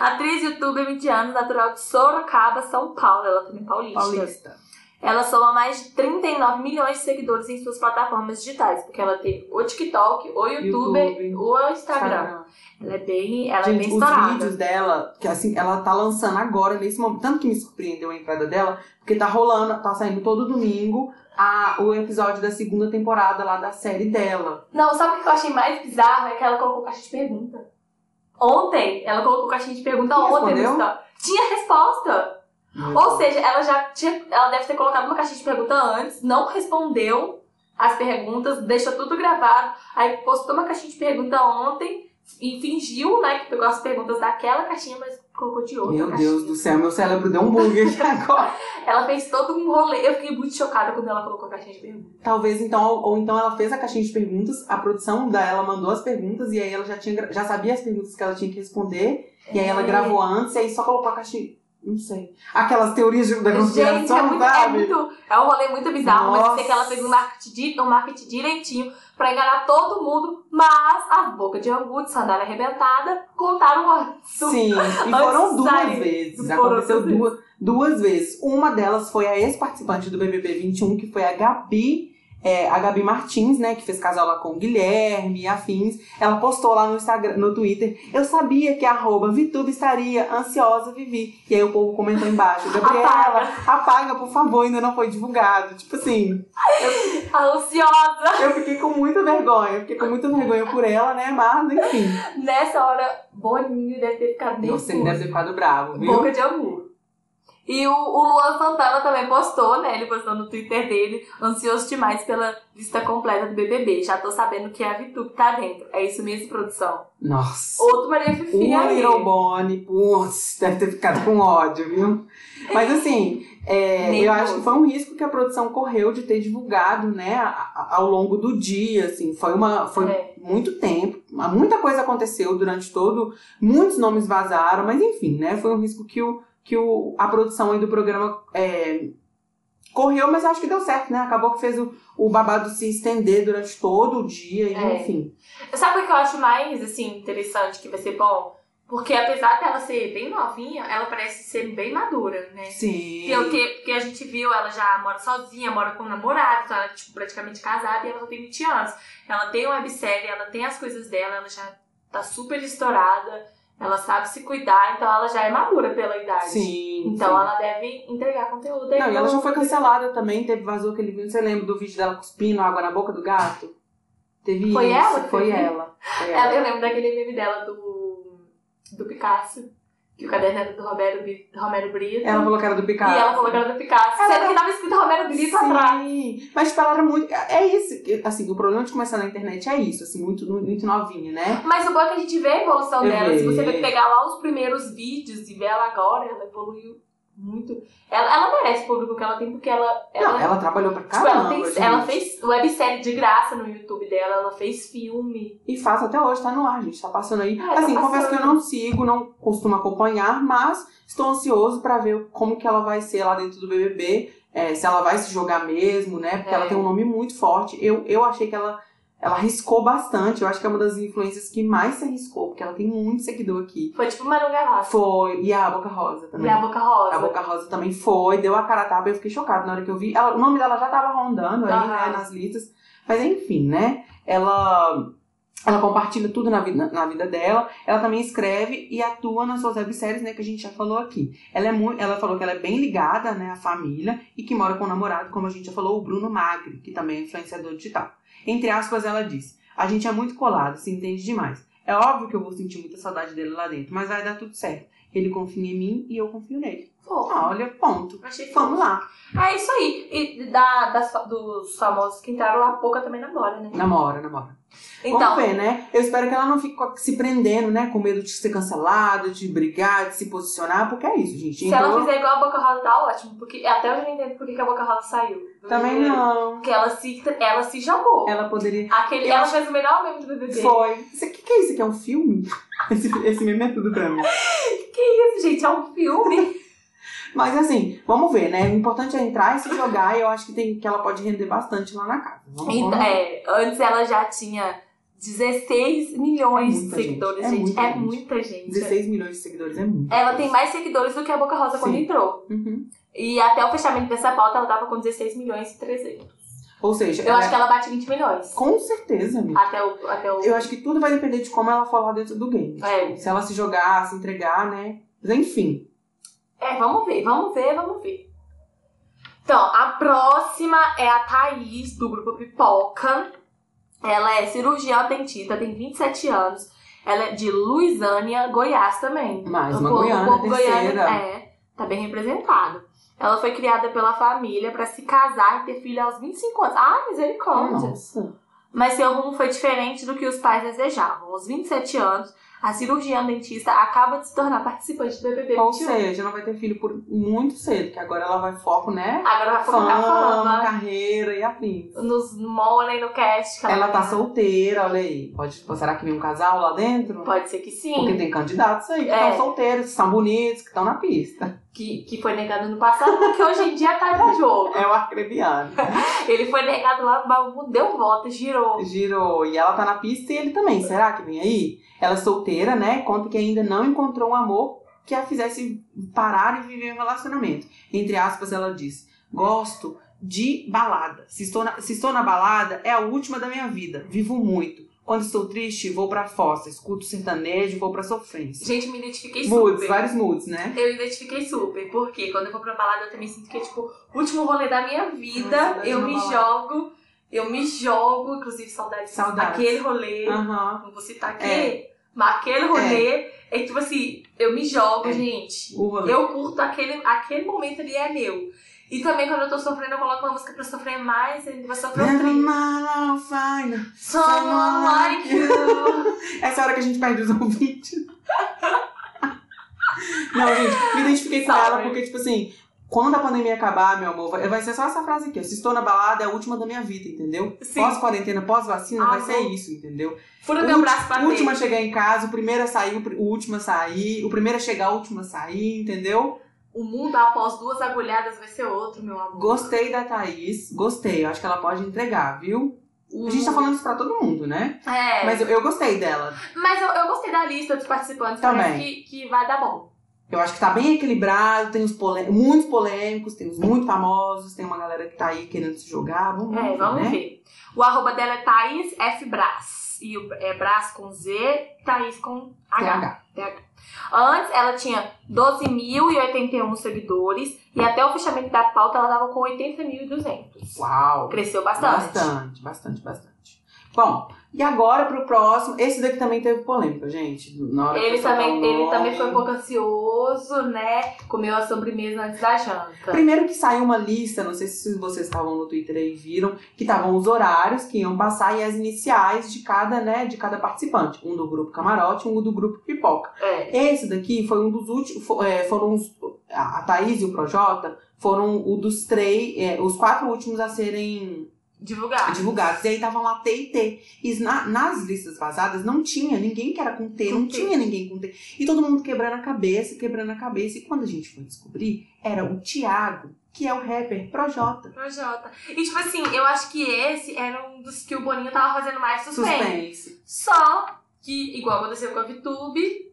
[SPEAKER 2] Atriz, youtuber, 20 anos, natural de Sorocaba, São Paulo. Ela também é paulista.
[SPEAKER 1] Paulista.
[SPEAKER 2] Ela soma mais de 39 milhões de seguidores em suas plataformas digitais. Porque ela tem o TikTok, o YouTube,
[SPEAKER 1] YouTube.
[SPEAKER 2] o Instagram. Ela é bem, ela é
[SPEAKER 1] gente,
[SPEAKER 2] bem
[SPEAKER 1] os
[SPEAKER 2] estourada.
[SPEAKER 1] vídeos dela, que assim, ela tá lançando agora, nesse momento. Tanto que me surpreendeu a entrada dela, porque tá rolando, tá saindo todo domingo a, o episódio da segunda temporada lá da série dela.
[SPEAKER 2] Não, sabe o que eu achei mais bizarro? É que ela colocou caixinha de pergunta. Ontem, ela colocou caixinha de pergunta
[SPEAKER 1] E
[SPEAKER 2] ontem
[SPEAKER 1] respondeu?
[SPEAKER 2] no Instagram. Tinha resposta. Ou seja, ela já tinha, ela deve ter colocado uma caixinha de pergunta antes, não respondeu as perguntas, deixou tudo gravado, aí postou uma caixinha de pergunta ontem e fingiu, né, que pegou as perguntas daquela caixinha, mas colocou de outra
[SPEAKER 1] Meu
[SPEAKER 2] caixinha.
[SPEAKER 1] Deus do céu, meu cérebro deu um bug aqui agora.
[SPEAKER 2] Ela fez todo um rolê. Eu fiquei muito chocada quando ela colocou a caixinha de perguntas.
[SPEAKER 1] Talvez então, ou, ou então ela fez a caixinha de perguntas, a produção dela mandou as perguntas e aí ela já, tinha, gra- já sabia as perguntas que ela tinha que responder. E aí ela
[SPEAKER 2] É.
[SPEAKER 1] gravou antes e aí só colocou a caixinha. Não sei. Aquelas teorias de- da
[SPEAKER 2] Gente, é
[SPEAKER 1] conspiração,
[SPEAKER 2] muito, é
[SPEAKER 1] sabe?
[SPEAKER 2] muito. É um rolê muito bizarro, mas eu sei
[SPEAKER 1] Nossa.
[SPEAKER 2] que ela fez um marketing, di- um marketing direitinho pra enganar todo mundo, mas a boca de angu de sandália arrebentada contaram antes.
[SPEAKER 1] Sim, e foram duas
[SPEAKER 2] sair.
[SPEAKER 1] vezes.
[SPEAKER 2] Foram
[SPEAKER 1] Aconteceu
[SPEAKER 2] duas
[SPEAKER 1] duas, duas vezes. Uma delas foi a ex-participante do BBB 21, que foi a Gabi. é, a Gabi Martins, né, que fez casal lá com o Guilherme e afins, ela postou lá no Instagram, no Twitter, eu sabia que a arroba Vitube estaria ansiosa, Vivi. E aí o povo comentou embaixo, Gabriela, apaga. por favor, ainda não foi divulgado. Tipo assim,
[SPEAKER 2] A Tá ansiosa.
[SPEAKER 1] eu fiquei com muita vergonha, eu fiquei com muita vergonha por ela, né, mas enfim.
[SPEAKER 2] Nessa hora, Boninho deve ter ficado
[SPEAKER 1] Nossa,
[SPEAKER 2] nervoso.
[SPEAKER 1] ele deve ter ficado bravo, viu?
[SPEAKER 2] Boca de angu. E o, o Luan Santana também postou, né? Ele postou no Twitter dele, ansioso demais pela lista completa do BBB. Já tô sabendo que a Vitube tá dentro. É isso mesmo, produção.
[SPEAKER 1] Nossa.
[SPEAKER 2] Outro Maria Fifi
[SPEAKER 1] O
[SPEAKER 2] aí.
[SPEAKER 1] Little Bonnie, putz, Um deve ter ficado com ódio, viu? Mas assim, é,
[SPEAKER 2] Nem
[SPEAKER 1] eu
[SPEAKER 2] vou.
[SPEAKER 1] acho que foi um risco que a produção correu de ter divulgado, né, a- a- ao longo do dia, assim, foi uma, foi
[SPEAKER 2] É.
[SPEAKER 1] muito tempo, muita coisa aconteceu durante todo, muitos nomes vazaram, mas enfim, né, foi um risco que, o, que o, a produção aí do programa é, correu, mas eu acho que deu certo, né, acabou que fez o, o babado se estender durante todo o dia, e,
[SPEAKER 2] É.
[SPEAKER 1] enfim.
[SPEAKER 2] Sabe o que eu acho mais, assim, interessante que vai ser bom? Porque apesar dela ser bem novinha, ela parece ser bem madura, né?
[SPEAKER 1] Sim.
[SPEAKER 2] Porque, o que- porque a gente viu, ela já mora sozinha, mora com um namorado, então ela é tipo, praticamente casada e ela só tem 20 anos. Ela tem uma websérie, ela tem as coisas dela, ela já tá super estourada, ela sabe se cuidar, então ela já é madura pela idade.
[SPEAKER 1] Sim.
[SPEAKER 2] Então
[SPEAKER 1] sim.
[SPEAKER 2] ela deve entregar conteúdo aí.
[SPEAKER 1] Não, e ela já
[SPEAKER 2] então-
[SPEAKER 1] foi cancelada também, teve vazou aquele vídeo. Você lembra do vídeo dela cuspindo água na boca do gato? Teve
[SPEAKER 2] Foi
[SPEAKER 1] isso,
[SPEAKER 2] ela que
[SPEAKER 1] Foi
[SPEAKER 2] fez?
[SPEAKER 1] ela. Foi
[SPEAKER 2] Ela-
[SPEAKER 1] ela.
[SPEAKER 2] Eu lembro daquele meme dela do, do Picasso, que o caderno era do Romero, Bi- Romero Brito.
[SPEAKER 1] Ela falou que era do Picasso.
[SPEAKER 2] E ela falou que era do Picasso,
[SPEAKER 1] Ela
[SPEAKER 2] sendo
[SPEAKER 1] era-
[SPEAKER 2] que tava escrito Romero Brito
[SPEAKER 1] Sim,
[SPEAKER 2] atrás.
[SPEAKER 1] Mas tipo, ela era muito. É isso. que- Assim, o problema de começar na internet é isso, assim, muito, muito novinha, né?
[SPEAKER 2] Mas o bom é que a gente vê a evolução
[SPEAKER 1] Eu
[SPEAKER 2] dela. Se você
[SPEAKER 1] vejo.
[SPEAKER 2] pegar lá os primeiros vídeos e ver ela agora, ela evoluiu muito. Ela, ela merece o público que ela tem, porque ela.
[SPEAKER 1] não, ela trabalhou pra
[SPEAKER 2] tipo, ela,
[SPEAKER 1] caramba.
[SPEAKER 2] tem,
[SPEAKER 1] gente.
[SPEAKER 2] ela fez websérie de graça no YouTube dela, ela fez filme.
[SPEAKER 1] E faz até hoje, tá no ar, gente. Tá passando aí.
[SPEAKER 2] É, tá
[SPEAKER 1] assim, confesso que
[SPEAKER 2] passando.
[SPEAKER 1] eu não sigo, não costumo acompanhar, mas estou ansioso pra ver como que ela vai ser lá dentro do BBB. é, se ela vai se jogar mesmo, né? Porque
[SPEAKER 2] É.
[SPEAKER 1] ela tem um nome muito forte. Eu, eu achei que ela, ela arriscou bastante. Eu acho que é uma das influências que mais se arriscou, porque ela tem muito seguidor aqui.
[SPEAKER 2] Foi tipo Manu Gavassi.
[SPEAKER 1] Foi. E a Boca Rosa também.
[SPEAKER 2] E a Boca Rosa.
[SPEAKER 1] A Boca Rosa também foi, deu a cara a tapa, eu fiquei chocada na hora que eu vi. Ela- o nome dela já tava rondando aí,
[SPEAKER 2] Aham.
[SPEAKER 1] né, nas listas. Mas enfim, né? Ela, ela compartilha tudo na vida, na vida dela. Ela também escreve e atua nas suas webséries, né? Que a gente já falou aqui. Ela, é muito, ela falou que ela é bem ligada, né? À família e que mora com o namorado, como a gente já falou, o Bruno Magri, que também é influenciador digital. Entre aspas, ela diz: A gente é muito colado, se entende demais. É óbvio que eu vou sentir muita saudade dele lá dentro, mas vai dar tudo certo. Ele confia em mim e eu confio nele.
[SPEAKER 2] Fofo.
[SPEAKER 1] Ah, olha, ponto.
[SPEAKER 2] Achei fofo.
[SPEAKER 1] Vamos lá.
[SPEAKER 2] É isso aí. E da, das, dos famosos que entraram lá, a Boca também namora, né?
[SPEAKER 1] Namora, namora.
[SPEAKER 2] Então,
[SPEAKER 1] Vamos ver, né? Eu espero que ela não fique co- se prendendo, né? Com medo de ser cancelada, de brigar, de se posicionar, porque é isso, gente.
[SPEAKER 2] se ela fizer igual a Boca Rosa, tá ótimo. Porque até hoje eu não entendo por que que a Boca Rosa saiu.
[SPEAKER 1] Também
[SPEAKER 2] né?
[SPEAKER 1] não.
[SPEAKER 2] Porque ela se, ela se jogou.
[SPEAKER 1] Ela poderia.
[SPEAKER 2] Aquele,
[SPEAKER 1] Eu
[SPEAKER 2] ela
[SPEAKER 1] acho-
[SPEAKER 2] fez o melhor meme do BBB.
[SPEAKER 1] Foi. Isso aqui que é isso? Aqui é um filme? Esse, esse meme é tudo pra mim.
[SPEAKER 2] Isso, gente, é um filme.
[SPEAKER 1] Mas assim, vamos ver, né? O importante é entrar e se jogar. E eu acho que, tem, que ela pode render bastante lá na casa. Vamos,
[SPEAKER 2] Então,
[SPEAKER 1] vamos.
[SPEAKER 2] é, antes ela já tinha 16 milhões
[SPEAKER 1] É muita
[SPEAKER 2] de seguidores,
[SPEAKER 1] gente, é
[SPEAKER 2] gente.
[SPEAKER 1] muita
[SPEAKER 2] É
[SPEAKER 1] gente.
[SPEAKER 2] muita gente.
[SPEAKER 1] 16 milhões de seguidores é muito.
[SPEAKER 2] Ela tem mais seguidores do que a Boca Rosa quando
[SPEAKER 1] Sim.
[SPEAKER 2] entrou.
[SPEAKER 1] Uhum.
[SPEAKER 2] E até o fechamento dessa pauta ela tava com 16 milhões e 300.
[SPEAKER 1] Ou seja,
[SPEAKER 2] Eu acho que ela bate 20 milhões.
[SPEAKER 1] É. com certeza, amiga.
[SPEAKER 2] Até o. Até o...
[SPEAKER 1] Eu acho que tudo vai depender de como ela for lá dentro do game.
[SPEAKER 2] É.
[SPEAKER 1] Tipo, Se ela se jogar, se entregar, né? Mas enfim.
[SPEAKER 2] É, vamos ver, vamos ver, vamos ver. Então, a próxima é a Thaís, do grupo Pipoca. Ela é cirurgiã dentista, tem 27 anos. Ela é de Luisânia, Goiás também.
[SPEAKER 1] Mais
[SPEAKER 2] O
[SPEAKER 1] uma
[SPEAKER 2] povo-
[SPEAKER 1] goiana,
[SPEAKER 2] o povo
[SPEAKER 1] terceira.
[SPEAKER 2] goiano, é, tá bem representado. Ela foi criada pela família pra se casar e ter filho aos 25 anos. Ah, misericórdia!
[SPEAKER 1] Nossa.
[SPEAKER 2] Mas seu rumo foi diferente do que os pais desejavam. Aos 27 anos, a cirurgiã dentista acaba de se tornar participante do BBB
[SPEAKER 1] Ou
[SPEAKER 2] 21.
[SPEAKER 1] seja, não vai ter filho por muito cedo, que agora ela vai foco, né?
[SPEAKER 2] Agora vai focar
[SPEAKER 1] Fama,
[SPEAKER 2] fama,
[SPEAKER 1] carreira e afim.
[SPEAKER 2] nos money, no cast. que
[SPEAKER 1] Ela tá
[SPEAKER 2] vai-
[SPEAKER 1] solteira, olha aí. Pode, será que vem um casal lá dentro?
[SPEAKER 2] Pode ser que sim.
[SPEAKER 1] Porque tem candidatos aí que
[SPEAKER 2] É.
[SPEAKER 1] estão solteiros, que são bonitos, que estão na pista.
[SPEAKER 2] que, que foi negado no passado, porque hoje em dia tá no jogo.
[SPEAKER 1] É o arcrebiano.
[SPEAKER 2] Ele foi negado lá no baú, deu volta, girou.
[SPEAKER 1] Girou. E ela tá na pista e ele também. Será que vem aí? Ela é solteira, né? Conta que ainda não encontrou um amor que a fizesse parar e viver um relacionamento. Entre aspas, ela diz: Gosto de balada. Se estou, na, se estou na balada, é a última da minha vida. Vivo muito. Quando estou triste, vou pra fossa. Escuto sertanejo, vou pra sofrência.
[SPEAKER 2] Gente, me identifiquei
[SPEAKER 1] Moods,
[SPEAKER 2] super.
[SPEAKER 1] vários moods, né?
[SPEAKER 2] Eu identifiquei super, porque quando eu vou pra balada eu também sinto que é tipo o último rolê da minha vida.
[SPEAKER 1] Nossa,
[SPEAKER 2] eu
[SPEAKER 1] imagina
[SPEAKER 2] me
[SPEAKER 1] balada.
[SPEAKER 2] jogo, eu me jogo, inclusive saudades,
[SPEAKER 1] Saudades.
[SPEAKER 2] aquele rolê.
[SPEAKER 1] Aham.
[SPEAKER 2] Não vou citar aqui,
[SPEAKER 1] É.
[SPEAKER 2] mas aquele rolê é. tipo assim, eu me jogo,
[SPEAKER 1] É.
[SPEAKER 2] gente.
[SPEAKER 1] O rolê.
[SPEAKER 2] Eu curto aquele, aquele momento ali é meu. E também quando eu tô sofrendo, eu coloco uma música pra sofrer mais, ainda vai sofrer um
[SPEAKER 1] Never
[SPEAKER 2] trio.
[SPEAKER 1] mind, I'll find-
[SPEAKER 2] Someone like you.
[SPEAKER 1] Essa é a hora que a gente perde os ouvintes. Não, gente, me identifiquei com
[SPEAKER 2] Sorry.
[SPEAKER 1] ela porque, tipo assim, quando a pandemia acabar, meu amor, vai vai ser só essa frase aqui. ó. Se estou na balada, é a última da minha vida, entendeu?
[SPEAKER 2] Sim. Ah,
[SPEAKER 1] Pós-quarentena, pós-vacina, vai
[SPEAKER 2] Amor.
[SPEAKER 1] ser isso, entendeu?
[SPEAKER 2] Fura meu
[SPEAKER 1] Ulti-
[SPEAKER 2] um braço pra
[SPEAKER 1] O último a
[SPEAKER 2] dentro.
[SPEAKER 1] chegar em casa, o primeiro a sair, o pri- o último a sair, o primeiro a chegar, o último a sair, entendeu?
[SPEAKER 2] O mundo após duas agulhadas vai ser outro, meu amor.
[SPEAKER 1] Gostei da Thaís, gostei. Eu acho que ela pode entregar, viu?
[SPEAKER 2] O-
[SPEAKER 1] A gente tá falando isso pra todo mundo, né?
[SPEAKER 2] Uhum. É.
[SPEAKER 1] Mas eu, eu gostei dela.
[SPEAKER 2] Mas eu, eu gostei da lista dos participantes,
[SPEAKER 1] Também.
[SPEAKER 2] parece que, que vai dar bom.
[SPEAKER 1] Eu acho que tá bem equilibrado, tem os polê- muitos polêmicos, tem os muito famosos, tem uma galera que tá aí querendo se jogar. Vamos,
[SPEAKER 2] É,
[SPEAKER 1] ver,
[SPEAKER 2] vamos
[SPEAKER 1] né?
[SPEAKER 2] ver. O arroba dela é Thaís F. Brás. E o é Brás com Z, Thaís com H.
[SPEAKER 1] TH.
[SPEAKER 2] Antes ela tinha 12.081 seguidores e até o fechamento da pauta ela tava com 80.200.
[SPEAKER 1] Uau!
[SPEAKER 2] Cresceu bastante.
[SPEAKER 1] Bastante, bastante, bastante. Bom, e agora pro próximo. Esse daqui também teve polêmica, gente. Na hora que
[SPEAKER 2] Ele
[SPEAKER 1] eu soltar
[SPEAKER 2] também,
[SPEAKER 1] o
[SPEAKER 2] ele
[SPEAKER 1] nome.
[SPEAKER 2] também foi um pouco ansioso, né? Comeu a sobremesa antes da janta.
[SPEAKER 1] Primeiro que saiu uma lista, não sei se vocês estavam no Twitter aí e viram, que estavam os horários que iam passar e as iniciais de cada, né, de cada participante. Um do grupo camarote, um do grupo pipoca.
[SPEAKER 2] É.
[SPEAKER 1] Esse daqui foi um dos últimos. fo- é, foram os- a a Thaís e o Projota foram o dos três, é, os quatro últimos a serem
[SPEAKER 2] Divulgar.
[SPEAKER 1] divulgados. E aí estavam lá T e T. E na- nas listas vazadas não tinha ninguém que era com T,
[SPEAKER 2] Com
[SPEAKER 1] não
[SPEAKER 2] T.
[SPEAKER 1] tinha ninguém com T. E todo mundo quebrando a cabeça, quebrando a cabeça. E quando a gente foi descobrir, era o Thiago, que é o rapper Projota.
[SPEAKER 2] Projota. E tipo assim, eu acho que esse era um dos que o Boninho tava fazendo mais suspense.
[SPEAKER 1] Suspense.
[SPEAKER 2] Só que, igual aconteceu com a VTube,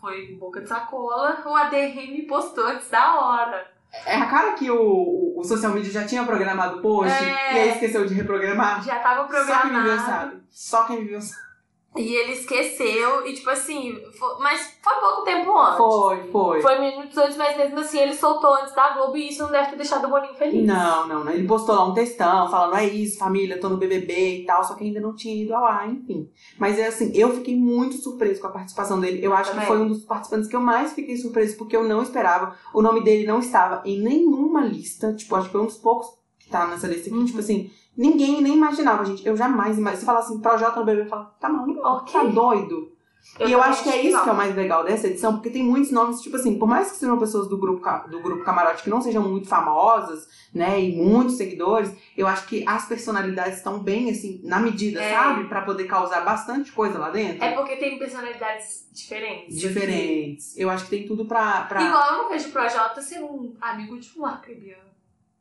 [SPEAKER 2] foi boca de sacola, o ADM postou antes da hora.
[SPEAKER 1] É a cara que o, o, o social media já tinha programado o post
[SPEAKER 2] É.
[SPEAKER 1] e aí esqueceu de reprogramar.
[SPEAKER 2] Já tava
[SPEAKER 1] Só quem viveu
[SPEAKER 2] programado.
[SPEAKER 1] sabe. Só quem viveu sabe.
[SPEAKER 2] E ele esqueceu, e tipo assim, fo- mas foi pouco tempo antes.
[SPEAKER 1] Foi, foi.
[SPEAKER 2] Foi minutos antes, mas mesmo assim ele soltou antes da Globo e isso não deve ter deixado o Boninho feliz.
[SPEAKER 1] Não, não, não. Ele postou lá um textão falando, é isso, família, tô no BBB e tal, só que ainda não tinha ido ao ar, enfim. Mas é assim, eu fiquei muito surpreso com a participação dele. Eu acho
[SPEAKER 2] Também.
[SPEAKER 1] que foi um dos participantes que eu mais fiquei surpreso, porque eu não esperava. O nome dele não estava em nenhuma lista, tipo, acho que foi um dos poucos que tá nessa lista aqui,
[SPEAKER 2] Uhum.
[SPEAKER 1] tipo assim, ninguém nem imaginava, gente. Eu jamais imaginava. Se falar assim, Projota no BBB, eu falo, tá maluco,
[SPEAKER 2] Ok.
[SPEAKER 1] tá doido e eu
[SPEAKER 2] também
[SPEAKER 1] acho que é isso
[SPEAKER 2] não.
[SPEAKER 1] que é o mais legal dessa edição, porque tem muitos nomes, tipo assim, por mais que sejam pessoas do grupo, ca- do grupo Camarote que não sejam muito famosas, né, e muitos seguidores, eu acho que as personalidades estão bem, assim, na medida,
[SPEAKER 2] É.
[SPEAKER 1] sabe? Pra poder causar bastante coisa lá dentro.
[SPEAKER 2] É porque tem personalidades diferentes.
[SPEAKER 1] Diferentes. Eu acho que tem tudo pra. pra...
[SPEAKER 2] Igual eu não vejo o Projota ser um amigo de um arcrebiano.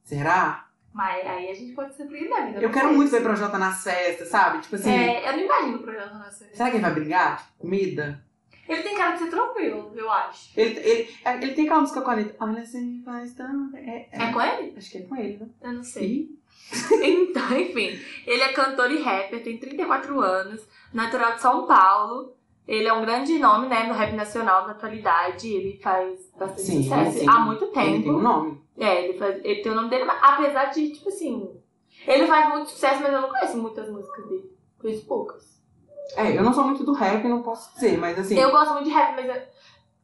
[SPEAKER 1] Será?
[SPEAKER 2] Mas aí a gente pode surpreender a vida.
[SPEAKER 1] Eu
[SPEAKER 2] não
[SPEAKER 1] quero
[SPEAKER 2] sei.
[SPEAKER 1] muito ver Projota nas festas, sabe? Tipo assim,
[SPEAKER 2] É, eu não imagino o Projota na série.
[SPEAKER 1] será que ele vai brigar? Tipo, Comida?
[SPEAKER 2] Ele tem cara de ser tranquilo, eu acho.
[SPEAKER 1] Ele, ele, é, ele tem aquela música com a Anitta. Olha, você me faz tão. É,
[SPEAKER 2] É,
[SPEAKER 1] é.
[SPEAKER 2] com ele?
[SPEAKER 1] Acho que é com ele, né?
[SPEAKER 2] Eu não sei.
[SPEAKER 1] Ih,
[SPEAKER 2] então, enfim. Ele é cantor e rapper, tem 34 anos, natural de São Paulo. Ele é um grande nome, né, no rap nacional na atualidade. Ele faz bastante
[SPEAKER 1] Sim,
[SPEAKER 2] sucesso
[SPEAKER 1] sim.
[SPEAKER 2] há muito
[SPEAKER 1] Ele
[SPEAKER 2] tempo.
[SPEAKER 1] tem um nome.
[SPEAKER 2] É, ele, faz, ele tem o nome dele, mas apesar de, tipo assim. Ele faz muito sucesso, mas eu não conheço muitas músicas dele. Conheço poucas.
[SPEAKER 1] É, eu não sou muito do rap, não posso dizer, mas assim.
[SPEAKER 2] Eu gosto muito de rap, mas eu,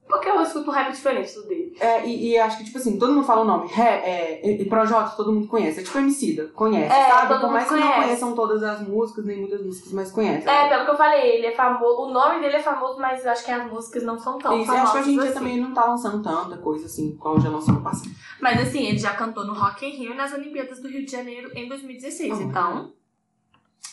[SPEAKER 2] Porque eu escuto um rap diferente do dele.
[SPEAKER 1] É, e, e acho que, tipo assim, todo mundo fala o nome. Ré, é, e, e Projota, todo mundo conhece. É tipo Emicida, conhece,
[SPEAKER 2] É,
[SPEAKER 1] sabe?
[SPEAKER 2] todo
[SPEAKER 1] Por
[SPEAKER 2] mundo
[SPEAKER 1] mais que não
[SPEAKER 2] conhece.
[SPEAKER 1] conheçam todas as músicas, nem muitas músicas, mas conhece.
[SPEAKER 2] É, pelo que eu falei, ele é famoso. O nome dele é famoso, mas eu acho que as músicas não são tão
[SPEAKER 1] Isso, eu
[SPEAKER 2] famosas.
[SPEAKER 1] acho que hoje em dia
[SPEAKER 2] assim.
[SPEAKER 1] também não tá lançando tanta coisa assim, qual já lançou no passado.
[SPEAKER 2] Mas assim, ele já cantou no Rock in Rio e nas Olimpíadas do Rio de Janeiro em 2016.
[SPEAKER 1] Ah,
[SPEAKER 2] então,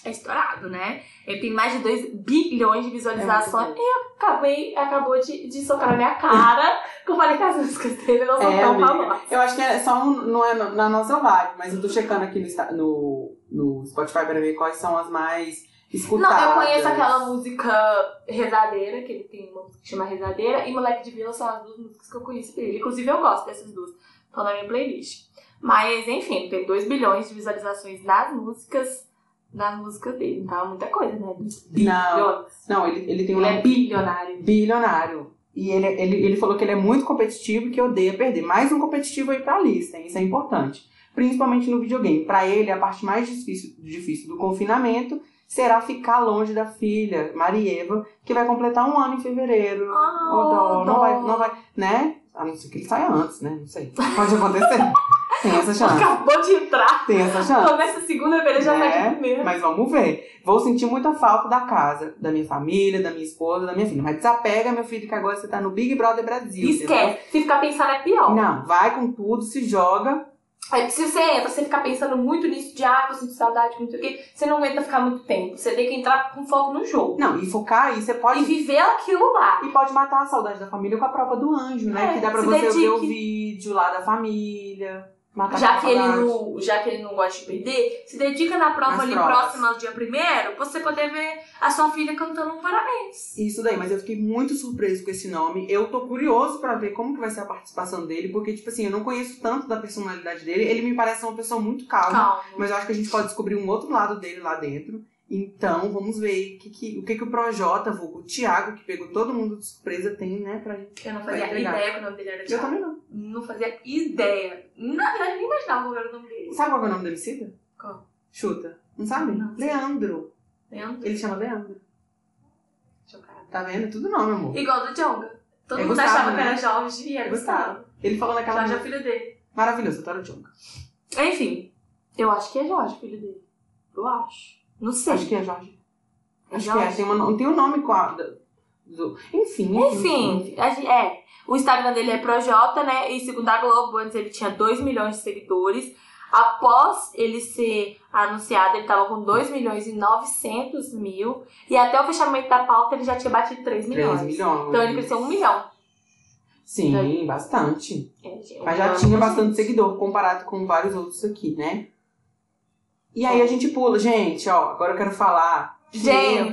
[SPEAKER 2] é estourado, né? Ele tem mais de 2 bilhões de visualizações.
[SPEAKER 1] É muito
[SPEAKER 2] e eu acabei, acabou de, de socar na minha cara que eu falei que as músicas dele não são
[SPEAKER 1] É,
[SPEAKER 2] tão
[SPEAKER 1] amiga.
[SPEAKER 2] famosas.
[SPEAKER 1] Eu acho que é só um, não é no- na nossa vibe, mas eu tô checando aqui no, Insta- no, no Spotify pra ver quais são as mais escutadas.
[SPEAKER 2] Não, eu conheço aquela música Rezadeira, que ele tem uma música que chama Rezadeira, e Moleque de Vila são as duas músicas que eu conheço dele. Inclusive, eu gosto dessas duas. Estão na minha playlist. Mas, enfim, tem 2 bilhões de visualizações nas músicas, nas músicas dele. Então, é muita coisa, né? Dois bilhões.
[SPEAKER 1] Não, ele, ele tem um
[SPEAKER 2] Ele é
[SPEAKER 1] nome
[SPEAKER 2] bilionário.
[SPEAKER 1] bilionário. E ele, ele, ele falou que ele é muito competitivo e que odeia perder. Mais um competitivo aí pra lista, hein? isso é importante. Principalmente no videogame. Pra ele, a parte mais difícil, difícil do confinamento será ficar longe da filha, Marieva, que vai completar um ano em fevereiro.
[SPEAKER 2] Ah,
[SPEAKER 1] Ô, dó,
[SPEAKER 2] dó.
[SPEAKER 1] Não vai, não vai, né? A não ser que ele saia antes, né? Não sei. Pode acontecer. Tem essa chance.
[SPEAKER 2] Acabou de entrar.
[SPEAKER 1] Tem essa chance.
[SPEAKER 2] Começa segunda-feira, já tá
[SPEAKER 1] É.
[SPEAKER 2] aqui primeiro.
[SPEAKER 1] Mas vamos ver. Vou sentir muita falta da casa, da minha família, da minha esposa, da minha filha. Mas desapega, meu filho, que agora você tá no Big Brother Brasil. entendeu?
[SPEAKER 2] Esquece. Se ficar pensando é pior.
[SPEAKER 1] Não, vai com tudo, se joga.
[SPEAKER 2] Aí, se você entra, você fica pensando muito nisso de ah, eu sinto saudade, não sei o quê, você não aguenta ficar muito tempo. Você tem que entrar com foco no jogo.
[SPEAKER 1] Não, e focar aí, você pode.
[SPEAKER 2] E
[SPEAKER 1] E,
[SPEAKER 2] viver aquilo lá.
[SPEAKER 1] pode matar a saudade da família com a prova do anjo, né?
[SPEAKER 2] É,
[SPEAKER 1] que dá pra
[SPEAKER 2] se
[SPEAKER 1] você ver o
[SPEAKER 2] dedique.
[SPEAKER 1] vídeo lá da família. Matar
[SPEAKER 2] Já
[SPEAKER 1] aquela
[SPEAKER 2] que, ele
[SPEAKER 1] saudade.
[SPEAKER 2] não, já que ele não gosta de perder, se dedica na prova
[SPEAKER 1] Nas
[SPEAKER 2] ali
[SPEAKER 1] provas.
[SPEAKER 2] próxima ao dia primeiro, pra você poder ver a sua filha cantando um parabéns.
[SPEAKER 1] Isso daí, mas eu fiquei muito surpreso com esse nome. Eu tô curioso pra ver como que vai ser a participação dele, porque, tipo assim, eu não conheço tanto da personalidade dele. Ele me parece uma pessoa muito calma.
[SPEAKER 2] Calma.
[SPEAKER 1] Mas eu acho que a gente pode descobrir um outro lado dele lá dentro. Então, vamos ver aí o que, que- o, que, que o Projota, vulgo, o Thiago, que pegou todo mundo de surpresa, tem, né, pra gente.
[SPEAKER 2] Eu não fazia
[SPEAKER 1] Vai entregar.
[SPEAKER 2] ideia que o nome dele era
[SPEAKER 1] Eu
[SPEAKER 2] Thiago.
[SPEAKER 1] também não.
[SPEAKER 2] Não fazia ideia. Na verdade, eu nem imaginava qual era o nome dele.
[SPEAKER 1] Sabe qual que é o nome da Emicida?
[SPEAKER 2] Qual?
[SPEAKER 1] Chuta. Não sabe?
[SPEAKER 2] Não.
[SPEAKER 1] Leandro.
[SPEAKER 2] Leandro?
[SPEAKER 1] Ele chama Leandro.
[SPEAKER 2] Chocada.
[SPEAKER 1] Tá vendo? É Tudo nome, amor.
[SPEAKER 2] Igual do Jonga. Todo
[SPEAKER 1] É
[SPEAKER 2] mundo
[SPEAKER 1] Gustavo,
[SPEAKER 2] achava
[SPEAKER 1] né?
[SPEAKER 2] que era Jorge e era
[SPEAKER 1] É
[SPEAKER 2] Gustavo.
[SPEAKER 1] Ele falou naquela.
[SPEAKER 2] Jorge é o filho dele.
[SPEAKER 1] Maravilhoso, adoro o Jonga.
[SPEAKER 2] É, Enfim, eu acho que é Jorge, filho dele. Eu acho. Não sei.
[SPEAKER 1] Acho que é Jorge. Acho
[SPEAKER 2] Jorge?
[SPEAKER 1] que é. Tem, uma, tem um nome com a. da- Do, enfim,
[SPEAKER 2] Enfim, a gen- é. O Instagram dele é Projota, né? E segundo a Globo, antes ele tinha 2 milhões de seguidores. Após ele ser anunciado, ele tava com 2 milhões e 900 mil. E até o fechamento da pauta, ele já tinha batido 3 milhões.
[SPEAKER 1] 3 milhões.
[SPEAKER 2] Então ele cresceu 1 milhão.
[SPEAKER 1] Sim, bastante.
[SPEAKER 2] É, gente, um
[SPEAKER 1] Mas já
[SPEAKER 2] milhão
[SPEAKER 1] tinha
[SPEAKER 2] de
[SPEAKER 1] bastante
[SPEAKER 2] seguidores.
[SPEAKER 1] seguidor comparado com vários outros aqui, né? E aí a gente pula, gente, ó, agora eu quero falar. que Eu,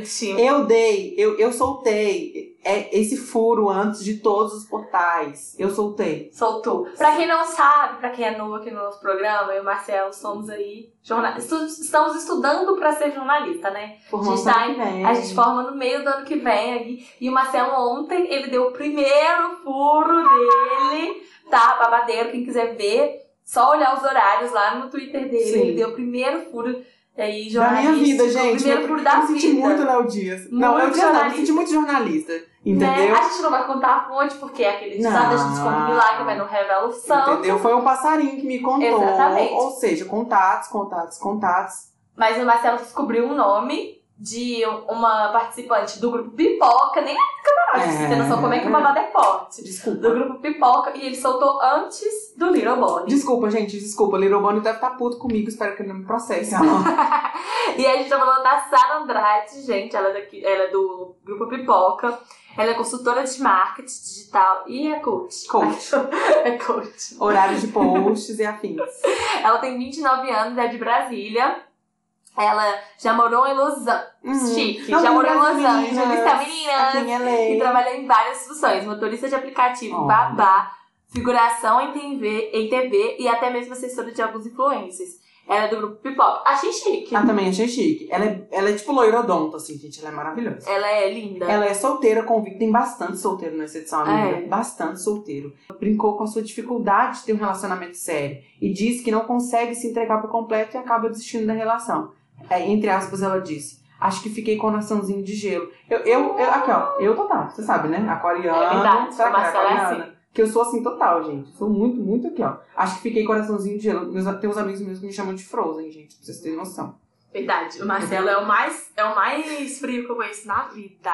[SPEAKER 2] Gente,
[SPEAKER 1] eu dei, eu, eu soltei é, esse furo antes de todos os portais. Eu soltei.
[SPEAKER 2] soltou. Pra quem não sabe, pra quem é novo aqui no nosso programa, eu e o Marcelo somos aí jornal... estu- estamos estudando pra ser jornalista, né?
[SPEAKER 1] Formação
[SPEAKER 2] tá-
[SPEAKER 1] que vem.
[SPEAKER 2] A gente forma no meio do ano que vem aí. E o Marcelo ontem, ele deu o primeiro furo dele, tá? Babadeiro, quem quiser ver, só olhar os horários lá no Twitter dele.
[SPEAKER 1] Sim.
[SPEAKER 2] Ele deu o primeiro furo aí,
[SPEAKER 1] da minha
[SPEAKER 2] jornalístico.
[SPEAKER 1] vida, gente.
[SPEAKER 2] O primeiro
[SPEAKER 1] meu-
[SPEAKER 2] furo da
[SPEAKER 1] eu me senti
[SPEAKER 2] vida. né?
[SPEAKER 1] muito Léo Dias. não, eu já não,
[SPEAKER 2] Muito
[SPEAKER 1] eu me
[SPEAKER 2] jornalista.
[SPEAKER 1] senti muito jornalista.
[SPEAKER 2] Né?
[SPEAKER 1] Entendeu?
[SPEAKER 2] A gente não vai contar a fonte, porque é aquele
[SPEAKER 1] Não.
[SPEAKER 2] ditado, a gente desconta o milagre, mas não revela o santo.
[SPEAKER 1] Entendeu? Foi um passarinho que me contou.
[SPEAKER 2] Exatamente.
[SPEAKER 1] Ou seja, contatos, contatos, contatos.
[SPEAKER 2] Mas o Marcelo descobriu um nome de uma participante do grupo Pipoca, nem é camarote, pra você tem noção como é que o babado é forte.
[SPEAKER 1] Desculpa.
[SPEAKER 2] do grupo Pipoca e ele soltou antes do Little Bonnie.
[SPEAKER 1] Desculpa, gente, desculpa. Little Bonnie deve estar puto comigo, espero que ele não me processe. amor.
[SPEAKER 2] E a gente tá falando da Sara Andrade, gente, ela é, daqui, ela é do grupo Pipoca, ela é consultora de marketing digital e é coach.
[SPEAKER 1] Coach.
[SPEAKER 2] é coach.
[SPEAKER 1] Horário de posts e afins.
[SPEAKER 2] Ela tem 29 anos, é de Brasília. Ela já morou em Los Angeles.
[SPEAKER 1] Uhum.
[SPEAKER 2] Chique, já morou em Los Angeles, tá, meninas?
[SPEAKER 1] Aqui em
[SPEAKER 2] E
[SPEAKER 1] LA.
[SPEAKER 2] trabalhou em várias funções: motorista de aplicativo,
[SPEAKER 1] Olha.
[SPEAKER 2] babá, figuração em TV, em TV e até mesmo assessora de alguns influencers. Ela é do grupo Pipoca. Achei chique.
[SPEAKER 1] Ah, também achei chique. Ela é, ela é tipo loirodonta, assim, gente. Ela é maravilhosa.
[SPEAKER 2] Ela é linda.
[SPEAKER 1] Ela é solteira, convicta. Tem bastante solteiro nessa edição, amiga.
[SPEAKER 2] É.
[SPEAKER 1] Bastante solteiro. Brincou com a sua dificuldade de ter um relacionamento sério. E diz que não consegue se entregar por completo e acaba desistindo da relação. É, entre aspas, ela disse. Acho que fiquei com o coraçãozinho de gelo. Eu, eu, eu- aqui, ó, eu total, você sabe, né? Aquariana.
[SPEAKER 2] É verdade,
[SPEAKER 1] será que era
[SPEAKER 2] Marcela é
[SPEAKER 1] aquariana? Que eu sou assim total, gente. Sou muito, muito aqui, ó. Acho que fiquei com o coraçãozinho de gelo. Meus, tem uns amigos meus que me chamam de Frozen, gente, pra vocês terem noção.
[SPEAKER 2] Verdade, o Marcelo é o mais, é o mais frio que eu conheço na vida.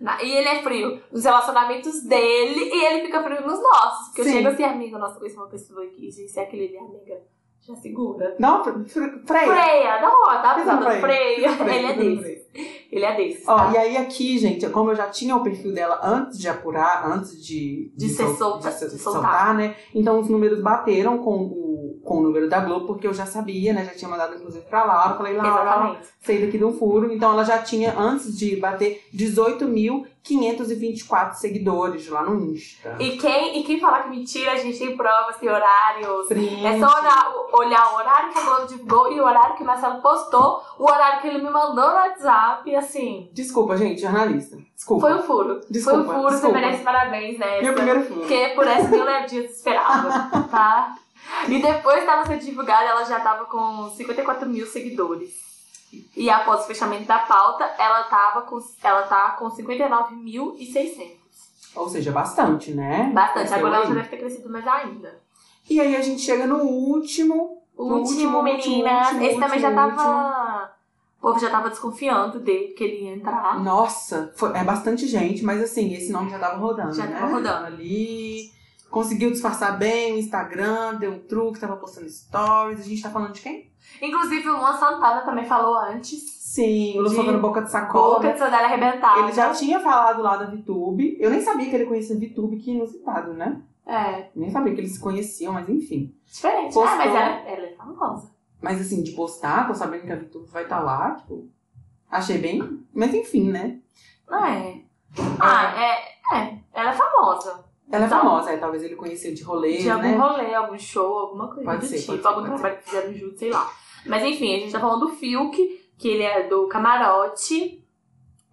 [SPEAKER 2] Na- e ele é frio nos relacionamentos dele e ele fica frio nos nossos. Porque eu
[SPEAKER 1] Sim.
[SPEAKER 2] chego assim, amiga, nossa, conheço uma pessoa aqui, gente, se é aquele ali, amiga, já segura.
[SPEAKER 1] Não, fre- fre- freia.
[SPEAKER 2] Freia, da hora, tá
[SPEAKER 1] Pisa
[SPEAKER 2] precisando freia.
[SPEAKER 1] Freia,
[SPEAKER 2] Ele é
[SPEAKER 1] tudo
[SPEAKER 2] desse. Ele é desse.
[SPEAKER 1] um Ó,
[SPEAKER 2] tá?
[SPEAKER 1] e aí aqui, gente, como eu já tinha o perfil dela antes de apurar, antes de...
[SPEAKER 2] De ser solta-
[SPEAKER 1] se-
[SPEAKER 2] de soltar.
[SPEAKER 1] né? Então os números bateram com o, com o número da Globo, porque eu já sabia, né? Já tinha mandado, inclusive, pra Laura. Falei, Laura,
[SPEAKER 2] Exatamente.
[SPEAKER 1] sei daqui de um furo. Então ela já tinha, antes de bater, 18.524 seguidores lá no Insta.
[SPEAKER 2] E quem, e quem falar que mentira, a gente tem provas, tem horários. É
[SPEAKER 1] Gente,
[SPEAKER 2] só olhar, olhar o horário que a Globo divulgou e o horário que o Marcelo postou, o horário que ele me mandou no WhatsApp, e assim.
[SPEAKER 1] Desculpa, gente, jornalista. Desculpa.
[SPEAKER 2] Foi um furo.
[SPEAKER 1] Desculpa,
[SPEAKER 2] foi um furo, você
[SPEAKER 1] desculpa.
[SPEAKER 2] merece parabéns né? nessa.
[SPEAKER 1] Meu primeiro furo.
[SPEAKER 2] Porque por essa nem o Léo Dias esperava, tá? E depois dela ser divulgada, ela já tava com 54 mil seguidores. E após o fechamento da pauta, ela, tava com, ela tá com 59.600.
[SPEAKER 1] Ou seja, bastante, né?
[SPEAKER 2] Bastante.
[SPEAKER 1] Cresceu
[SPEAKER 2] Agora ela
[SPEAKER 1] aí.
[SPEAKER 2] já deve ter crescido mais ainda.
[SPEAKER 1] E aí a gente chega no último
[SPEAKER 2] O
[SPEAKER 1] No último,
[SPEAKER 2] último, meninas.
[SPEAKER 1] último, último,
[SPEAKER 2] Esse também já
[SPEAKER 1] último,
[SPEAKER 2] tava. O povo já tava desconfiando dele que ele ia entrar.
[SPEAKER 1] Nossa, foi- é bastante gente, mas assim, esse nome já tava rodando.
[SPEAKER 2] Já
[SPEAKER 1] né?
[SPEAKER 2] tava rodando.
[SPEAKER 1] ali. Conseguiu disfarçar bem o Instagram, deu um truque, tava postando stories. A gente tá falando de quem?
[SPEAKER 2] Inclusive, o Luan Santana também falou antes.
[SPEAKER 1] Sim, o Lu
[SPEAKER 2] De
[SPEAKER 1] falando boca de sacola.
[SPEAKER 2] Boca de sandália arrebentada.
[SPEAKER 1] Ele já tinha falado lá da VTube. Eu nem sabia que ele conhecia a VTube, que inusitado, né?
[SPEAKER 2] É.
[SPEAKER 1] Nem sabia que eles se conheciam, mas enfim.
[SPEAKER 2] Diferente.
[SPEAKER 1] Postou.
[SPEAKER 2] Ah, mas ela, ela é famosa.
[SPEAKER 1] Mas assim, de postar, tô sabendo que a VTube vai estar lá, tipo. Achei bem. Mas enfim, né?
[SPEAKER 2] Ah, é. Ah, é. é. Ela é famosa.
[SPEAKER 1] Ela é
[SPEAKER 2] Tá.
[SPEAKER 1] famosa, aí talvez ele conheceu de rolê,
[SPEAKER 2] De algum
[SPEAKER 1] né?
[SPEAKER 2] rolê, algum show, alguma coisa
[SPEAKER 1] Pode
[SPEAKER 2] do
[SPEAKER 1] ser,
[SPEAKER 2] tipo.
[SPEAKER 1] pode ser,
[SPEAKER 2] algum
[SPEAKER 1] pode ser.
[SPEAKER 2] trabalho que fizeram juntos, sei lá. Mas enfim, a gente tá falando do Fiuk, que ele é do Camarote.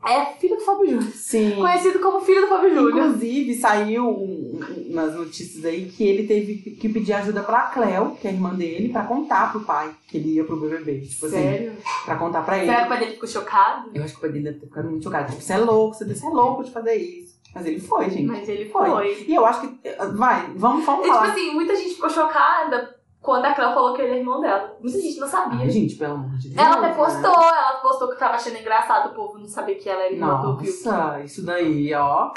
[SPEAKER 2] É filho do Fábio Júnior.
[SPEAKER 1] Sim.
[SPEAKER 2] Conhecido como filho do Fábio Júnior.
[SPEAKER 1] Inclusive, saiu um- um- umas notícias aí que ele teve que pedir ajuda pra Cleo, que é a irmã dele, pra contar pro pai que ele ia pro BBB. Tipo assim,
[SPEAKER 2] Sério?
[SPEAKER 1] pra contar pra ele.
[SPEAKER 2] Será que o pai dele ficou chocado?
[SPEAKER 1] Eu acho que o pai dele deve ter ficado muito chocado. Tipo, você é louco, você você é louco de fazer isso. Mas ele foi, gente.
[SPEAKER 2] Mas ele
[SPEAKER 1] Foi.
[SPEAKER 2] foi.
[SPEAKER 1] E eu acho que. Vai, vamos,
[SPEAKER 2] E,
[SPEAKER 1] vamos
[SPEAKER 2] tipo
[SPEAKER 1] falar.
[SPEAKER 2] assim, muita gente ficou chocada quando a Cléo falou que ele é irmão dela. Muita gente não
[SPEAKER 1] Ai,
[SPEAKER 2] sabia.
[SPEAKER 1] gente, pelo amor de Deus.
[SPEAKER 2] Ela até
[SPEAKER 1] né?
[SPEAKER 2] postou, ela postou que tava achando engraçado o povo não saber que ela era irmã do Fiuk.
[SPEAKER 1] né? Nossa, isso daí, ó.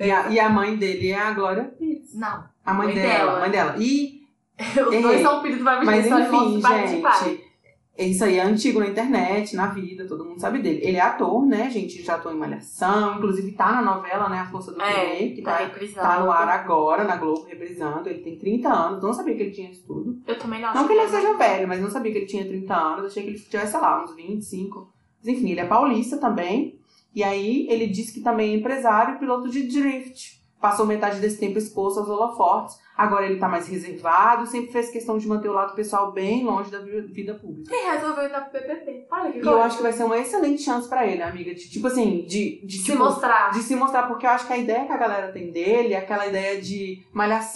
[SPEAKER 1] E a, e a mãe dele é a Glória Pires.
[SPEAKER 2] Não.
[SPEAKER 1] A mãe,
[SPEAKER 2] Mãe
[SPEAKER 1] dela,
[SPEAKER 2] dela.
[SPEAKER 1] a mãe dela. E
[SPEAKER 2] Os dois
[SPEAKER 1] Errei.
[SPEAKER 2] são filhos do Fábio
[SPEAKER 1] Mas
[SPEAKER 2] Júnior, são irmãos
[SPEAKER 1] enfim,
[SPEAKER 2] de pai de pai.
[SPEAKER 1] gente. Isso aí é antigo na internet, na vida, todo mundo sabe dele. Ele é ator, né, gente? Já atuou em Malhação, inclusive tá na novela, né? A Força do
[SPEAKER 2] É,
[SPEAKER 1] Poder,
[SPEAKER 2] que tá
[SPEAKER 1] tá,
[SPEAKER 2] reprisando.
[SPEAKER 1] tá no ar agora, na Globo, reprisando. Ele tem 30 anos, não sabia que ele tinha isso tudo.
[SPEAKER 2] Eu também não.
[SPEAKER 1] Não que ele seja
[SPEAKER 2] né?
[SPEAKER 1] velho, mas não sabia que ele tinha 30 anos. Achei que ele tivesse, sei lá, uns 25. Mas enfim, ele é paulista também. E aí, ele disse que também é empresário e piloto de drift. Passou metade desse tempo exposto aos holofortes. Agora ele tá mais reservado, sempre fez questão de manter o lado pessoal bem longe da vi- vida pública.
[SPEAKER 2] Quem resolveu entrar pro PPP? Olha que
[SPEAKER 1] E eu acho que vai ser uma excelente chance pra ele, amiga. De, tipo assim, de, de,
[SPEAKER 2] Se
[SPEAKER 1] tipo,
[SPEAKER 2] mostrar.
[SPEAKER 1] de se mostrar, porque eu acho que a ideia que a galera tem dele é aquela ideia de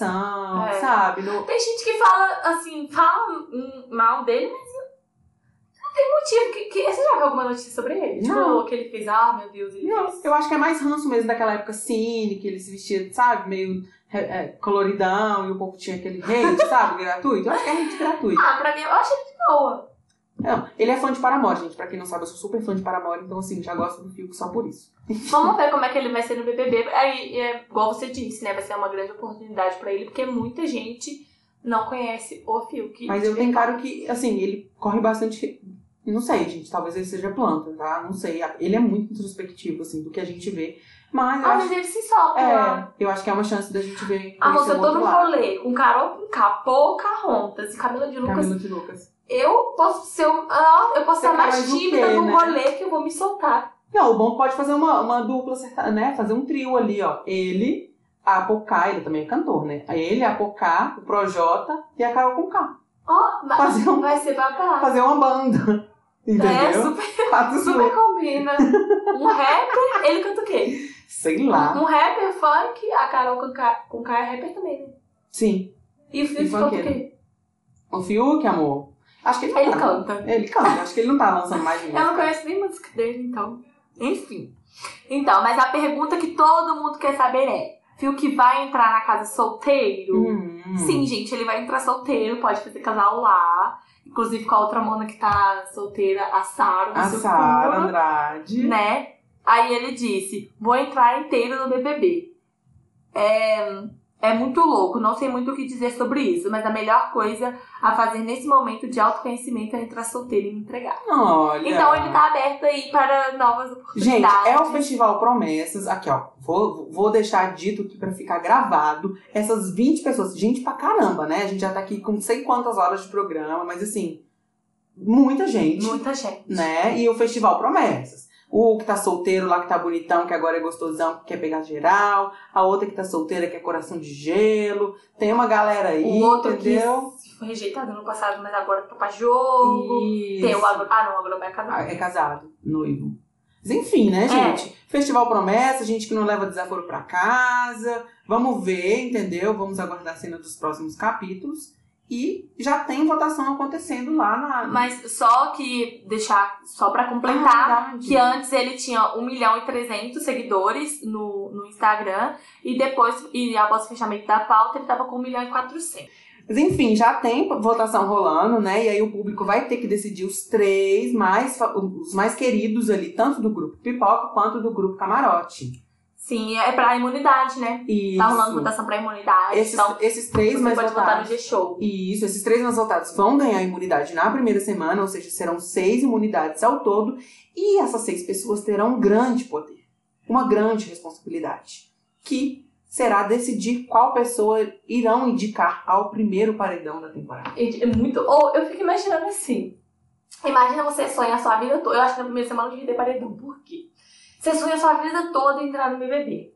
[SPEAKER 1] malhação,
[SPEAKER 2] É.
[SPEAKER 1] sabe? No-
[SPEAKER 2] Tem gente que fala, assim, fala hum, mal dele, mas não tem motivo. Que, que- Você já viu alguma notícia sobre ele?
[SPEAKER 1] Não.
[SPEAKER 2] Tipo, que ele fez, ah, meu Deus, ele
[SPEAKER 1] Não,
[SPEAKER 2] fez.
[SPEAKER 1] eu acho que é mais ranço mesmo daquela época cine, que ele se vestia, sabe, meio é, é, coloridão, e o povo tinha aquele hate, sabe, gratuito. Eu acho que é hate gratuito.
[SPEAKER 2] Ah, pra mim, eu acho ele de boa.
[SPEAKER 1] Não, ele é fã de Paramore, gente. Pra quem não sabe, eu sou super fã de Paramore, então assim, já gosto do Fiuk só por isso.
[SPEAKER 2] Vamos ver como é que ele vai ser no BBB. Aí, é, igual você disse, né? Vai ser uma grande oportunidade pra ele, porque muita gente não conhece o Fiuk.
[SPEAKER 1] Mas eu tenho cara que, assim, ele corre bastante. Não sei, gente, talvez ele seja planta, tá? Não sei. Ele é muito introspectivo, assim, do que a gente vê. Mas eu
[SPEAKER 2] Ah,
[SPEAKER 1] acho,
[SPEAKER 2] mas ele se solta, né?
[SPEAKER 1] é, eu acho que é uma chance da gente ver.
[SPEAKER 2] A
[SPEAKER 1] conhecer o outro
[SPEAKER 2] moça todo Ah, tá no
[SPEAKER 1] lado.
[SPEAKER 2] rolê, com Carol com Capô, Carrontas e assim, Camila de Lucas.
[SPEAKER 1] Camila de Lucas.
[SPEAKER 2] Eu posso ser um- ah, eu posso
[SPEAKER 1] Você
[SPEAKER 2] ser a mais
[SPEAKER 1] faz o
[SPEAKER 2] tímida
[SPEAKER 1] quê,
[SPEAKER 2] no
[SPEAKER 1] né?
[SPEAKER 2] rolê que eu vou me soltar.
[SPEAKER 1] Não, o bom pode fazer uma, uma dupla, certa- né? Fazer um trio ali, ó. Ele, a Pocá, ele também é cantor, né? Ele, a Pocá, o Projota e a Carol Conká.
[SPEAKER 2] Ó, mas
[SPEAKER 1] Fazer um-
[SPEAKER 2] vai ser babado.
[SPEAKER 1] Fazer uma banda.
[SPEAKER 2] É,
[SPEAKER 1] Entendeu?
[SPEAKER 2] super,
[SPEAKER 1] Quatro
[SPEAKER 2] super combina. Um rapper, ele canta o quê?
[SPEAKER 1] Sei lá.
[SPEAKER 2] Um rapper funk, a Carol com K, com K é rapper também. né?
[SPEAKER 1] Sim.
[SPEAKER 2] E o
[SPEAKER 1] E
[SPEAKER 2] Felipe canta o
[SPEAKER 1] funkeiro.
[SPEAKER 2] quê?
[SPEAKER 1] O Fiuk, amor. Acho que ele
[SPEAKER 2] Ele
[SPEAKER 1] canta.
[SPEAKER 2] canta.
[SPEAKER 1] Ele canta, acho que ele não tá lançando mais
[SPEAKER 2] Eu
[SPEAKER 1] música.
[SPEAKER 2] não conheço nem música dele, então. Enfim. Então, mas a pergunta que todo mundo quer saber é: Viu que vai entrar na casa solteiro?
[SPEAKER 1] Hum.
[SPEAKER 2] Sim, gente, ele vai entrar solteiro, pode fazer casal lá. Inclusive com a outra mona que tá solteira, a Sara.
[SPEAKER 1] A
[SPEAKER 2] seu
[SPEAKER 1] Sara
[SPEAKER 2] furo,
[SPEAKER 1] Andrade.
[SPEAKER 2] Né? Aí ele disse: Vou entrar inteiro no BBB. É, é muito louco, não sei muito o que dizer sobre isso, mas a melhor coisa a fazer nesse momento de autoconhecimento é entrar solteiro e me entregar.
[SPEAKER 1] Olha.
[SPEAKER 2] Então ele tá aberto aí para novas
[SPEAKER 1] Gente,
[SPEAKER 2] oportunidades.
[SPEAKER 1] é o Festival Promessas. Aqui, ó. Vou, vou deixar dito aqui pra ficar gravado. Essas 20 pessoas. Gente pra caramba, né? A gente já tá aqui com não sei quantas horas de programa, mas assim. Muita gente.
[SPEAKER 2] Muita gente.
[SPEAKER 1] né? E o Festival Promessas. O que tá solteiro lá, que tá bonitão, que agora é gostosão, que quer pegar geral. A outra que tá solteira, que é coração de gelo. Tem uma galera aí,
[SPEAKER 2] o outro
[SPEAKER 1] entendeu?
[SPEAKER 2] que foi rejeitado no passado, mas agora tá pra jogo.
[SPEAKER 1] Isso.
[SPEAKER 2] Tem o agro... Ah, não, o agro vai
[SPEAKER 1] Ah,
[SPEAKER 2] acabar.
[SPEAKER 1] É casado, noivo. Mas enfim,
[SPEAKER 2] É.
[SPEAKER 1] né, gente? Festival Promessa, gente que não leva desaforo pra casa. Vamos ver, entendeu? Vamos aguardar a cena dos próximos capítulos. E já tem votação acontecendo lá na.
[SPEAKER 2] Mas só que deixar, só pra completar,
[SPEAKER 1] Ah, verdade.
[SPEAKER 2] que antes ele tinha 1 milhão e 300 seguidores no, no Instagram e depois, e após o fechamento da pauta, ele tava com 1 milhão e 400.
[SPEAKER 1] Mas enfim, já tem votação rolando, né? E aí o público vai ter que decidir os três mais fa- os mais queridos ali, tanto do grupo Pipoca quanto do grupo Camarote.
[SPEAKER 2] Sim, é pra imunidade, né?
[SPEAKER 1] Isso.
[SPEAKER 2] Tá rolando votação pra imunidade,
[SPEAKER 1] esses,
[SPEAKER 2] então
[SPEAKER 1] esses três
[SPEAKER 2] você
[SPEAKER 1] mais
[SPEAKER 2] pode votar no
[SPEAKER 1] votados.
[SPEAKER 2] G-Show.
[SPEAKER 1] Isso, esses três mais votados vão ganhar imunidade na primeira semana, ou seja, serão seis imunidades ao todo, e essas seis pessoas terão um grande poder, uma grande responsabilidade, que será decidir qual pessoa irão indicar ao primeiro paredão da temporada.
[SPEAKER 2] E É muito. Ou eu fico imaginando assim. Imagina você sonha a sua vida toda. Eu acho que na primeira semana eu devia ter paredão. Por quê? Você sonha a sua vida toda em entrar no BBB.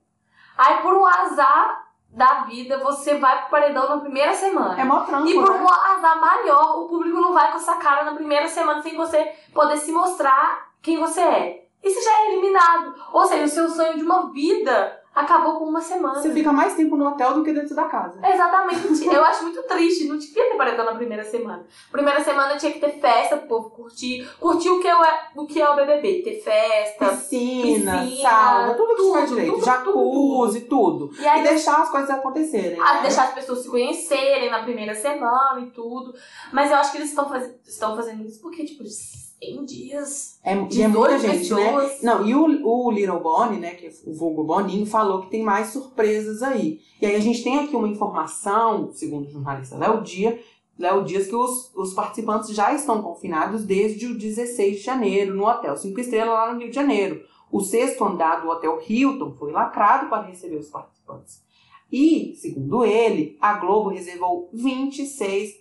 [SPEAKER 2] Aí, por um azar da vida, você vai pro paredão na primeira semana.
[SPEAKER 1] É mó trampo,
[SPEAKER 2] e por
[SPEAKER 1] né?
[SPEAKER 2] um azar maior, o público não vai com essa cara na primeira semana sem você poder se mostrar quem você é. E você já é eliminado. Ou seja, o seu sonho de uma vida acabou com uma semana.
[SPEAKER 1] Você fica mais tempo no hotel do que dentro da casa.
[SPEAKER 2] Exatamente. Eu acho muito triste. Não devia ter paredão na primeira semana. Primeira semana tinha que ter festa pro povo curtir. Curtir o que, eu é, o que é o BBB. Ter festa.
[SPEAKER 1] Piscina,
[SPEAKER 2] Piscina,
[SPEAKER 1] sauna, tudo que tiver
[SPEAKER 2] tudo,
[SPEAKER 1] direito.
[SPEAKER 2] tudo,
[SPEAKER 1] jacuzzi, tudo.
[SPEAKER 2] E aí
[SPEAKER 1] E deixar as coisas acontecerem.
[SPEAKER 2] a
[SPEAKER 1] né?
[SPEAKER 2] Ah, deixar as pessoas se conhecerem na primeira semana e tudo. Mas eu acho que eles estão, faz... estão fazendo isso porque, tipo, 100 dias.
[SPEAKER 1] É, e é
[SPEAKER 2] 18
[SPEAKER 1] muita gente, né?
[SPEAKER 2] pessoas.
[SPEAKER 1] Não, e o, o Little Bonnie, né, que é o vulgo Boninho, falou que tem mais surpresas aí. E aí a gente tem aqui uma informação, segundo o jornalista Léo Dia, Léo Dias, que os, os participantes já estão confinados desde o 16 de janeiro, no Hotel 5 Estrelas, lá no Rio de Janeiro. O sexto andar do Hotel Hilton foi lacrado para receber os participantes. E, segundo ele, a Globo reservou 26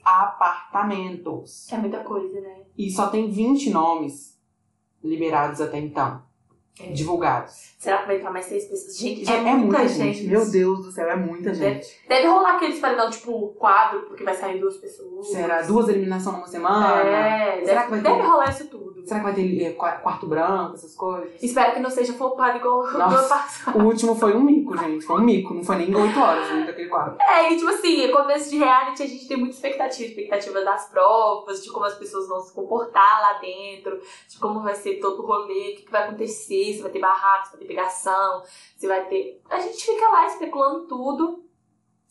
[SPEAKER 1] apartamentos.
[SPEAKER 2] É muita coisa, né?
[SPEAKER 1] E só tem 20 nomes liberados até então,
[SPEAKER 2] É.
[SPEAKER 1] divulgados.
[SPEAKER 2] Será que vai entrar mais seis pessoas? Gente,
[SPEAKER 1] Já
[SPEAKER 2] é, muita, gente.
[SPEAKER 1] Meu Deus do céu, é muita gente.
[SPEAKER 2] Deve rolar aqueles paredão, tipo, quadro, porque vai sair duas pessoas.
[SPEAKER 1] Será duas eliminações numa semana?
[SPEAKER 2] É,
[SPEAKER 1] Será
[SPEAKER 2] Será
[SPEAKER 1] que vai ter?
[SPEAKER 2] deve rolar isso tudo.
[SPEAKER 1] Será que vai ter eh, qua- quarto branco, essas coisas?
[SPEAKER 2] Espero que não seja flopado igual o do
[SPEAKER 1] Nossa.
[SPEAKER 2] ano passado.
[SPEAKER 1] O último foi um mico, gente. Foi um mico. Não foi nem 8 horas dentro daquele quarto.
[SPEAKER 2] É, e tipo assim, começo de reality a gente tem muita expectativa. Expectativa das provas, de como as pessoas vão se comportar lá dentro, de como vai ser todo o rolê, o que, que vai acontecer, se vai ter barraco, se vai ter pegação, se vai ter. A gente fica lá especulando tudo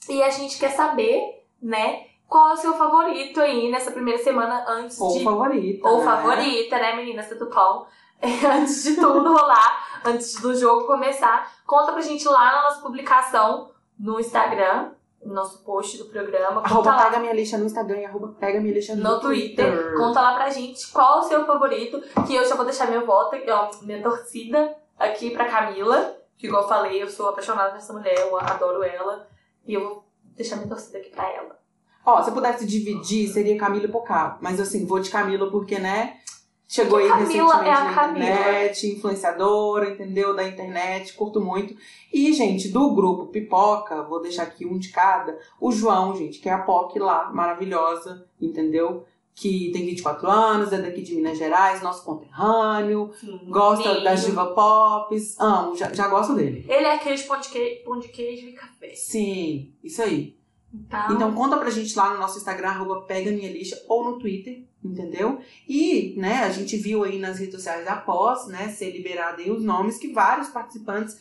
[SPEAKER 2] e a gente quer saber, né, qual é o seu favorito aí nessa primeira semana antes
[SPEAKER 1] Ou
[SPEAKER 2] de
[SPEAKER 1] favorita.
[SPEAKER 2] Ou
[SPEAKER 1] né?
[SPEAKER 2] favorita, né, meninas do pão? antes de tudo rolar, antes do jogo começar, conta pra gente lá na nossa publicação no Instagram, no nosso post do programa, conta
[SPEAKER 1] Arroba
[SPEAKER 2] lá
[SPEAKER 1] pega minha lixa no Instagram e arroba pega minha lixa no,
[SPEAKER 2] no Twitter, conta lá pra gente qual o seu favorito, que eu já vou deixar meu voto, ó, minha torcida aqui pra Camila, que igual eu falei, eu sou apaixonada por essa mulher, eu adoro ela, e eu vou deixar minha torcida aqui pra ela.
[SPEAKER 1] Ó, se eu pudesse dividir, seria Camila e Pocá. Mas assim, vou de Camila porque, né? Chegou aí
[SPEAKER 2] Porque Camila
[SPEAKER 1] recentemente
[SPEAKER 2] é a
[SPEAKER 1] na
[SPEAKER 2] Camila.
[SPEAKER 1] internet, influenciadora, entendeu? Da internet, curto muito. E, gente, do grupo Pipoca, vou deixar aqui um de cada. O João, gente, que é a POC lá, maravilhosa, entendeu? Que tem 24 anos, é daqui de Minas Gerais, nosso conterrâneo, gosta
[SPEAKER 2] Sim.
[SPEAKER 1] das diva pops, amo, já, já gosto dele.
[SPEAKER 2] Ele é aquele de pão de queijo, pão de queijo e café.
[SPEAKER 1] Sim, isso aí.
[SPEAKER 2] Então,
[SPEAKER 1] Então conta pra gente lá no nosso Instagram, arroba pega minha lixa, ou no Twitter, entendeu? E, né, a gente viu aí nas redes sociais após, né, ser liberado aí os nomes que vários participantes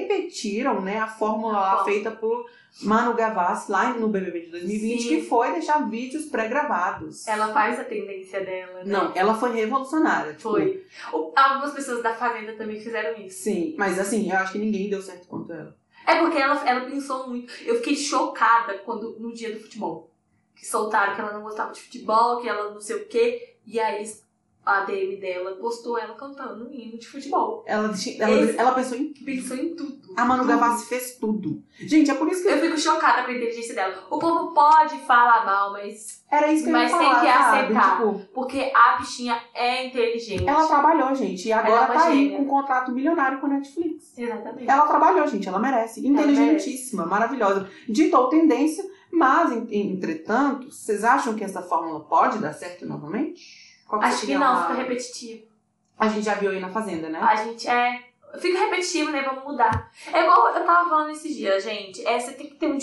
[SPEAKER 1] repetiram, né, a fórmula
[SPEAKER 2] A
[SPEAKER 1] lá
[SPEAKER 2] fórmula.
[SPEAKER 1] feita por Manu Gavassi lá no BBB de 2020,
[SPEAKER 2] Sim.
[SPEAKER 1] que foi deixar vídeos pré-gravados.
[SPEAKER 2] Ela faz a tendência dela, né?
[SPEAKER 1] Não, ela foi revolucionária. tipo,
[SPEAKER 2] Foi. O- Algumas pessoas da Fazenda também fizeram isso.
[SPEAKER 1] Sim, mas assim, eu acho que ninguém deu certo quanto ela.
[SPEAKER 2] É porque ela, ela pensou muito. Eu fiquei chocada quando no dia do futebol. Que soltaram que ela não gostava de futebol, que ela não sei o quê. E aí a DM dela postou ela cantando um hino de futebol.
[SPEAKER 1] Ela, ela,
[SPEAKER 2] Esse-
[SPEAKER 1] ela pensou em.
[SPEAKER 2] Pensou em tudo.
[SPEAKER 1] A Manu
[SPEAKER 2] tudo.
[SPEAKER 1] Gavassi fez tudo. Gente, é por isso que.
[SPEAKER 2] Eu fico chocada com a inteligência dela. O povo pode falar mal, mas.
[SPEAKER 1] Era isso que
[SPEAKER 2] Mas
[SPEAKER 1] eu ia
[SPEAKER 2] tem
[SPEAKER 1] falar,
[SPEAKER 2] que
[SPEAKER 1] sabe?
[SPEAKER 2] aceitar.
[SPEAKER 1] Tipo,
[SPEAKER 2] Porque a bichinha é inteligente.
[SPEAKER 1] Ela tá- trabalhou, gente, e agora
[SPEAKER 2] Ela é uma
[SPEAKER 1] tá aí
[SPEAKER 2] gênia.
[SPEAKER 1] com um contrato milionário com a Netflix.
[SPEAKER 2] Exatamente.
[SPEAKER 1] Ela trabalhou, gente, ela merece. Inteligentíssima, maravilhosa. Ditou tendência, mas, en- entretanto, vocês acham que essa fórmula pode dar certo novamente? Qual
[SPEAKER 2] Acho que
[SPEAKER 1] seria
[SPEAKER 2] não,
[SPEAKER 1] a-
[SPEAKER 2] fica repetitivo.
[SPEAKER 1] A gente já viu aí na Fazenda, né?
[SPEAKER 2] A gente é. Fica repetitivo, né? Vamos mudar. É igual eu tava falando esses dias, gente. É, você tem que ter um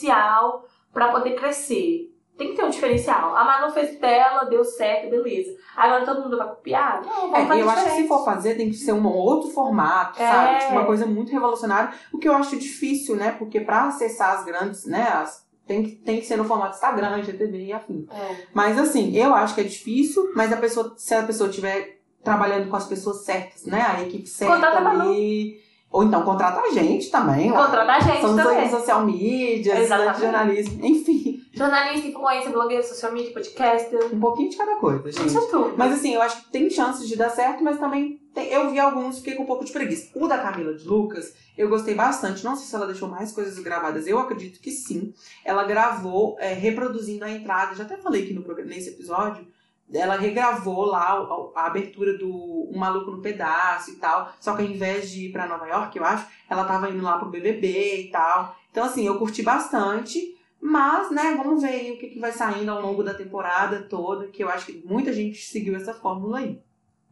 [SPEAKER 2] diferencial pra poder crescer. Tem que ter um diferencial. A Manu fez dela, deu certo, beleza. Agora todo mundo vai copiar? Não,
[SPEAKER 1] É,
[SPEAKER 2] vamos fazer
[SPEAKER 1] eu acho que se
[SPEAKER 2] diferente.
[SPEAKER 1] for fazer, tem que ser um outro formato,
[SPEAKER 2] É.
[SPEAKER 1] sabe? Tipo, uma coisa muito revolucionária. O que eu acho difícil, né? Porque pra acessar as grandes, né? as- tem, que, tem que ser no formato Instagram, GTV e afim.
[SPEAKER 2] É.
[SPEAKER 1] Mas assim, eu acho que é difícil, mas a pessoa, se a pessoa estiver trabalhando com as pessoas certas, né? A equipe certa
[SPEAKER 2] Contrata a Malu.
[SPEAKER 1] ali. Ou então contrata a gente também. lá.
[SPEAKER 2] Contrata a gente
[SPEAKER 1] Somos
[SPEAKER 2] também.
[SPEAKER 1] aí social media, estudante
[SPEAKER 2] Exatamente.
[SPEAKER 1] de jornalismo, enfim,
[SPEAKER 2] Jornalista, influencer, blogueira, social media, podcaster.
[SPEAKER 1] um pouquinho de cada coisa, gente.
[SPEAKER 2] Isso é tudo.
[SPEAKER 1] Mas assim, eu acho que tem chances de dar certo, mas também tem- eu vi alguns, fiquei com um pouco de preguiça. O da Camila de Lucas, eu gostei bastante. Não sei se ela deixou mais coisas gravadas, eu acredito que sim. Ela gravou, é, reproduzindo a entrada, já até falei aqui no, progra- nesse episódio. Ela regravou lá o- a, a abertura do Um Maluco no Pedaço e tal. Só que ao invés de ir pra Nova York, eu acho, ela tava indo lá pro BBB e tal. Então, assim, eu curti bastante. Mas, né, vamos ver aí o que, que vai saindo ao longo da temporada toda, que eu acho que muita gente seguiu essa fórmula aí.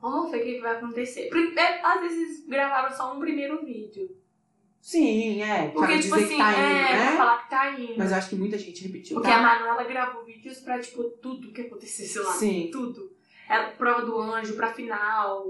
[SPEAKER 2] Vamos ver o que vai acontecer. Primeiro, às vezes gravaram só um primeiro vídeo.
[SPEAKER 1] Sim, é. pra
[SPEAKER 2] Porque, tipo
[SPEAKER 1] dizer que
[SPEAKER 2] assim,
[SPEAKER 1] tá indo,
[SPEAKER 2] é, pra
[SPEAKER 1] né?
[SPEAKER 2] falar que tá indo.
[SPEAKER 1] Mas eu acho que muita gente repetiu. tá?
[SPEAKER 2] Porque a Manuela gravou vídeos pra, tipo, tudo que acontecesse lá.
[SPEAKER 1] Sim.
[SPEAKER 2] Tudo. Ela, prova do anjo, pra final,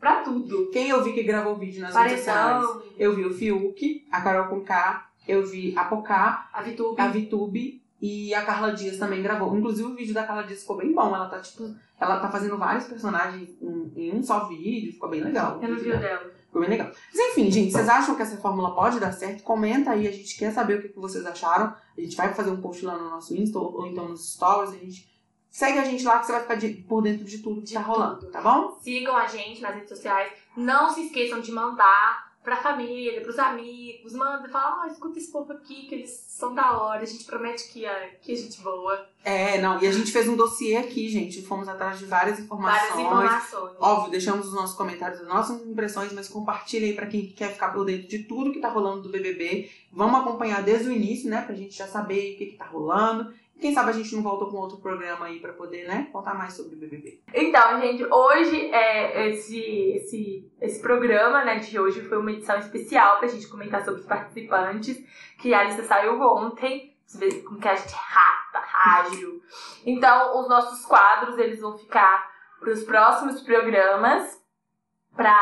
[SPEAKER 2] pra tudo.
[SPEAKER 1] Quem eu vi que gravou vídeo nas redes sociais?
[SPEAKER 2] Paredão,
[SPEAKER 1] Eu vi o Fiuk, a Carol Conká, eu vi a Pocá,
[SPEAKER 2] a Vitube.
[SPEAKER 1] a Vitube e a Carla Dias também gravou. Inclusive o vídeo da Carla Dias ficou bem bom. Ela tá, tipo, ela tá fazendo vários personagens em- em um só vídeo, ficou bem legal.
[SPEAKER 2] Eu não vi o dela.
[SPEAKER 1] Foi bem legal. Mas enfim, gente, vocês acham que essa fórmula pode dar certo? Comenta aí, a gente quer saber o que que vocês acharam. A gente vai fazer um post lá no nosso Insta ou ou então nos stories. A gente segue a gente lá que você vai ficar de- por dentro de tudo que
[SPEAKER 2] De
[SPEAKER 1] tá rolando,
[SPEAKER 2] tudo.
[SPEAKER 1] tá bom?
[SPEAKER 2] Sigam a gente nas redes sociais. Não se esqueçam de mandar pra família, pros amigos. Manda, fala, ah, escuta esse povo aqui, que eles são da hora. A gente promete que é, que é gente boa.
[SPEAKER 1] É, não. E a gente fez um dossiê aqui, gente. Fomos atrás de várias informações.
[SPEAKER 2] Várias informações.
[SPEAKER 1] Óbvio, deixamos os nossos comentários, as nossas impressões, mas compartilha aí pra quem quer ficar por dentro de tudo que tá rolando do BBB. Vamos acompanhar desde o início, né? Pra gente já saber o que, que tá rolando. Quem sabe a gente não volta com outro programa aí pra poder, né? Contar mais sobre o BBB.
[SPEAKER 2] Então, gente, hoje é esse, esse, esse programa né, de hoje foi uma edição especial pra gente comentar sobre os participantes, que a lista saiu ontem, vocês veem como que a gente é rata, rágil. Então, os nossos quadros, eles vão ficar pros próximos programas, pra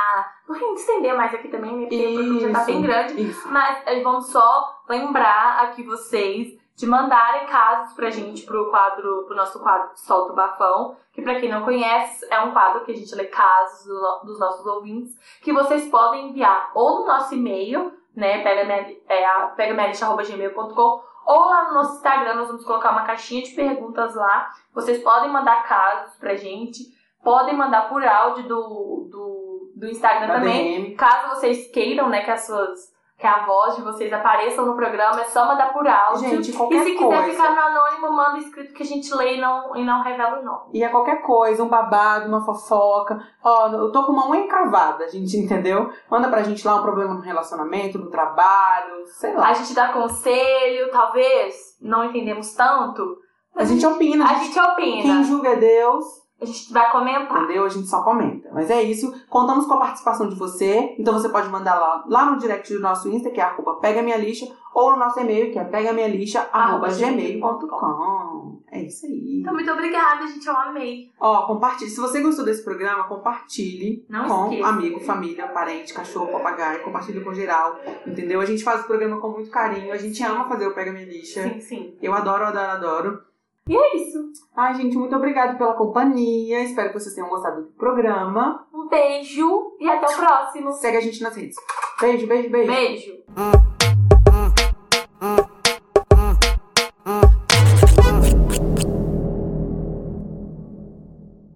[SPEAKER 2] não estender mais aqui também, né, porque o programa já tá
[SPEAKER 1] Isso.
[SPEAKER 2] bem grande,
[SPEAKER 1] Isso.
[SPEAKER 2] mas eh, vamos só lembrar aqui vocês de mandarem casos pra gente pro quadro, pro nosso quadro Solta o Bafão, que pra quem não conhece, é um quadro que a gente lê casos do no- dos nossos ouvintes, que vocês podem enviar ou no nosso e-mail, né, pega minha, é, a- pega minha lista, arroba gmail.com, ou lá no nosso Instagram, nós vamos colocar uma caixinha de perguntas lá, vocês podem mandar casos pra gente, podem mandar por áudio do, do, do Instagram
[SPEAKER 1] Da
[SPEAKER 2] Tá também,
[SPEAKER 1] DM.
[SPEAKER 2] Caso vocês queiram, né, que as suas que a voz de vocês apareçam no programa, é só mandar por áudio.
[SPEAKER 1] Gente,
[SPEAKER 2] e
[SPEAKER 1] qualquer
[SPEAKER 2] se quiser
[SPEAKER 1] coisa.
[SPEAKER 2] ficar no anônimo, manda escrito que a gente lê e não, e não revela o nome.
[SPEAKER 1] E é qualquer coisa, um babado, uma fofoca. Ó, eu tô com uma unha encravada, gente, entendeu? Manda pra gente lá um problema no relacionamento, no trabalho, sei lá.
[SPEAKER 2] A gente dá conselho, talvez não entendemos tanto.
[SPEAKER 1] A gente opina,
[SPEAKER 2] a
[SPEAKER 1] a gente-
[SPEAKER 2] gente opina.
[SPEAKER 1] quem julga é Deus,
[SPEAKER 2] A gente vai comentar.
[SPEAKER 1] entendeu? A gente só comenta. Mas é isso, contamos com a participação de você. Então você pode mandar lá, lá no direct do nosso Insta, que é arroba pega minha lixa, ou no nosso e-mail, que é pega minha lixa, arroba
[SPEAKER 2] Arroba
[SPEAKER 1] gmail.com. É É isso aí.
[SPEAKER 2] Então, muito obrigada, gente. Eu amei.
[SPEAKER 1] Ó, compartilhe. Se você gostou desse programa, compartilhe
[SPEAKER 2] Não
[SPEAKER 1] com
[SPEAKER 2] esqueça.
[SPEAKER 1] amigo, família, parente, cachorro, papagaio. Compartilhe com geral, entendeu? A gente faz o programa com muito carinho. A gente ama fazer o Pega Minha Lixa.
[SPEAKER 2] Sim, sim.
[SPEAKER 1] Eu adoro, adoro, adoro.
[SPEAKER 2] E é isso.
[SPEAKER 1] Ai, gente, muito obrigada pela companhia. Espero que vocês tenham gostado do programa.
[SPEAKER 2] Um beijo e até o próximo.
[SPEAKER 1] Segue a gente nas redes. Beijo, beijo, beijo.
[SPEAKER 2] Beijo.